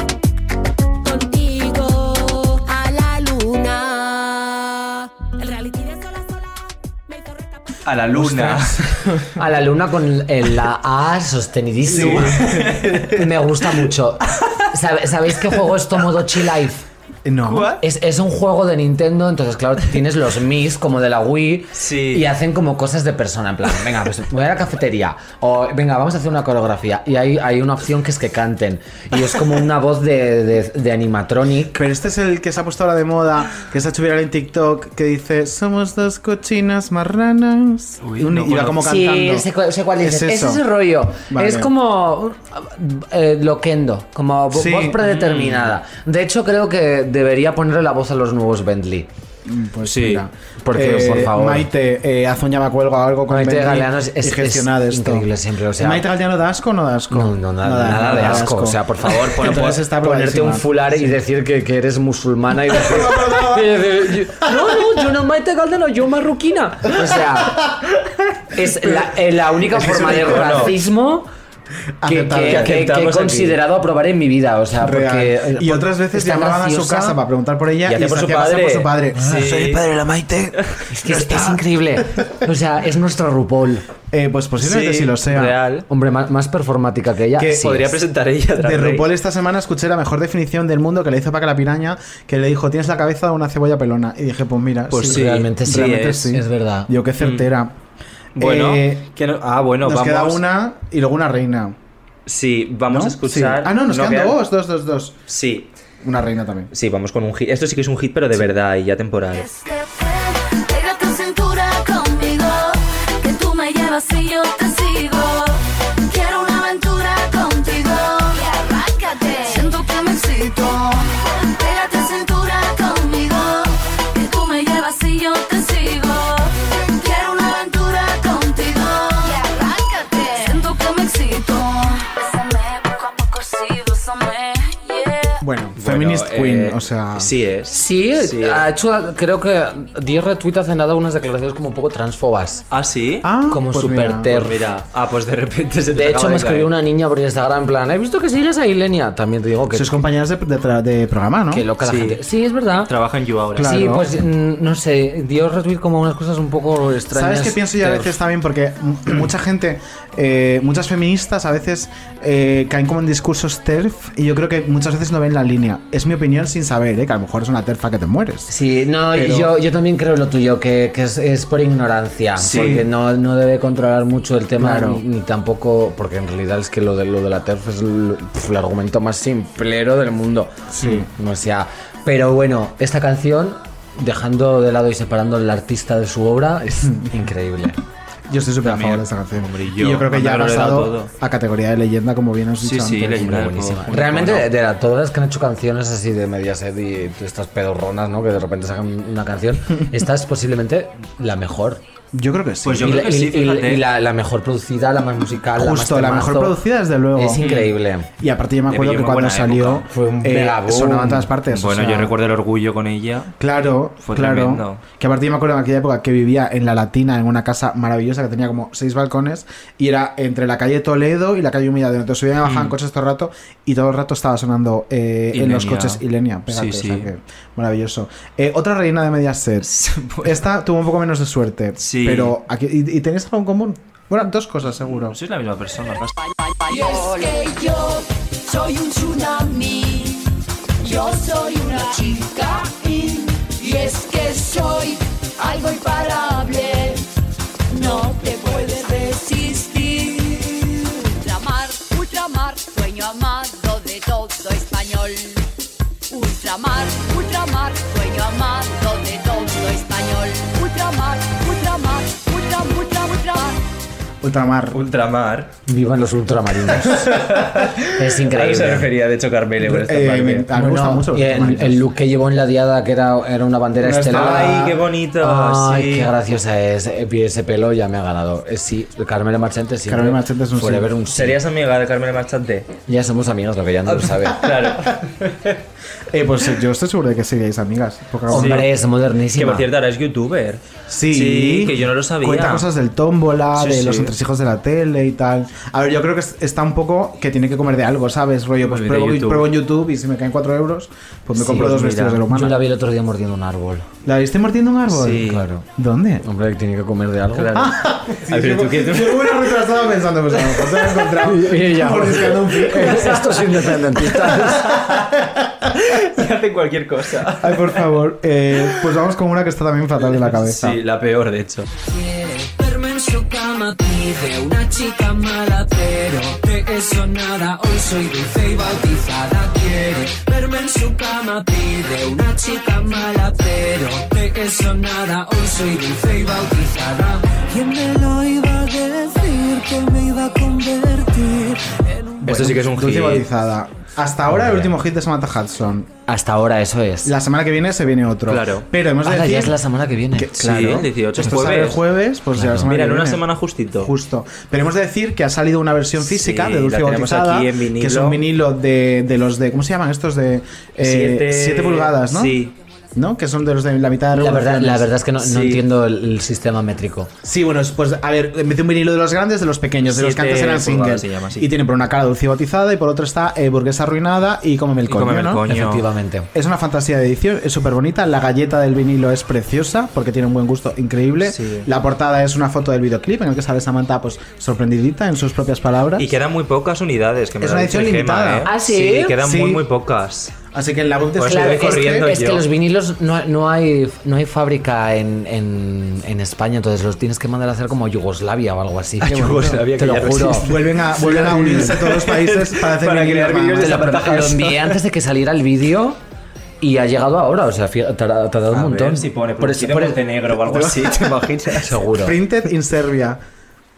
Speaker 1: Contigo a la luna. El reality de sola sola.
Speaker 6: A la luna.
Speaker 2: A la luna con el- la A sostenidísima. Me gusta mucho. ¿Sab- ¿Sabéis qué juego es Tomodachi Life?
Speaker 4: No.
Speaker 2: Es, es un juego de Nintendo, entonces claro, tienes los Mis como de la Wii y hacen como cosas de persona, en plan, venga, pues voy a la cafetería o venga, vamos a hacer una coreografía y hay, hay una opción que es que canten y es como una voz de, de, de animatronic.
Speaker 4: Pero este es el que se ha puesto ahora de moda, que se ha hecho viral en TikTok, que dice: Somos dos cochinas marranas. Un-
Speaker 2: no
Speaker 4: y va como
Speaker 2: conozco. Sí,
Speaker 4: cantando.
Speaker 2: sé cuál- sé cuál dices. Es
Speaker 4: eso.
Speaker 2: ese rollo.
Speaker 4: Vale.
Speaker 2: Es como eh, loquendo, como vo-
Speaker 4: Sí. Mm.
Speaker 2: voz predeterminada. De hecho, creo que debería ponerle la voz a los nuevos Bentley.
Speaker 4: Pues
Speaker 2: sí. Porque,
Speaker 4: Eh,
Speaker 2: por favor.
Speaker 4: Maite, eh, haz un llamacuelgo o algo con
Speaker 2: Maite
Speaker 4: Bentley
Speaker 2: Galeano es-
Speaker 4: y
Speaker 2: es-
Speaker 4: gestionad
Speaker 2: es
Speaker 4: esto.
Speaker 2: increíble siempre, o sea-
Speaker 4: ¿Maite Galeano da asco o no da asco? No, no,
Speaker 2: Nada, nada, de asco. O sea, por favor, pon-
Speaker 4: Entonces
Speaker 2: pon-
Speaker 4: está
Speaker 2: ponerte un
Speaker 4: probadísima.
Speaker 2: fular y decir que, que eres musulmana y decir- y decir, yo- no, no, yo no Maite Galdeno, yo marroquina. O sea, es la, eh, la única
Speaker 18: Es que es
Speaker 2: forma
Speaker 18: un
Speaker 2: de
Speaker 18: icono.
Speaker 2: racismo que, que-
Speaker 4: Aceptable.
Speaker 2: que-
Speaker 4: Que
Speaker 2: que he
Speaker 4: aceptamos aquí.
Speaker 2: considerado aprobar en mi vida. O sea, porque. eh,
Speaker 4: Real. y otras veces
Speaker 2: está
Speaker 4: llamaban a su
Speaker 2: graciosa.
Speaker 4: casa para preguntar por ella
Speaker 2: Y
Speaker 4: y, se
Speaker 2: hacía por su
Speaker 4: hacía pasar por
Speaker 2: padre.
Speaker 4: su padre.
Speaker 2: Sí. Soy el padre de la
Speaker 4: Maite.
Speaker 2: Es que es, es increíble. O sea, es nuestro RuPaul.
Speaker 4: pues posiblemente sí, lo sea.
Speaker 2: Hombre, más, más performática que ella.
Speaker 4: Que
Speaker 2: sí es.
Speaker 4: De RuPaul esta semana escuché la mejor definición del mundo que le hizo Paca la Piraña, que le dijo, tienes la cabeza de una cebolla pelona. Y dije, pues mira,
Speaker 6: Pues sí,
Speaker 4: realmente sí. Realmente
Speaker 6: es.
Speaker 4: sí.
Speaker 6: Es verdad.
Speaker 4: Yo qué certera.
Speaker 6: Mm. Bueno,
Speaker 4: Eh,
Speaker 6: que no- ah, bueno,
Speaker 4: nos
Speaker 6: vamos.
Speaker 4: queda una y luego una reina.
Speaker 6: Sí, vamos
Speaker 4: ¿No?
Speaker 6: a escuchar.
Speaker 4: Sí. Ah, no, nos quedan
Speaker 6: queda-
Speaker 4: dos, dos, dos, dos.
Speaker 6: Sí.
Speaker 4: Una reina también.
Speaker 6: Sí, vamos con un hit. Esto sí que es un hit, pero de verdad y ya temporal.
Speaker 1: Pega tu cintura conmigo, que tú me llevas y yo te sigo. Quiero una aventura contigo y arráncate. Siento que me excito. Pega tu cintura conmigo, que tú me llevas y yo te sigo. Quiero una aventura contigo y
Speaker 4: Bueno, feminist
Speaker 2: eh,
Speaker 4: queen, o sea.
Speaker 2: Sí es. Sí, ha hecho, creo que 10 retweets hace nada unas declaraciones como un poco transfobas.
Speaker 6: ¿Ah, sí?
Speaker 2: como
Speaker 6: pues
Speaker 2: súper
Speaker 6: mira.
Speaker 2: ter-
Speaker 6: Pues mira. Ah, pues de repente se te
Speaker 2: De
Speaker 6: acaba
Speaker 2: hecho, me
Speaker 6: caer.
Speaker 2: escribió una niña por Instagram en plan, he visto que sigues a Ilenia. También te digo que...
Speaker 4: Sois compañeras de, de tra- de programa, ¿no?
Speaker 2: Qué loca la
Speaker 4: Sí.
Speaker 2: gente. Sí, es verdad.
Speaker 6: Trabaja en You ahora.
Speaker 4: Claro.
Speaker 2: Sí, pues mm, no sé, dio retweet como unas cosas un poco extrañas.
Speaker 4: ¿Sabes qué pienso yo a
Speaker 2: ter-
Speaker 4: veces también? Porque m- mucha gente, eh, muchas feministas a veces eh, caen como en discursos TERF y yo creo que muchas veces no ven la línea. Es mi opinión sin saber, ¿eh? que a lo mejor es una terfa que te mueres.
Speaker 2: Sí, no,
Speaker 4: Pero-
Speaker 2: yo, yo también creo lo tuyo, que, que es, es por ignorancia,
Speaker 4: Sí.
Speaker 2: porque no, no debe controlar mucho el tema,
Speaker 4: Claro.
Speaker 2: ni, ni tampoco, porque en realidad es que lo de, lo de la TERF es el, pf, el argumento más simplero del mundo.
Speaker 4: Sí.
Speaker 2: O sea, pero bueno, esta canción, dejando de lado y separando al artista de su obra, es increíble.
Speaker 4: Yo estoy súper a favor de esta canción. y
Speaker 2: yo,
Speaker 4: yo, creo que ya ha
Speaker 2: cuando lo he dado
Speaker 4: pasado a categoría de leyenda, como bien has dicho
Speaker 2: Sí, sí,
Speaker 4: antes.
Speaker 2: leyenda del
Speaker 4: buenísima.
Speaker 2: Bueno, Realmente, de la- todas las que han hecho canciones así de Mediaset y de estas pedorronas, ¿no? Que de repente sacan una canción, esta es posiblemente la mejor.
Speaker 4: Yo creo que sí. Pues yo
Speaker 2: y
Speaker 4: creo
Speaker 2: la,
Speaker 4: que sí,
Speaker 2: y- y-
Speaker 4: fíjate.
Speaker 2: y la, la mejor producida, la más musical, la más
Speaker 4: Justo, la, mejor
Speaker 2: temazo.
Speaker 4: producida, desde luego.
Speaker 2: Es increíble.
Speaker 4: Y aparte, yo me
Speaker 2: Le
Speaker 4: acuerdo
Speaker 2: pilló
Speaker 4: que
Speaker 2: muy
Speaker 4: cuando
Speaker 2: buena
Speaker 4: salió,
Speaker 2: época. Fue un
Speaker 4: eh,
Speaker 2: megaboom.
Speaker 4: sonaba en todas partes. o
Speaker 11: Bueno,
Speaker 4: sea,
Speaker 11: yo recuerdo el orgullo con ella.
Speaker 4: Claro,
Speaker 11: Fue
Speaker 4: claro.
Speaker 11: tremendo.
Speaker 4: Que aparte yo me acuerdo en aquella época que vivía en La Latina, en una casa maravillosa que tenía como seis balcones y era entre la calle Toledo y la calle Humildad. Entonces subían y bajaban
Speaker 11: Mm.
Speaker 4: coches todo el rato y todo el rato estaba sonando eh, en
Speaker 11: Ilenia.
Speaker 4: los coches Ilenia. Pégate,
Speaker 11: Sí,
Speaker 4: o sea
Speaker 11: sí.
Speaker 4: que maravilloso. Eh, otra reina de Mediaset. Esta tuvo un poco menos de suerte.
Speaker 11: Sí.
Speaker 4: Pero aquí, ¿y, y tenéis algo en común? Bueno, dos cosas seguro.
Speaker 11: Sois la misma persona. ¿no?
Speaker 1: Y es que yo soy un tsunami, yo soy una chica y, y es que soy algo imparable, no te puedes resistir. Ultramar, ultramar, sueño amado de todo español. Ultramar, ultramar, sueño amado de todo español. Ultramar, ultramar, ultra, ultra, ultramar.
Speaker 4: Ultramar.
Speaker 6: Ultramar.
Speaker 2: Vivan los ultramarinos. es
Speaker 6: A eso se
Speaker 2: increíble.
Speaker 6: refería, de hecho, Carmelo con esta
Speaker 4: Eh,
Speaker 6: parte.
Speaker 4: me- a mí me gusta mucho los
Speaker 2: y el,
Speaker 4: ultramarinos.
Speaker 2: el look que llevó en la diada, que era, era una bandera
Speaker 6: Una
Speaker 2: estelar.
Speaker 6: estelada. Ay, qué bonito,
Speaker 2: Ay,
Speaker 6: sí.
Speaker 2: qué graciosa es. Eh, Ese pelo ya me ha ganado. Eh, Sí, Carmelo Marchante sí.
Speaker 6: Carmelo
Speaker 4: Marchante es un
Speaker 2: Forever
Speaker 4: sí.
Speaker 2: un sí.
Speaker 6: ¿Serías amiga de Carmela Marchante?
Speaker 2: Ya somos amigos, lo que ya no lo sabe.
Speaker 6: Claro.
Speaker 4: Eh, pues eh, yo estoy seguro de que seríais amigas. porque-
Speaker 2: Hombre, es modernísima.
Speaker 6: Que por cierto, ahora es youtuber.
Speaker 4: Sí.
Speaker 6: que yo no lo sabía.
Speaker 4: Cuenta cosas del tómbola,
Speaker 6: Sí,
Speaker 4: de
Speaker 6: sí.
Speaker 4: los entresijos de la tele y tal. A ver, yo creo que es- está un poco que tiene que comer de algo, ¿sabes? Rollo, pues
Speaker 2: de
Speaker 4: pruebo,
Speaker 2: YouTube.
Speaker 4: pruebo en YouTube y si me caen 4 euros, pues me
Speaker 2: Sí,
Speaker 4: compro dos
Speaker 2: mira,
Speaker 4: vestidos de lo
Speaker 2: Yo
Speaker 4: humano.
Speaker 2: la vi el otro día mordiendo un árbol.
Speaker 4: ¿La viste mordiendo un árbol?
Speaker 2: claro.
Speaker 4: ¿Dónde?
Speaker 2: Hombre, tiene que comer de algo.
Speaker 4: Sí, yo- yo me hubiera retrasado pensando, pues a lo mejor se la he encontrado.
Speaker 2: Y ya, pues, eh,
Speaker 4: mordisqueando un pico.
Speaker 2: Estos independentistas.
Speaker 6: Que hacen cualquier cosa.
Speaker 4: Ay, por favor. Eh, pues vamos con una que está también fatal de la cabeza.
Speaker 6: Sí, la peor, de hecho.
Speaker 1: Quiere verme en su cama, pide una chica mala, pero de eso nada, hoy soy dulce y bautizada. Quiere verme en su cama, pide una chica mala, pero de eso nada, hoy soy dulce y bautizada. ¿Quién me lo iba a decir que me iba a convertir en un...
Speaker 6: Esto sí que es un
Speaker 4: Dulce
Speaker 6: hit.
Speaker 4: bautizada. Hasta ahora el último hit de Samantha Hudson.
Speaker 2: Hasta ahora, eso es.
Speaker 4: La semana que viene se viene otro.
Speaker 6: Claro.
Speaker 4: Pero hemos de
Speaker 2: Ahora
Speaker 4: decir
Speaker 2: ya es la semana que viene.
Speaker 4: que-
Speaker 6: Sí, el 18
Speaker 4: Esto
Speaker 6: jueves.
Speaker 4: sale el jueves, pues ya la
Speaker 6: Claro.
Speaker 4: semana
Speaker 6: Mira,
Speaker 4: que
Speaker 6: en una
Speaker 4: viene.
Speaker 6: semana justito.
Speaker 4: Justo. Pero hemos de decir que ha salido una versión física
Speaker 6: Sí,
Speaker 4: de Dulce
Speaker 6: la tenemos
Speaker 4: Bautizada,
Speaker 6: aquí en vinilo.
Speaker 4: que es un vinilo de, de los de. ¿Cómo se llaman estos? De 7
Speaker 6: Siete-
Speaker 4: pulgadas, ¿no?
Speaker 6: Sí.
Speaker 4: ¿No? Que son de los de la mitad de
Speaker 2: La verdad,
Speaker 4: revoluciones.
Speaker 2: la verdad es que no, no
Speaker 4: Sí.
Speaker 2: entiendo el, el sistema métrico.
Speaker 4: Sí, bueno, es- pues a ver, en vez de un vinilo de los grandes, de los pequeños, de los que
Speaker 6: Siete
Speaker 4: antes
Speaker 2: pues,
Speaker 4: eran singles.
Speaker 6: pulgadas se llama, sí.
Speaker 4: Y tiene por una cara dulce bautizada y por otra está eh, burguesa arruinada y cómeme el
Speaker 6: Y
Speaker 4: coño.
Speaker 6: cómeme el
Speaker 4: ¿no?
Speaker 6: coño.
Speaker 2: Efectivamente.
Speaker 4: Es una fantasía de edición, es súper bonita. La galleta del vinilo es preciosa porque tiene un buen gusto increíble.
Speaker 6: Sí.
Speaker 4: La portada es una foto del videoclip en el que sale Samantha pues sorprendidita en sus propias palabras.
Speaker 11: Y quedan muy pocas unidades. Que me
Speaker 4: Es
Speaker 11: lo ha
Speaker 4: una
Speaker 11: dicho
Speaker 4: edición
Speaker 11: Gemma,
Speaker 4: limitada.
Speaker 11: ¿eh?
Speaker 4: ¿Ah, sí?
Speaker 11: quedan
Speaker 4: Sí.
Speaker 11: muy, muy pocas.
Speaker 4: Así que en la web de
Speaker 11: Pues
Speaker 4: Samantha
Speaker 11: claro,
Speaker 4: es que-
Speaker 11: corriendo
Speaker 2: es que
Speaker 11: yo.
Speaker 2: los vinilos no, no hay no hay fábrica en, en, en España, entonces los tienes que mandar a hacer como a Yugoslavia o algo así.
Speaker 6: A Ah, Yugoslavia,
Speaker 2: te
Speaker 6: que
Speaker 2: lo
Speaker 6: ya no
Speaker 2: juro.
Speaker 6: existe.
Speaker 4: Vuelven a, vuelven a unirse todos los países para hacer
Speaker 6: Para
Speaker 4: vinilo,
Speaker 6: crear
Speaker 4: mamá.
Speaker 6: vídeos de
Speaker 2: Te lo,
Speaker 6: Samantha
Speaker 2: lo
Speaker 6: Hudson.
Speaker 2: envié antes de que saliera el vídeo y ha llegado ahora, o sea, fija- tarda- ha tardado un
Speaker 6: A ver
Speaker 2: montón.
Speaker 6: si pone
Speaker 2: Por eso-
Speaker 6: producido
Speaker 2: por
Speaker 6: en
Speaker 2: eso-
Speaker 6: Montenegro o algo así, ¿te imaginas?
Speaker 2: Seguro.
Speaker 4: Printed in Serbia.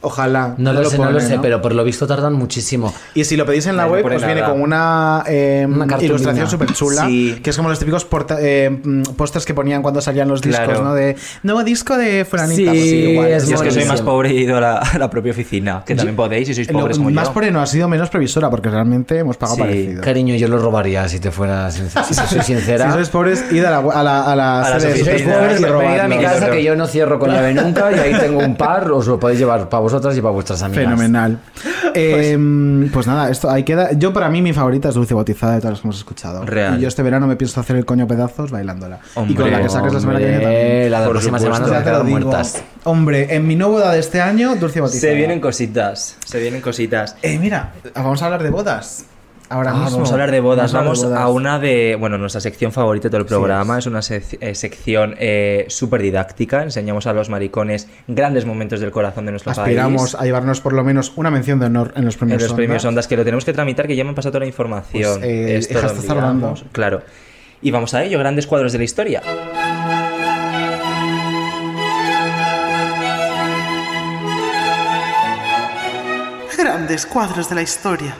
Speaker 4: Ojalá.
Speaker 2: No lo, sé, no lo
Speaker 4: ponen,
Speaker 2: sé, pero por lo visto tardan muchísimo.
Speaker 4: Y si lo pedís en la
Speaker 2: Ay, no
Speaker 4: web,
Speaker 2: pone
Speaker 4: os viene
Speaker 2: nada.
Speaker 4: con una, eh,
Speaker 2: cartulina.
Speaker 4: ilustración súper chula,
Speaker 2: Sí.
Speaker 4: que es como los típicos porta- eh, mm, pósters que ponían cuando salían los discos,
Speaker 6: Claro.
Speaker 4: ¿no? De nuevo disco de Fulanita. Pues igual,
Speaker 6: es, que soy
Speaker 4: buenísimo.
Speaker 6: más pobre y he ido a la, a la propia oficina, que
Speaker 4: Yo-
Speaker 6: también podéis si sois
Speaker 4: Lo-
Speaker 6: pobres como
Speaker 4: más
Speaker 6: yo.
Speaker 4: pobre no ha sido menos previsora, porque realmente hemos pagado
Speaker 6: Sí,
Speaker 4: parecido.
Speaker 2: Cariño, yo lo robaría si te fuera sincera. Si soy sincera.
Speaker 4: Si sois pobres, id a la, a la, a la
Speaker 2: A las
Speaker 4: sede de
Speaker 2: oficinas,
Speaker 4: sois pobres y
Speaker 2: venid a mi
Speaker 4: robadlo.
Speaker 2: casa que yo no cierro con la B nunca y ahí tengo un par, os lo podéis llevar para vosotras y para vuestras amigas.
Speaker 4: Fenomenal. Eh, pues, nada, esto ahí queda. Yo, para mí, mi favorita es Dulce Bautizada de todas las que hemos escuchado.
Speaker 2: Real.
Speaker 4: Y yo este verano me pienso hacer el coño pedazos bailándola. y con
Speaker 2: Hombre,
Speaker 4: la que saques la semana que viene
Speaker 2: hombre,
Speaker 4: también.
Speaker 2: la de la Por próxima supuesto. semana se
Speaker 4: Ya
Speaker 2: van a
Speaker 4: te lo
Speaker 2: quedar
Speaker 4: digo.
Speaker 2: muertas.
Speaker 4: Hombre, en mi no boda de este año, Dulce Bautizada.
Speaker 6: Se vienen cositas, se vienen cositas.
Speaker 4: Eh, mira, vamos a hablar de bodas. Ahora
Speaker 6: Ah,
Speaker 4: mismo.
Speaker 6: vamos a hablar de bodas.
Speaker 4: a hablar
Speaker 6: Vamos
Speaker 4: de bodas.
Speaker 6: a una de, bueno, nuestra sección favorita de todo el
Speaker 4: Así
Speaker 6: programa. es. una sec- eh, sección eh, súper didáctica. Enseñamos a los maricones grandes momentos del corazón de nuestro
Speaker 4: Aspiramos
Speaker 6: país.
Speaker 4: a llevarnos por lo menos una mención de honor en los
Speaker 6: En
Speaker 4: premios.
Speaker 6: los premios
Speaker 4: Ondas.
Speaker 6: Ondas, que lo tenemos que tramitar, que ya me han pasado toda la información.
Speaker 4: Pues, eh,
Speaker 6: Es
Speaker 4: deja
Speaker 6: todo
Speaker 4: estar
Speaker 6: enviado.
Speaker 4: tardando.
Speaker 6: Claro. Y vamos a ello, grandes cuadros de la historia.
Speaker 7: Grandes cuadros de la historia.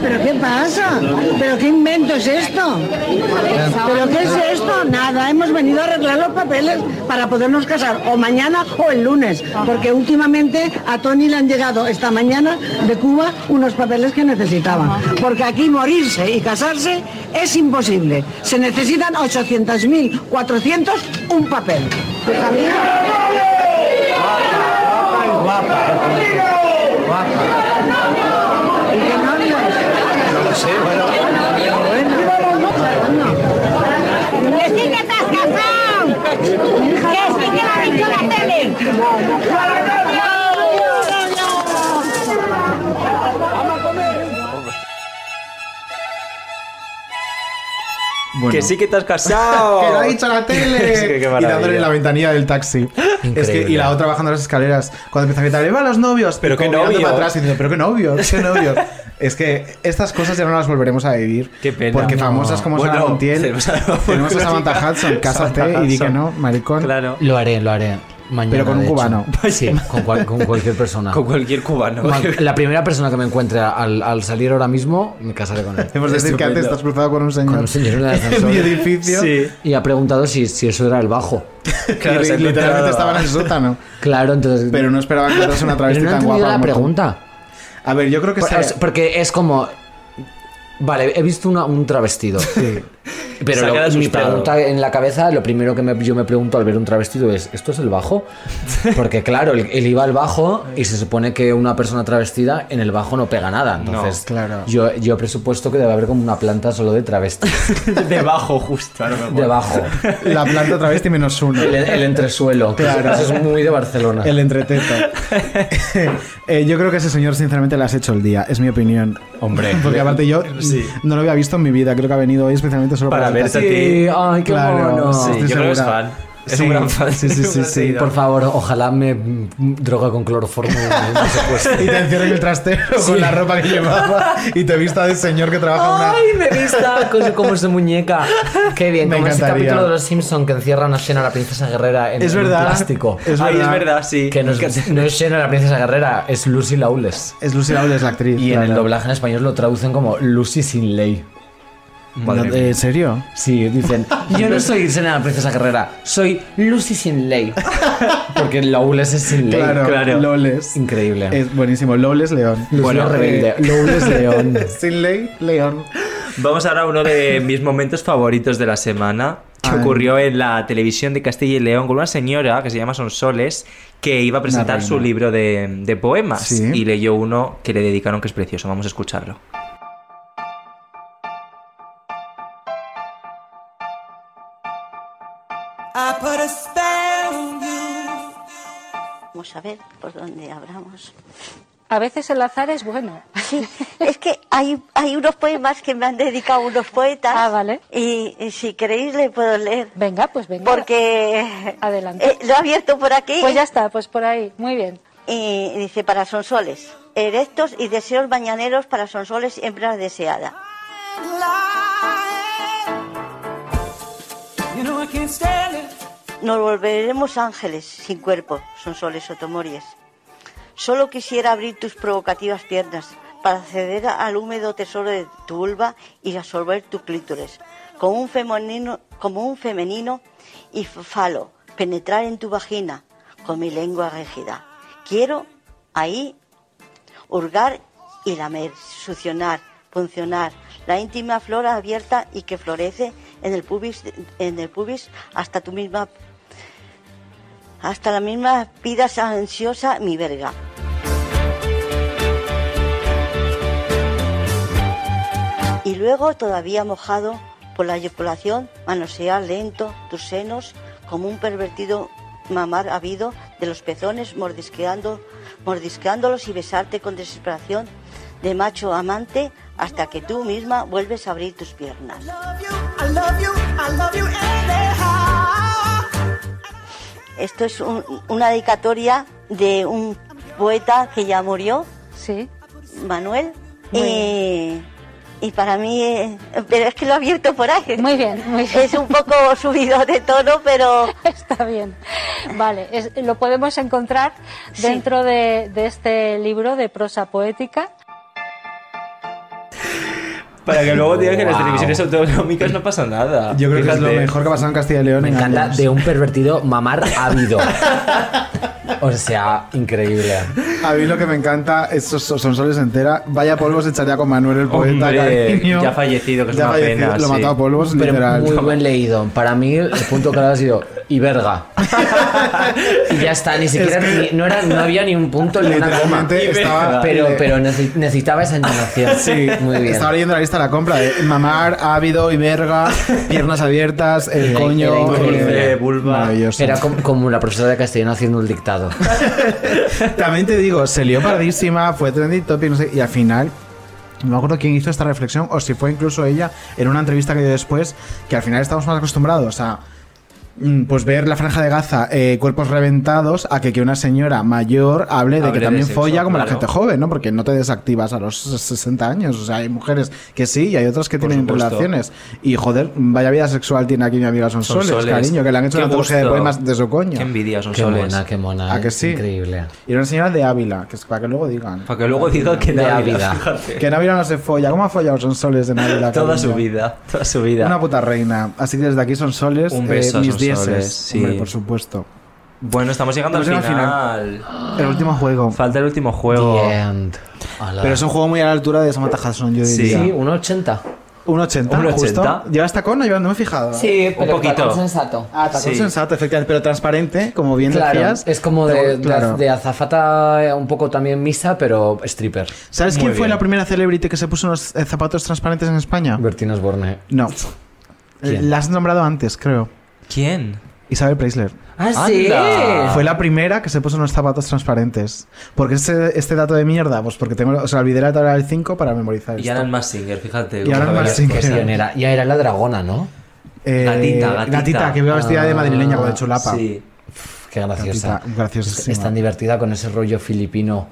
Speaker 19: ¿Pero qué pasa? ¿Pero qué invento es esto? ¿Pero qué es esto? Nada, hemos venido a arreglar los papeles para podernos casar o mañana o el lunes, porque últimamente a Tony le han llegado esta mañana de Cuba unos papeles que necesitaba, porque aquí morirse y casarse es imposible. Se necesitan 800.400 un papel. Hija mía. ¿Y qué novios?
Speaker 16: No sé,
Speaker 19: ¡Que sí que estás casado! ¡Que sí que lo ha dicho la tele!
Speaker 6: Que sí que te has casado.
Speaker 4: Ah, que lo ha dicho la tele.
Speaker 6: Es que Oh. qué
Speaker 4: y dándole
Speaker 6: maravilla.
Speaker 4: en la ventanilla del taxi. Es que, y la otra bajando las escaleras. Cuando empieza a gritar, ¡Viva los novios! Pero
Speaker 6: qué novio.
Speaker 4: Para atrás, y diciendo, pero qué novios, qué novios. es que estas cosas ya no las volveremos a vivir. Qué
Speaker 6: pena.
Speaker 4: Porque
Speaker 6: No.
Speaker 4: famosas como
Speaker 6: Bueno,
Speaker 4: Sara Montiel.
Speaker 6: tenemos a-
Speaker 4: Tenemos a Samantha Hudson. Cásate
Speaker 2: Samantha
Speaker 4: y di que
Speaker 2: Hudson.
Speaker 4: no, maricón.
Speaker 6: Claro.
Speaker 2: Lo haré, lo haré. Mañana,
Speaker 4: Pero con un
Speaker 2: de hecho.
Speaker 4: cubano.
Speaker 2: Sí, con, cual- con cualquier persona.
Speaker 6: Con cualquier cubano.
Speaker 2: Ma- La primera persona que me encuentre al, al salir ahora mismo, me casaré con él.
Speaker 4: Hemos de decir que antes estás cruzado con un señor.
Speaker 2: con un señor en el ascensor.
Speaker 4: mi edificio.
Speaker 2: Y ha preguntado si, si eso era el bajo.
Speaker 4: Claro, se ha literalmente encontrado. estaba en el sótano.
Speaker 2: Claro, entonces.
Speaker 4: Pero no esperaba encontrarse una travesti
Speaker 2: Pero no he
Speaker 4: tan
Speaker 2: entendido
Speaker 4: guapa
Speaker 2: la
Speaker 4: como tú.
Speaker 2: pregunta.
Speaker 4: A ver, yo creo que
Speaker 2: Por-
Speaker 4: sea-
Speaker 2: es- Porque es como. Vale, he visto una- un travestido.
Speaker 6: Se ha
Speaker 2: Pero lo-
Speaker 6: quedado
Speaker 2: mi
Speaker 6: asustado.
Speaker 2: pregunta en la cabeza, lo primero que me- yo me pregunto al ver un travestido es: ¿esto es el bajo? Porque, claro, él, él iba al bajo y se supone que una persona travestida en el bajo no pega nada. Entonces,
Speaker 4: claro.
Speaker 2: yo, yo presupuesto que debe haber como una planta solo de travesti.
Speaker 6: Debajo, justo. a lo mejor.
Speaker 2: Debajo.
Speaker 4: La planta travesti menos uno.
Speaker 2: El, el entresuelo.
Speaker 4: Claro.
Speaker 2: Eso es muy de Barcelona.
Speaker 4: El entreteto. Eh, yo creo que ese señor, sinceramente, le has hecho el día. Es mi opinión.
Speaker 2: Hombre.
Speaker 4: Porque aparte yo
Speaker 2: Sí.
Speaker 4: no lo había visto en mi vida. Creo que ha venido hoy especialmente solo para,
Speaker 2: Para verte a ti. Sí, ay, qué mono. Sí,
Speaker 4: estoy
Speaker 2: yo creo que es
Speaker 4: segura.
Speaker 2: fan. Es
Speaker 4: Sí,
Speaker 2: un gran fan.
Speaker 4: Sí, sí, sí. sí.
Speaker 2: Por favor, ojalá me mm, droga con cloroformo. en el secuestro.
Speaker 4: Y te encierren el trastero
Speaker 2: Sí.
Speaker 4: con la ropa que llevaba y te vista de señor que trabaja en una...
Speaker 2: Ay, me vista con- como su muñeca. Qué bien,
Speaker 4: Me
Speaker 2: como ese
Speaker 4: encantaría.
Speaker 2: capítulo de los Simpson que encierra una escena a la princesa guerrera en,
Speaker 4: Es
Speaker 2: en
Speaker 4: verdad,
Speaker 2: plástico.
Speaker 4: es Ay, verdad. es
Speaker 6: verdad, sí.
Speaker 2: Que no es, no es Xena la princesa guerrera, es Lucy Lawless.
Speaker 4: Es Lucy Lawless la actriz.
Speaker 2: Y en el
Speaker 4: claro.
Speaker 2: doblaje en español lo traducen como Lucy sin ley.
Speaker 4: No,
Speaker 2: Madre mía.
Speaker 4: ¿En serio?
Speaker 2: Sí, dicen, yo no soy Xena la princesa guerrera, soy Lucy sin ley. Porque Lawless es sin ley.
Speaker 4: Claro, claro.
Speaker 2: Increíble.
Speaker 4: Es buenísimo. Lowless León.
Speaker 2: Lucy la rebelde. Lawless León.
Speaker 4: Sin ley, León.
Speaker 6: Vamos ahora a uno de mis momentos favoritos de la semana, que
Speaker 4: Ay.
Speaker 6: ocurrió en la televisión de Castilla y León con una señora que se llama Sonsoles, que iba a presentar
Speaker 4: reina.
Speaker 6: su libro de, de poemas
Speaker 4: Sí.
Speaker 6: y leyó uno que le dedicaron que es precioso. Vamos a escucharlo.
Speaker 20: Vamos a ver por dónde hablamos.
Speaker 21: A veces el azar es bueno.
Speaker 20: Es que hay, hay unos poemas que me han dedicado unos poetas. Ah, vale. Y, y si queréis le puedo leer. Venga, pues venga. Porque
Speaker 21: Adelante.
Speaker 20: eh, lo he abierto por aquí.
Speaker 21: Pues ya está, pues por ahí. Muy bien.
Speaker 20: Y dice, para Sonsoles, erectos y deseos mañaneros para Sonsoles siempre deseada. Nos volveremos ángeles sin cuerpo, son soles sotomories. Solo quisiera abrir tus provocativas piernas para acceder al húmedo tesoro de tu vulva y absorber tu clítores. Como un femenino, como un femenino y falo, penetrar en tu vagina con mi lengua rígida. Quiero ahí hurgar y lamer, succionar, funcionar, la íntima flora abierta y que florece en el pubis, en el pubis hasta tu misma, hasta la misma pidas ansiosa mi verga. Y luego, todavía mojado por la eyaculación, manosear lento tus senos como un pervertido mamar habido de los pezones, mordisqueando, mordisqueándolos y besarte con desesperación de macho amante hasta que tú misma vuelves a abrir tus piernas. Esto es un- una dedicatoria de un poeta que ya murió, sí. Manuel.
Speaker 11: Muy
Speaker 20: Eh, y para mí, eh, pero es que lo he abierto por ahí.
Speaker 11: Muy bien, muy bien.
Speaker 20: Es un poco subido de tono, pero
Speaker 11: Está bien. Vale, es- lo podemos encontrar
Speaker 20: Sí.
Speaker 11: dentro de, de este libro de prosa poética.
Speaker 6: Para que luego digan que en las
Speaker 4: Wow.
Speaker 6: televisiones autonómicas no pasa nada.
Speaker 4: Yo creo que es lo
Speaker 6: Fíjate.
Speaker 4: mejor que ha pasado en Castilla y León.
Speaker 6: Me
Speaker 4: en
Speaker 6: encanta
Speaker 4: años.
Speaker 2: de un pervertido mamar ávido. O sea, increíble.
Speaker 4: A mí lo que me encanta es son soles entera. Vaya polvos echaría con Manuel el poeta.
Speaker 2: Hombre,
Speaker 4: cariño.
Speaker 2: ya fallecido, que es
Speaker 4: Ya
Speaker 2: una
Speaker 4: fallecido,
Speaker 2: pena,
Speaker 4: Lo
Speaker 2: sí.
Speaker 4: mató a polvos,
Speaker 2: Pero
Speaker 4: literal.
Speaker 2: muy buen leído. Para mí, el punto clave ha sido y verga. y ya está, ni siquiera.
Speaker 4: que-
Speaker 2: ni- no, era, no había ni un punto ni una coma.
Speaker 4: Literalmente estaba-
Speaker 2: Pero,
Speaker 4: le-
Speaker 2: pero nece- necesitaba esa indignación.
Speaker 4: Sí,
Speaker 2: muy bien.
Speaker 4: Estaba leyendo la lista de la compra de mamar, ávido y verga, piernas abiertas, el
Speaker 2: Era-
Speaker 4: coño.
Speaker 2: era increíble.
Speaker 4: eh, Maravilloso.
Speaker 2: Era com- como la profesora de castellano haciendo el dictado.
Speaker 4: También te digo, se lió pardísima, fue trending topic, no sé, y al final. No me acuerdo quién hizo esta reflexión, o si fue incluso ella en una entrevista que dio después, que al final estamos más acostumbrados a mm, pues ver la franja de Gaza, eh, cuerpos reventados, a que, que una señora mayor hable de
Speaker 6: Hable
Speaker 4: que
Speaker 6: de
Speaker 4: también
Speaker 6: sexo,
Speaker 4: folla como la
Speaker 6: claro.
Speaker 4: gente joven, ¿no? Porque no te desactivas a los 60 años, o sea, hay mujeres que sí y hay otras que tienen
Speaker 6: supuesto.
Speaker 4: relaciones. Y joder, vaya vida sexual tiene aquí mi amiga Sonsoles,
Speaker 6: Sonsoles.
Speaker 4: cariño, que le han hecho
Speaker 6: Qué
Speaker 4: una antología de
Speaker 6: gusto.
Speaker 4: poemas de su coño.
Speaker 6: Qué envidia, son
Speaker 4: Qué
Speaker 6: soles.
Speaker 4: mona,
Speaker 2: qué
Speaker 6: Ah,
Speaker 2: mona.
Speaker 4: ¿A que sí?
Speaker 2: Increíble.
Speaker 4: Y era una señora de Ávila, que es para que luego digan.
Speaker 6: Para que luego diga que
Speaker 4: De
Speaker 6: da
Speaker 4: Ávila. Que en Ávila no se folla. ¿Cómo ha follado Sonsoles en Ávila?
Speaker 6: Toda su
Speaker 4: cariño?
Speaker 6: vida, toda su vida.
Speaker 4: Una puta reina. Así que desde aquí Sonsoles,
Speaker 6: Un beso a
Speaker 4: mis
Speaker 6: Sonsoles,
Speaker 4: dieces.
Speaker 6: sí.
Speaker 4: Hombre, por supuesto.
Speaker 6: Bueno, estamos llegando
Speaker 4: Estamos
Speaker 6: al
Speaker 4: llegando
Speaker 6: final.
Speaker 4: El último juego.
Speaker 6: Falta el último juego.
Speaker 4: Pero es un juego muy a la altura de Samantha Hudson, yo
Speaker 6: Sí.
Speaker 4: diría.
Speaker 6: Sí,
Speaker 2: 1,80.
Speaker 4: 1,80.
Speaker 6: 1,80.
Speaker 4: Ah, justo. ¿Llevas tacón o llevas? No me he fijado.
Speaker 2: Sí, pero
Speaker 4: poquito.
Speaker 2: tacón sensato.
Speaker 4: Ah, tacón
Speaker 2: Sí.
Speaker 4: sensato, efectivamente. Pero transparente, como bien
Speaker 2: Claro,
Speaker 4: decías.
Speaker 2: es como
Speaker 4: Pero,
Speaker 2: de, de-
Speaker 4: claro.
Speaker 2: de azafata, eh, un poco también misa, pero stripper.
Speaker 4: ¿Sabes quién fue la primera celebrity que se puso unos eh, zapatos transparentes en España?
Speaker 2: Bertina Osborne.
Speaker 4: No. Eh,
Speaker 2: ¿Quién?
Speaker 4: La has nombrado antes, creo.
Speaker 6: ¿Quién?
Speaker 4: Isabel Preisler.
Speaker 2: Ah, sí. Anda.
Speaker 4: Fue la primera que se puso unos zapatos transparentes. ¿Por qué este, este dato de mierda? Pues porque tengo, o sea, olvidé la tabla del 5 para memorizar
Speaker 6: Y
Speaker 4: esto.
Speaker 6: Alan Massinger, fíjate.
Speaker 4: Y Alan
Speaker 6: Javier.
Speaker 4: Massinger.
Speaker 6: Pues bien,
Speaker 2: Era, ya era la dragona, ¿no?
Speaker 4: Eh,
Speaker 6: Gatita, gatita.
Speaker 4: que iba vestida de
Speaker 2: Ah,
Speaker 4: madrileña con de chulapa.
Speaker 2: sí. Qué graciosa.
Speaker 4: Gatita, graciosísima.
Speaker 2: Es tan divertida con ese rollo filipino.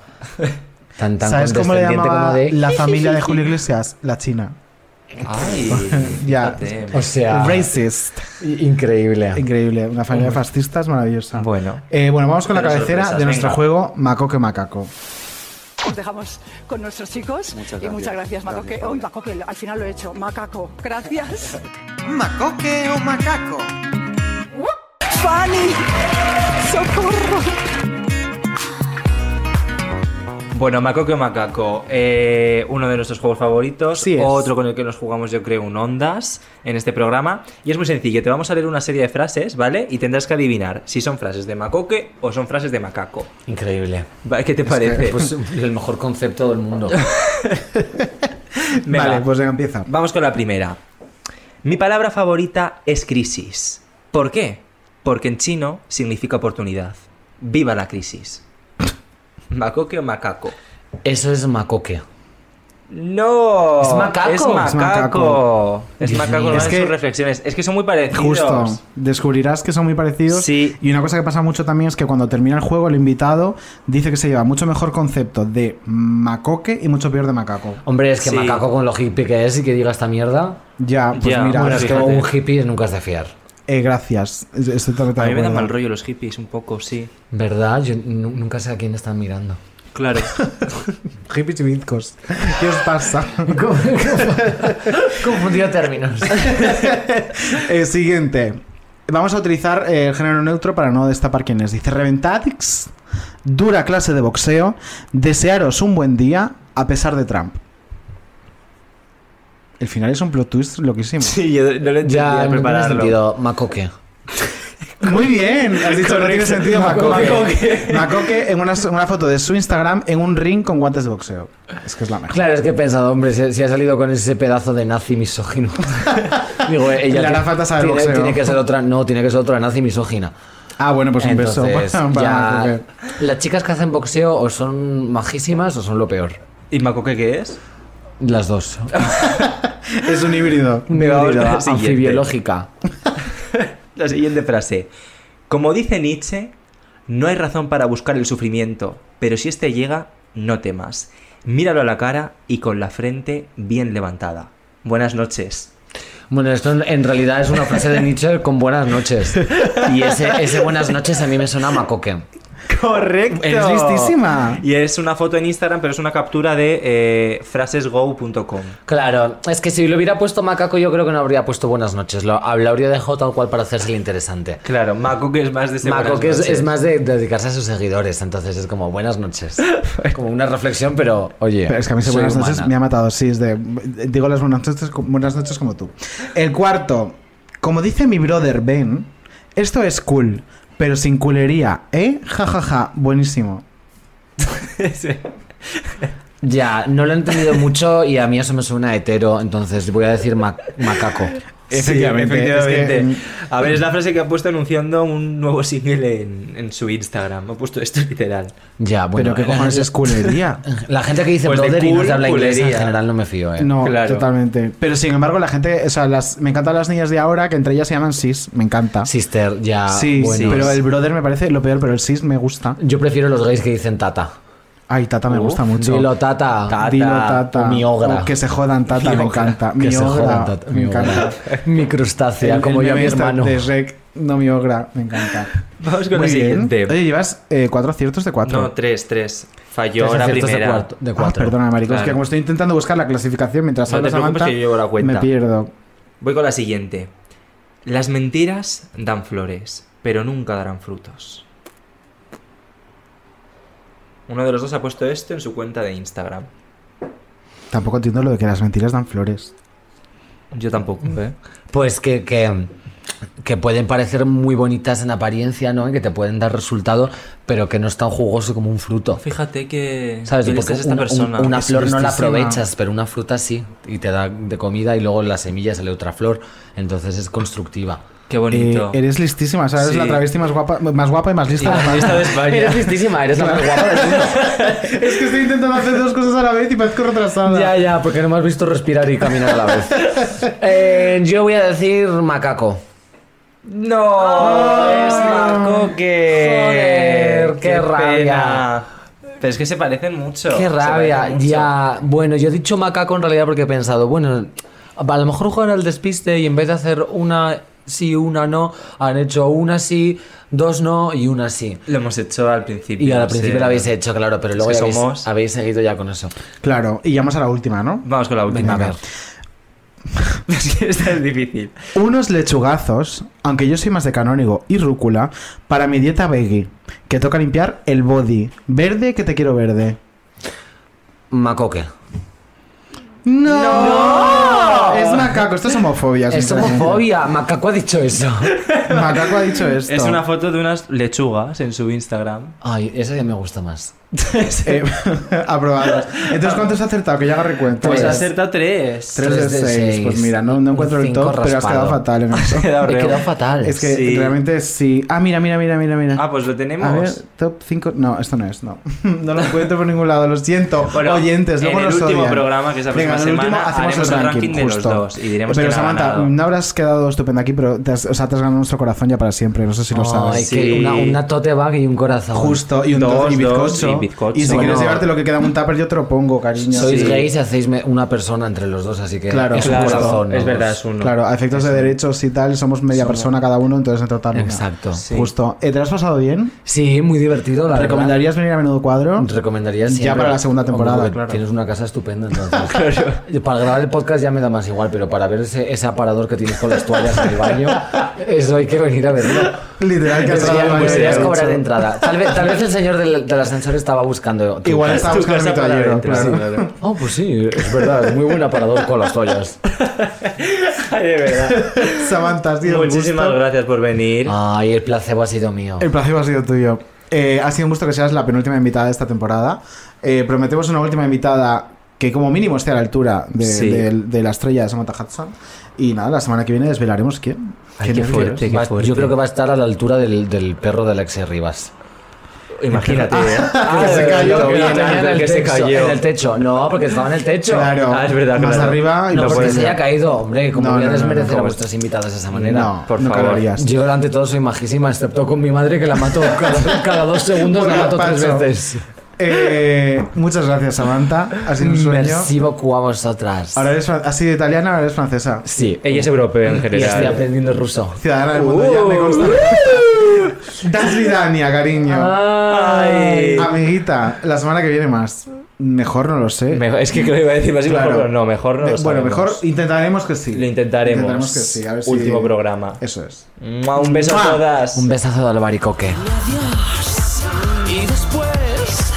Speaker 2: Tan, tan
Speaker 4: ¿Sabes cómo le
Speaker 2: condescendiente
Speaker 4: llamaba
Speaker 2: como de...
Speaker 4: la familia de Julio Iglesias? La China.
Speaker 6: Ay,
Speaker 4: ya.
Speaker 2: O sea,
Speaker 4: Racist.
Speaker 2: Increíble.
Speaker 4: Increíble. Una familia de fascistas maravillosa.
Speaker 6: Bueno.
Speaker 4: Eh, bueno, vamos con la
Speaker 6: Pero
Speaker 4: cabecera
Speaker 6: sorpresas,
Speaker 4: de nuestro
Speaker 6: venga.
Speaker 4: juego Maco que Macaco.
Speaker 19: Os dejamos con nuestros
Speaker 4: Muchas
Speaker 19: chicos. y
Speaker 4: gracias.
Speaker 19: muchas gracias, Maco.
Speaker 4: Gracias,
Speaker 19: que, uy, Maco, que al final lo he hecho. Macaco, gracias.
Speaker 1: Macoque o macaco.
Speaker 19: Fanny, socorro.
Speaker 6: Bueno, Macoque o Macaco, eh, uno de nuestros juegos favoritos, otro con el que nos jugamos yo creo un Ondas en este programa. Y es muy sencillo, te vamos a leer una serie de frases, ¿vale? Y tendrás que adivinar si son frases de Macoque o son frases de Macaco.
Speaker 2: Increíble.
Speaker 6: Va, ¿Qué te
Speaker 2: Es
Speaker 6: parece?
Speaker 2: que, pues, el mejor concepto del mundo.
Speaker 6: Venga,
Speaker 4: Vale, pues venga, empieza.
Speaker 6: Vamos con la primera. Mi palabra favorita es crisis. ¿Por qué? Porque en chino significa oportunidad. ¡Viva la crisis! ¿Macoque o Macaco?
Speaker 2: Eso es macoque.
Speaker 6: No,
Speaker 2: Es macaco.
Speaker 6: Es
Speaker 2: Es macaco.
Speaker 6: macaco. Es
Speaker 4: Dios
Speaker 6: macaco,
Speaker 4: mío.
Speaker 6: no
Speaker 4: Es
Speaker 6: dan
Speaker 4: que-
Speaker 6: sus reflexiones. Es que son muy parecidos.
Speaker 4: Justo, descubrirás que son muy parecidos.
Speaker 6: Sí.
Speaker 4: Y una cosa que pasa mucho también es que cuando termina el juego, el invitado dice que se lleva mucho mejor concepto de macoque y mucho peor de macaco.
Speaker 2: Hombre, es que
Speaker 4: Sí.
Speaker 2: macaco con lo hippie que es y que diga esta mierda.
Speaker 4: Ya, pues mira,
Speaker 2: Bueno,
Speaker 4: es
Speaker 2: es
Speaker 4: que-
Speaker 2: que un hippie nunca es de fiar.
Speaker 4: Eh, gracias. Es- Estoy totalmente
Speaker 6: A
Speaker 4: de
Speaker 6: mí me da
Speaker 4: acuerdo.
Speaker 6: mal rollo los hippies, un poco, sí.
Speaker 2: ¿Verdad? Yo nu- nunca sé a quién están mirando.
Speaker 6: Claro.
Speaker 4: Hippies y bizcos. ¿Qué os pasa?
Speaker 2: Confundido términos.
Speaker 4: Eh, siguiente. Vamos a utilizar eh, el género neutro para no destapar quién es. Dice Reventadix, dura clase de boxeo, desearos un buen día a pesar de Trump. El final es un plot twist loquísimo.
Speaker 6: Sí, yo no lo
Speaker 2: Ya, no tiene sentido. Macoque.
Speaker 4: Muy bien, has dicho, no tiene
Speaker 2: Correcto.
Speaker 4: sentido
Speaker 2: Macoque.
Speaker 4: Macoque. Macoque en una, en una foto de su Instagram en un ring con guantes de boxeo. Es que es la mejor.
Speaker 2: Claro, es que he pensado, hombre, si, si ha salido con ese pedazo de nazi misógino. Digo, ella.
Speaker 4: Le hará
Speaker 2: tiene-
Speaker 4: falta saber
Speaker 2: tiene,
Speaker 4: boxeo.
Speaker 2: tiene que ser otra, no, tiene que ser otra nazi misógina.
Speaker 4: Ah, bueno, pues un beso.
Speaker 2: Entonces,
Speaker 4: para- para
Speaker 2: ya-
Speaker 4: Macoque.
Speaker 2: las chicas que hacen boxeo o son majísimas o son lo peor.
Speaker 6: ¿Y Macoque qué es?
Speaker 2: Las dos.
Speaker 4: Es un híbrido.
Speaker 2: Me va a volver a la siguiente.
Speaker 6: la siguiente frase. Como dice Nietzsche, no hay razón para buscar el sufrimiento, pero si este llega, no temas. Míralo a la cara y con la frente bien levantada. Buenas noches.
Speaker 2: Bueno, esto en- en realidad es una frase de Nietzsche con buenas noches. Y ese, ese buenas noches a mí me suena a macoque.
Speaker 6: Correcto.
Speaker 2: Eres listísima.
Speaker 6: Y es una foto en Instagram, pero es una captura de eh, frasesgo.com.
Speaker 2: Claro, es que si lo hubiera puesto macaco yo creo que no habría puesto buenas noches. Lo, lo habría dejado tal cual para hacerse el interesante.
Speaker 6: Claro, macoque es más de ese
Speaker 2: Macoque
Speaker 6: buenas
Speaker 2: es, es
Speaker 6: noches.
Speaker 2: más de dedicarse a sus seguidores, entonces es como buenas noches. Como una reflexión, pero oye.
Speaker 4: Pero es que a mí ese
Speaker 2: soy
Speaker 4: buenas noches
Speaker 2: humana.
Speaker 4: me ha matado. Sí, es de. Digo las buenas noches, buenas noches como tú. El cuarto. Como dice mi brother Ben, esto es cool, pero sin culería, ¿eh? Ja, ja, ja. Buenísimo.
Speaker 2: Ya, no lo he entendido mucho y a mí eso me suena a hetero, entonces voy a decir ma- macaco.
Speaker 6: Sí, efectivamente. A ver, es la frase que ha puesto anunciando un nuevo single en, en su Instagram. Ha puesto esto literal.
Speaker 2: Ya, bueno.
Speaker 6: Pero ¿qué
Speaker 2: la
Speaker 6: cojones
Speaker 2: gente-
Speaker 6: es culería?
Speaker 2: La gente que dice
Speaker 6: Pues de
Speaker 2: brother y no
Speaker 6: cool,
Speaker 2: se habla inglés en
Speaker 6: culería.
Speaker 2: general no me fío, eh.
Speaker 4: No, totalmente. Pero sin embargo, la gente. O sea, las, me encantan las niñas de ahora que entre ellas se llaman sis. Me encanta.
Speaker 2: Sister, ya.
Speaker 4: Sí,
Speaker 2: bueno.
Speaker 4: sí, pero el brother me parece lo peor, pero el sis me gusta.
Speaker 2: Yo prefiero los gays que dicen tata.
Speaker 4: Ay, tata me
Speaker 2: Uf,
Speaker 4: gusta mucho.
Speaker 2: dilo tata. Tata.
Speaker 4: Dilo tata.
Speaker 2: O mi ogra.
Speaker 4: O que se jodan tata, me
Speaker 2: Miogra.
Speaker 4: encanta.
Speaker 2: Que se
Speaker 4: Miogra,
Speaker 2: jodan, tata.
Speaker 4: me
Speaker 2: Miogra.
Speaker 4: encanta.
Speaker 2: Mi crustácea,
Speaker 4: El-
Speaker 2: como
Speaker 4: el
Speaker 2: yo a mi
Speaker 4: meme está
Speaker 2: hermano.
Speaker 4: De Shrek, no mi ogra, me encanta.
Speaker 6: Vamos con
Speaker 4: Muy
Speaker 6: la
Speaker 4: bien.
Speaker 6: siguiente.
Speaker 4: Oye, llevas eh, cuatro aciertos de cuatro.
Speaker 6: No, tres, tres. Falló
Speaker 4: Tres
Speaker 6: la
Speaker 4: aciertos de
Speaker 6: primera.
Speaker 4: cuarto- de cuatro. Ah, perdona, marico, es que como estoy intentando buscar la clasificación mientras
Speaker 6: No te
Speaker 4: hablas
Speaker 6: preocupes
Speaker 4: Samantha,
Speaker 6: que yo llevo la cuenta.
Speaker 4: me pierdo.
Speaker 6: Voy con la siguiente. Las mentiras dan flores, pero nunca darán frutos. Uno de los dos ha puesto esto en su cuenta de Instagram.
Speaker 4: Tampoco entiendo lo de que las mentiras dan flores.
Speaker 6: Yo tampoco, ¿eh?
Speaker 2: Pues que, que, que pueden parecer muy bonitas en apariencia, ¿no? Y que te pueden dar resultado, pero que no es tan jugoso como un fruto.
Speaker 6: Fíjate que.
Speaker 2: ¿Sabes?
Speaker 6: que
Speaker 2: Porque
Speaker 6: eres esta
Speaker 2: una, un-
Speaker 6: persona.
Speaker 2: una
Speaker 6: Es
Speaker 2: flor no la
Speaker 6: listísima.
Speaker 2: aprovechas, pero una fruta sí. Y te da de comida y luego las semillas sale otra flor. Entonces es constructiva.
Speaker 6: Qué
Speaker 4: Eh, eres listísima, ¿sabes?
Speaker 2: Sí.
Speaker 4: La travesti más guapa, más guapa y más lista.
Speaker 2: Y
Speaker 4: de España.
Speaker 2: más lista de España. Eres listísima, eres la más guapa del
Speaker 4: mundo. es que estoy intentando hacer dos cosas a la vez y parezco retrasada.
Speaker 2: Ya, ya, porque no me has visto respirar y caminar a la vez. Eh, yo voy a decir macaco.
Speaker 6: No, es Macoque.
Speaker 2: Joder, qué rabia.
Speaker 6: pena. Pero es que se parecen mucho.
Speaker 2: Qué
Speaker 6: se
Speaker 2: rabia,
Speaker 6: parecen mucho.
Speaker 2: ya. Bueno, yo he dicho macaco en realidad porque he pensado, bueno, a lo mejor jugar al despiste y en vez de hacer una sí, una no, han hecho una sí, dos no y una sí.
Speaker 6: Lo hemos hecho al principio.
Speaker 2: Y al
Speaker 6: sí.
Speaker 2: principio lo habéis hecho, claro, pero
Speaker 6: Es
Speaker 2: luego
Speaker 6: que
Speaker 2: ya habéis,
Speaker 6: somos-
Speaker 2: habéis seguido ya con eso.
Speaker 4: Claro, y vamos a la última, ¿no?
Speaker 6: Vamos con la última.
Speaker 4: Venga, a
Speaker 6: Es que Esta es difícil.
Speaker 4: Unos lechugazos, aunque yo soy más de canónigo y rúcula, para mi dieta veggie, que toca limpiar el body. Verde que te quiero verde.
Speaker 2: Macoque.
Speaker 4: ¡No! Es macaco, esto es homofobia.
Speaker 2: Es
Speaker 4: sinceramente.
Speaker 2: homofobia, macaco ha dicho eso.
Speaker 4: Macaco ha dicho esto.
Speaker 6: Es una foto de unas lechugas en su Instagram.
Speaker 18: Ah,
Speaker 2: Ay, esa ya me gusta más.
Speaker 4: Eh, aprobados. Entonces, ¿cuántos has acertado? Que ya agarré cuenta.
Speaker 6: Pues acerta tres.
Speaker 4: 3 de 6. Pues mira, no, no encuentro el
Speaker 6: Cinco
Speaker 4: top, pero has
Speaker 6: raspado.
Speaker 4: quedado fatal en eso.
Speaker 6: quedado He reo. quedado fatal.
Speaker 4: Es que
Speaker 6: Sí.
Speaker 4: realmente sí. Ah, mira, mira, mira, mira, mira.
Speaker 6: Ah, pues lo tenemos.
Speaker 4: A ver, top 5. No, esto no es, no. No lo encuentro por ningún lado, lo siento.
Speaker 6: Bueno,
Speaker 4: Oyentes, luego
Speaker 6: en el
Speaker 4: nos
Speaker 6: último
Speaker 4: odian.
Speaker 6: programa, que es la
Speaker 4: Venga,
Speaker 6: próxima
Speaker 4: en el último
Speaker 6: semana,
Speaker 4: hacemos
Speaker 6: Ah, haremos
Speaker 4: el
Speaker 6: el
Speaker 4: ranking,
Speaker 6: ranking de los
Speaker 4: justo.
Speaker 6: dos y diremos
Speaker 4: Pero
Speaker 6: quién ha
Speaker 4: Samantha,
Speaker 6: ganado.
Speaker 4: no habrás quedado estupenda aquí, pero te has, o sea, te has ganado nuestro corazón ya para siempre. No sé si lo
Speaker 2: Ay,
Speaker 4: sabes.
Speaker 2: que una, una tote bag y un corazón.
Speaker 4: Justo, y un dos, y bizcocho.
Speaker 6: bizcocho.
Speaker 4: Y si quieres
Speaker 6: Bueno.
Speaker 4: llevarte lo que queda en un tupper, yo te lo pongo, cariño.
Speaker 2: Sois
Speaker 4: Sí.
Speaker 2: gays y hacéis me- una persona entre los dos, así que
Speaker 4: Claro,
Speaker 2: es un
Speaker 4: claro.
Speaker 2: corazón. ¿no? Pues
Speaker 4: Claro, a efectos de derechos y tal, somos media persona cada uno, entonces en total. una.
Speaker 2: Exacto. Sí.
Speaker 4: Justo. Eh, ¿Te lo has pasado bien?
Speaker 2: Sí, muy divertido, la
Speaker 4: ¿Recomendarías venir a menudo cuadro?
Speaker 2: Recomendaría
Speaker 4: Ya
Speaker 2: siempre.
Speaker 4: para la segunda
Speaker 2: Hombre,
Speaker 4: temporada,
Speaker 2: porque
Speaker 4: claro.
Speaker 2: Tienes una casa estupenda, entonces. Para grabar el podcast ya me da más igual, pero para ver ese, ese aparador que tienes con las toallas en el baño, eso hay que venir a verlo.
Speaker 4: Literal, que has
Speaker 2: Eso
Speaker 4: dado
Speaker 2: ya
Speaker 4: la
Speaker 2: Deberías
Speaker 4: manera.
Speaker 2: cobrar entrada. Tal vez, tal vez el señor del, del ascensor estaba buscando. tu
Speaker 4: Igual
Speaker 2: casa.
Speaker 4: estaba buscando mi tallero, claro.
Speaker 2: Oh, pues sí, es verdad, es muy buen aparador con las toallas.
Speaker 18: Ay, de verdad.
Speaker 4: Samantha, has sido un
Speaker 18: Muchísimas
Speaker 4: gusto.
Speaker 18: gracias por venir.
Speaker 2: Ay, el placebo ha sido mío.
Speaker 4: El placer ha sido tuyo. Eh, ha sido un gusto que seas la penúltima invitada de esta temporada. Eh, prometemos una última invitada que como mínimo esté a la altura de,
Speaker 2: Sí.
Speaker 4: de- de la estrella de Samantha Hudson. Y nada, la semana que viene desvelaremos quién.
Speaker 2: Ay,
Speaker 4: ¿Quién
Speaker 2: qué
Speaker 4: es?
Speaker 2: fuerte, qué fuerte. Yo creo que va a estar a la altura del, del perro de Alexis Rivas.
Speaker 18: Imagínate, ¿eh?
Speaker 2: Ah,
Speaker 18: Que se
Speaker 2: de-
Speaker 18: cayó,
Speaker 2: lo
Speaker 18: que
Speaker 2: vi
Speaker 18: la
Speaker 2: en
Speaker 18: tenía en
Speaker 2: el
Speaker 18: el que se
Speaker 2: texto,
Speaker 18: cayó.
Speaker 2: En el techo. No, porque estaba en el techo.
Speaker 18: Claro. Ah, es verdad, Más claro. arriba y
Speaker 2: no,
Speaker 18: lo
Speaker 2: porque
Speaker 18: puedes
Speaker 2: se
Speaker 18: ver.
Speaker 2: haya caído, hombre. Como
Speaker 18: No,
Speaker 2: voy a
Speaker 18: no, no,
Speaker 2: desmerecer
Speaker 18: no,
Speaker 2: a
Speaker 18: no.
Speaker 2: vuestras invitadas de esa manera.
Speaker 18: No, Por no favor. cabrearas.
Speaker 2: Yo durante todo soy majísima, excepto con mi madre que la mato cada, cada dos segundos, la
Speaker 4: Bueno,
Speaker 2: mato tres
Speaker 4: Pancho.
Speaker 2: veces.
Speaker 4: Eh, muchas gracias, Samantha. Ha sido un sueño.
Speaker 2: Merci beaucoup a vosotras.
Speaker 4: Ahora eres, fran- has sido italiana, ahora eres francesa.
Speaker 2: Sí.
Speaker 18: Ella es europea en
Speaker 2: Y estoy
Speaker 18: general.
Speaker 2: aprendiendo ruso.
Speaker 4: Ciudadana del mundo, ya me consta. Das Vidania, cariño.
Speaker 18: Ay.
Speaker 4: Amiguita, la semana que viene más. Mejor no lo sé.
Speaker 18: es que creo que iba a decir más y mejor, pero no, mejor no lo
Speaker 4: Eh, Bueno,
Speaker 18: sabemos.
Speaker 4: mejor intentaremos que sí.
Speaker 18: Lo intentaremos.
Speaker 4: Intentaremos que sí. A ver si-
Speaker 18: Último programa.
Speaker 4: Eso es.
Speaker 18: Mua,
Speaker 2: Ah,
Speaker 18: Un beso a
Speaker 4: Mua.
Speaker 18: todas.
Speaker 2: Un besazo de albaricoque.
Speaker 22: Y después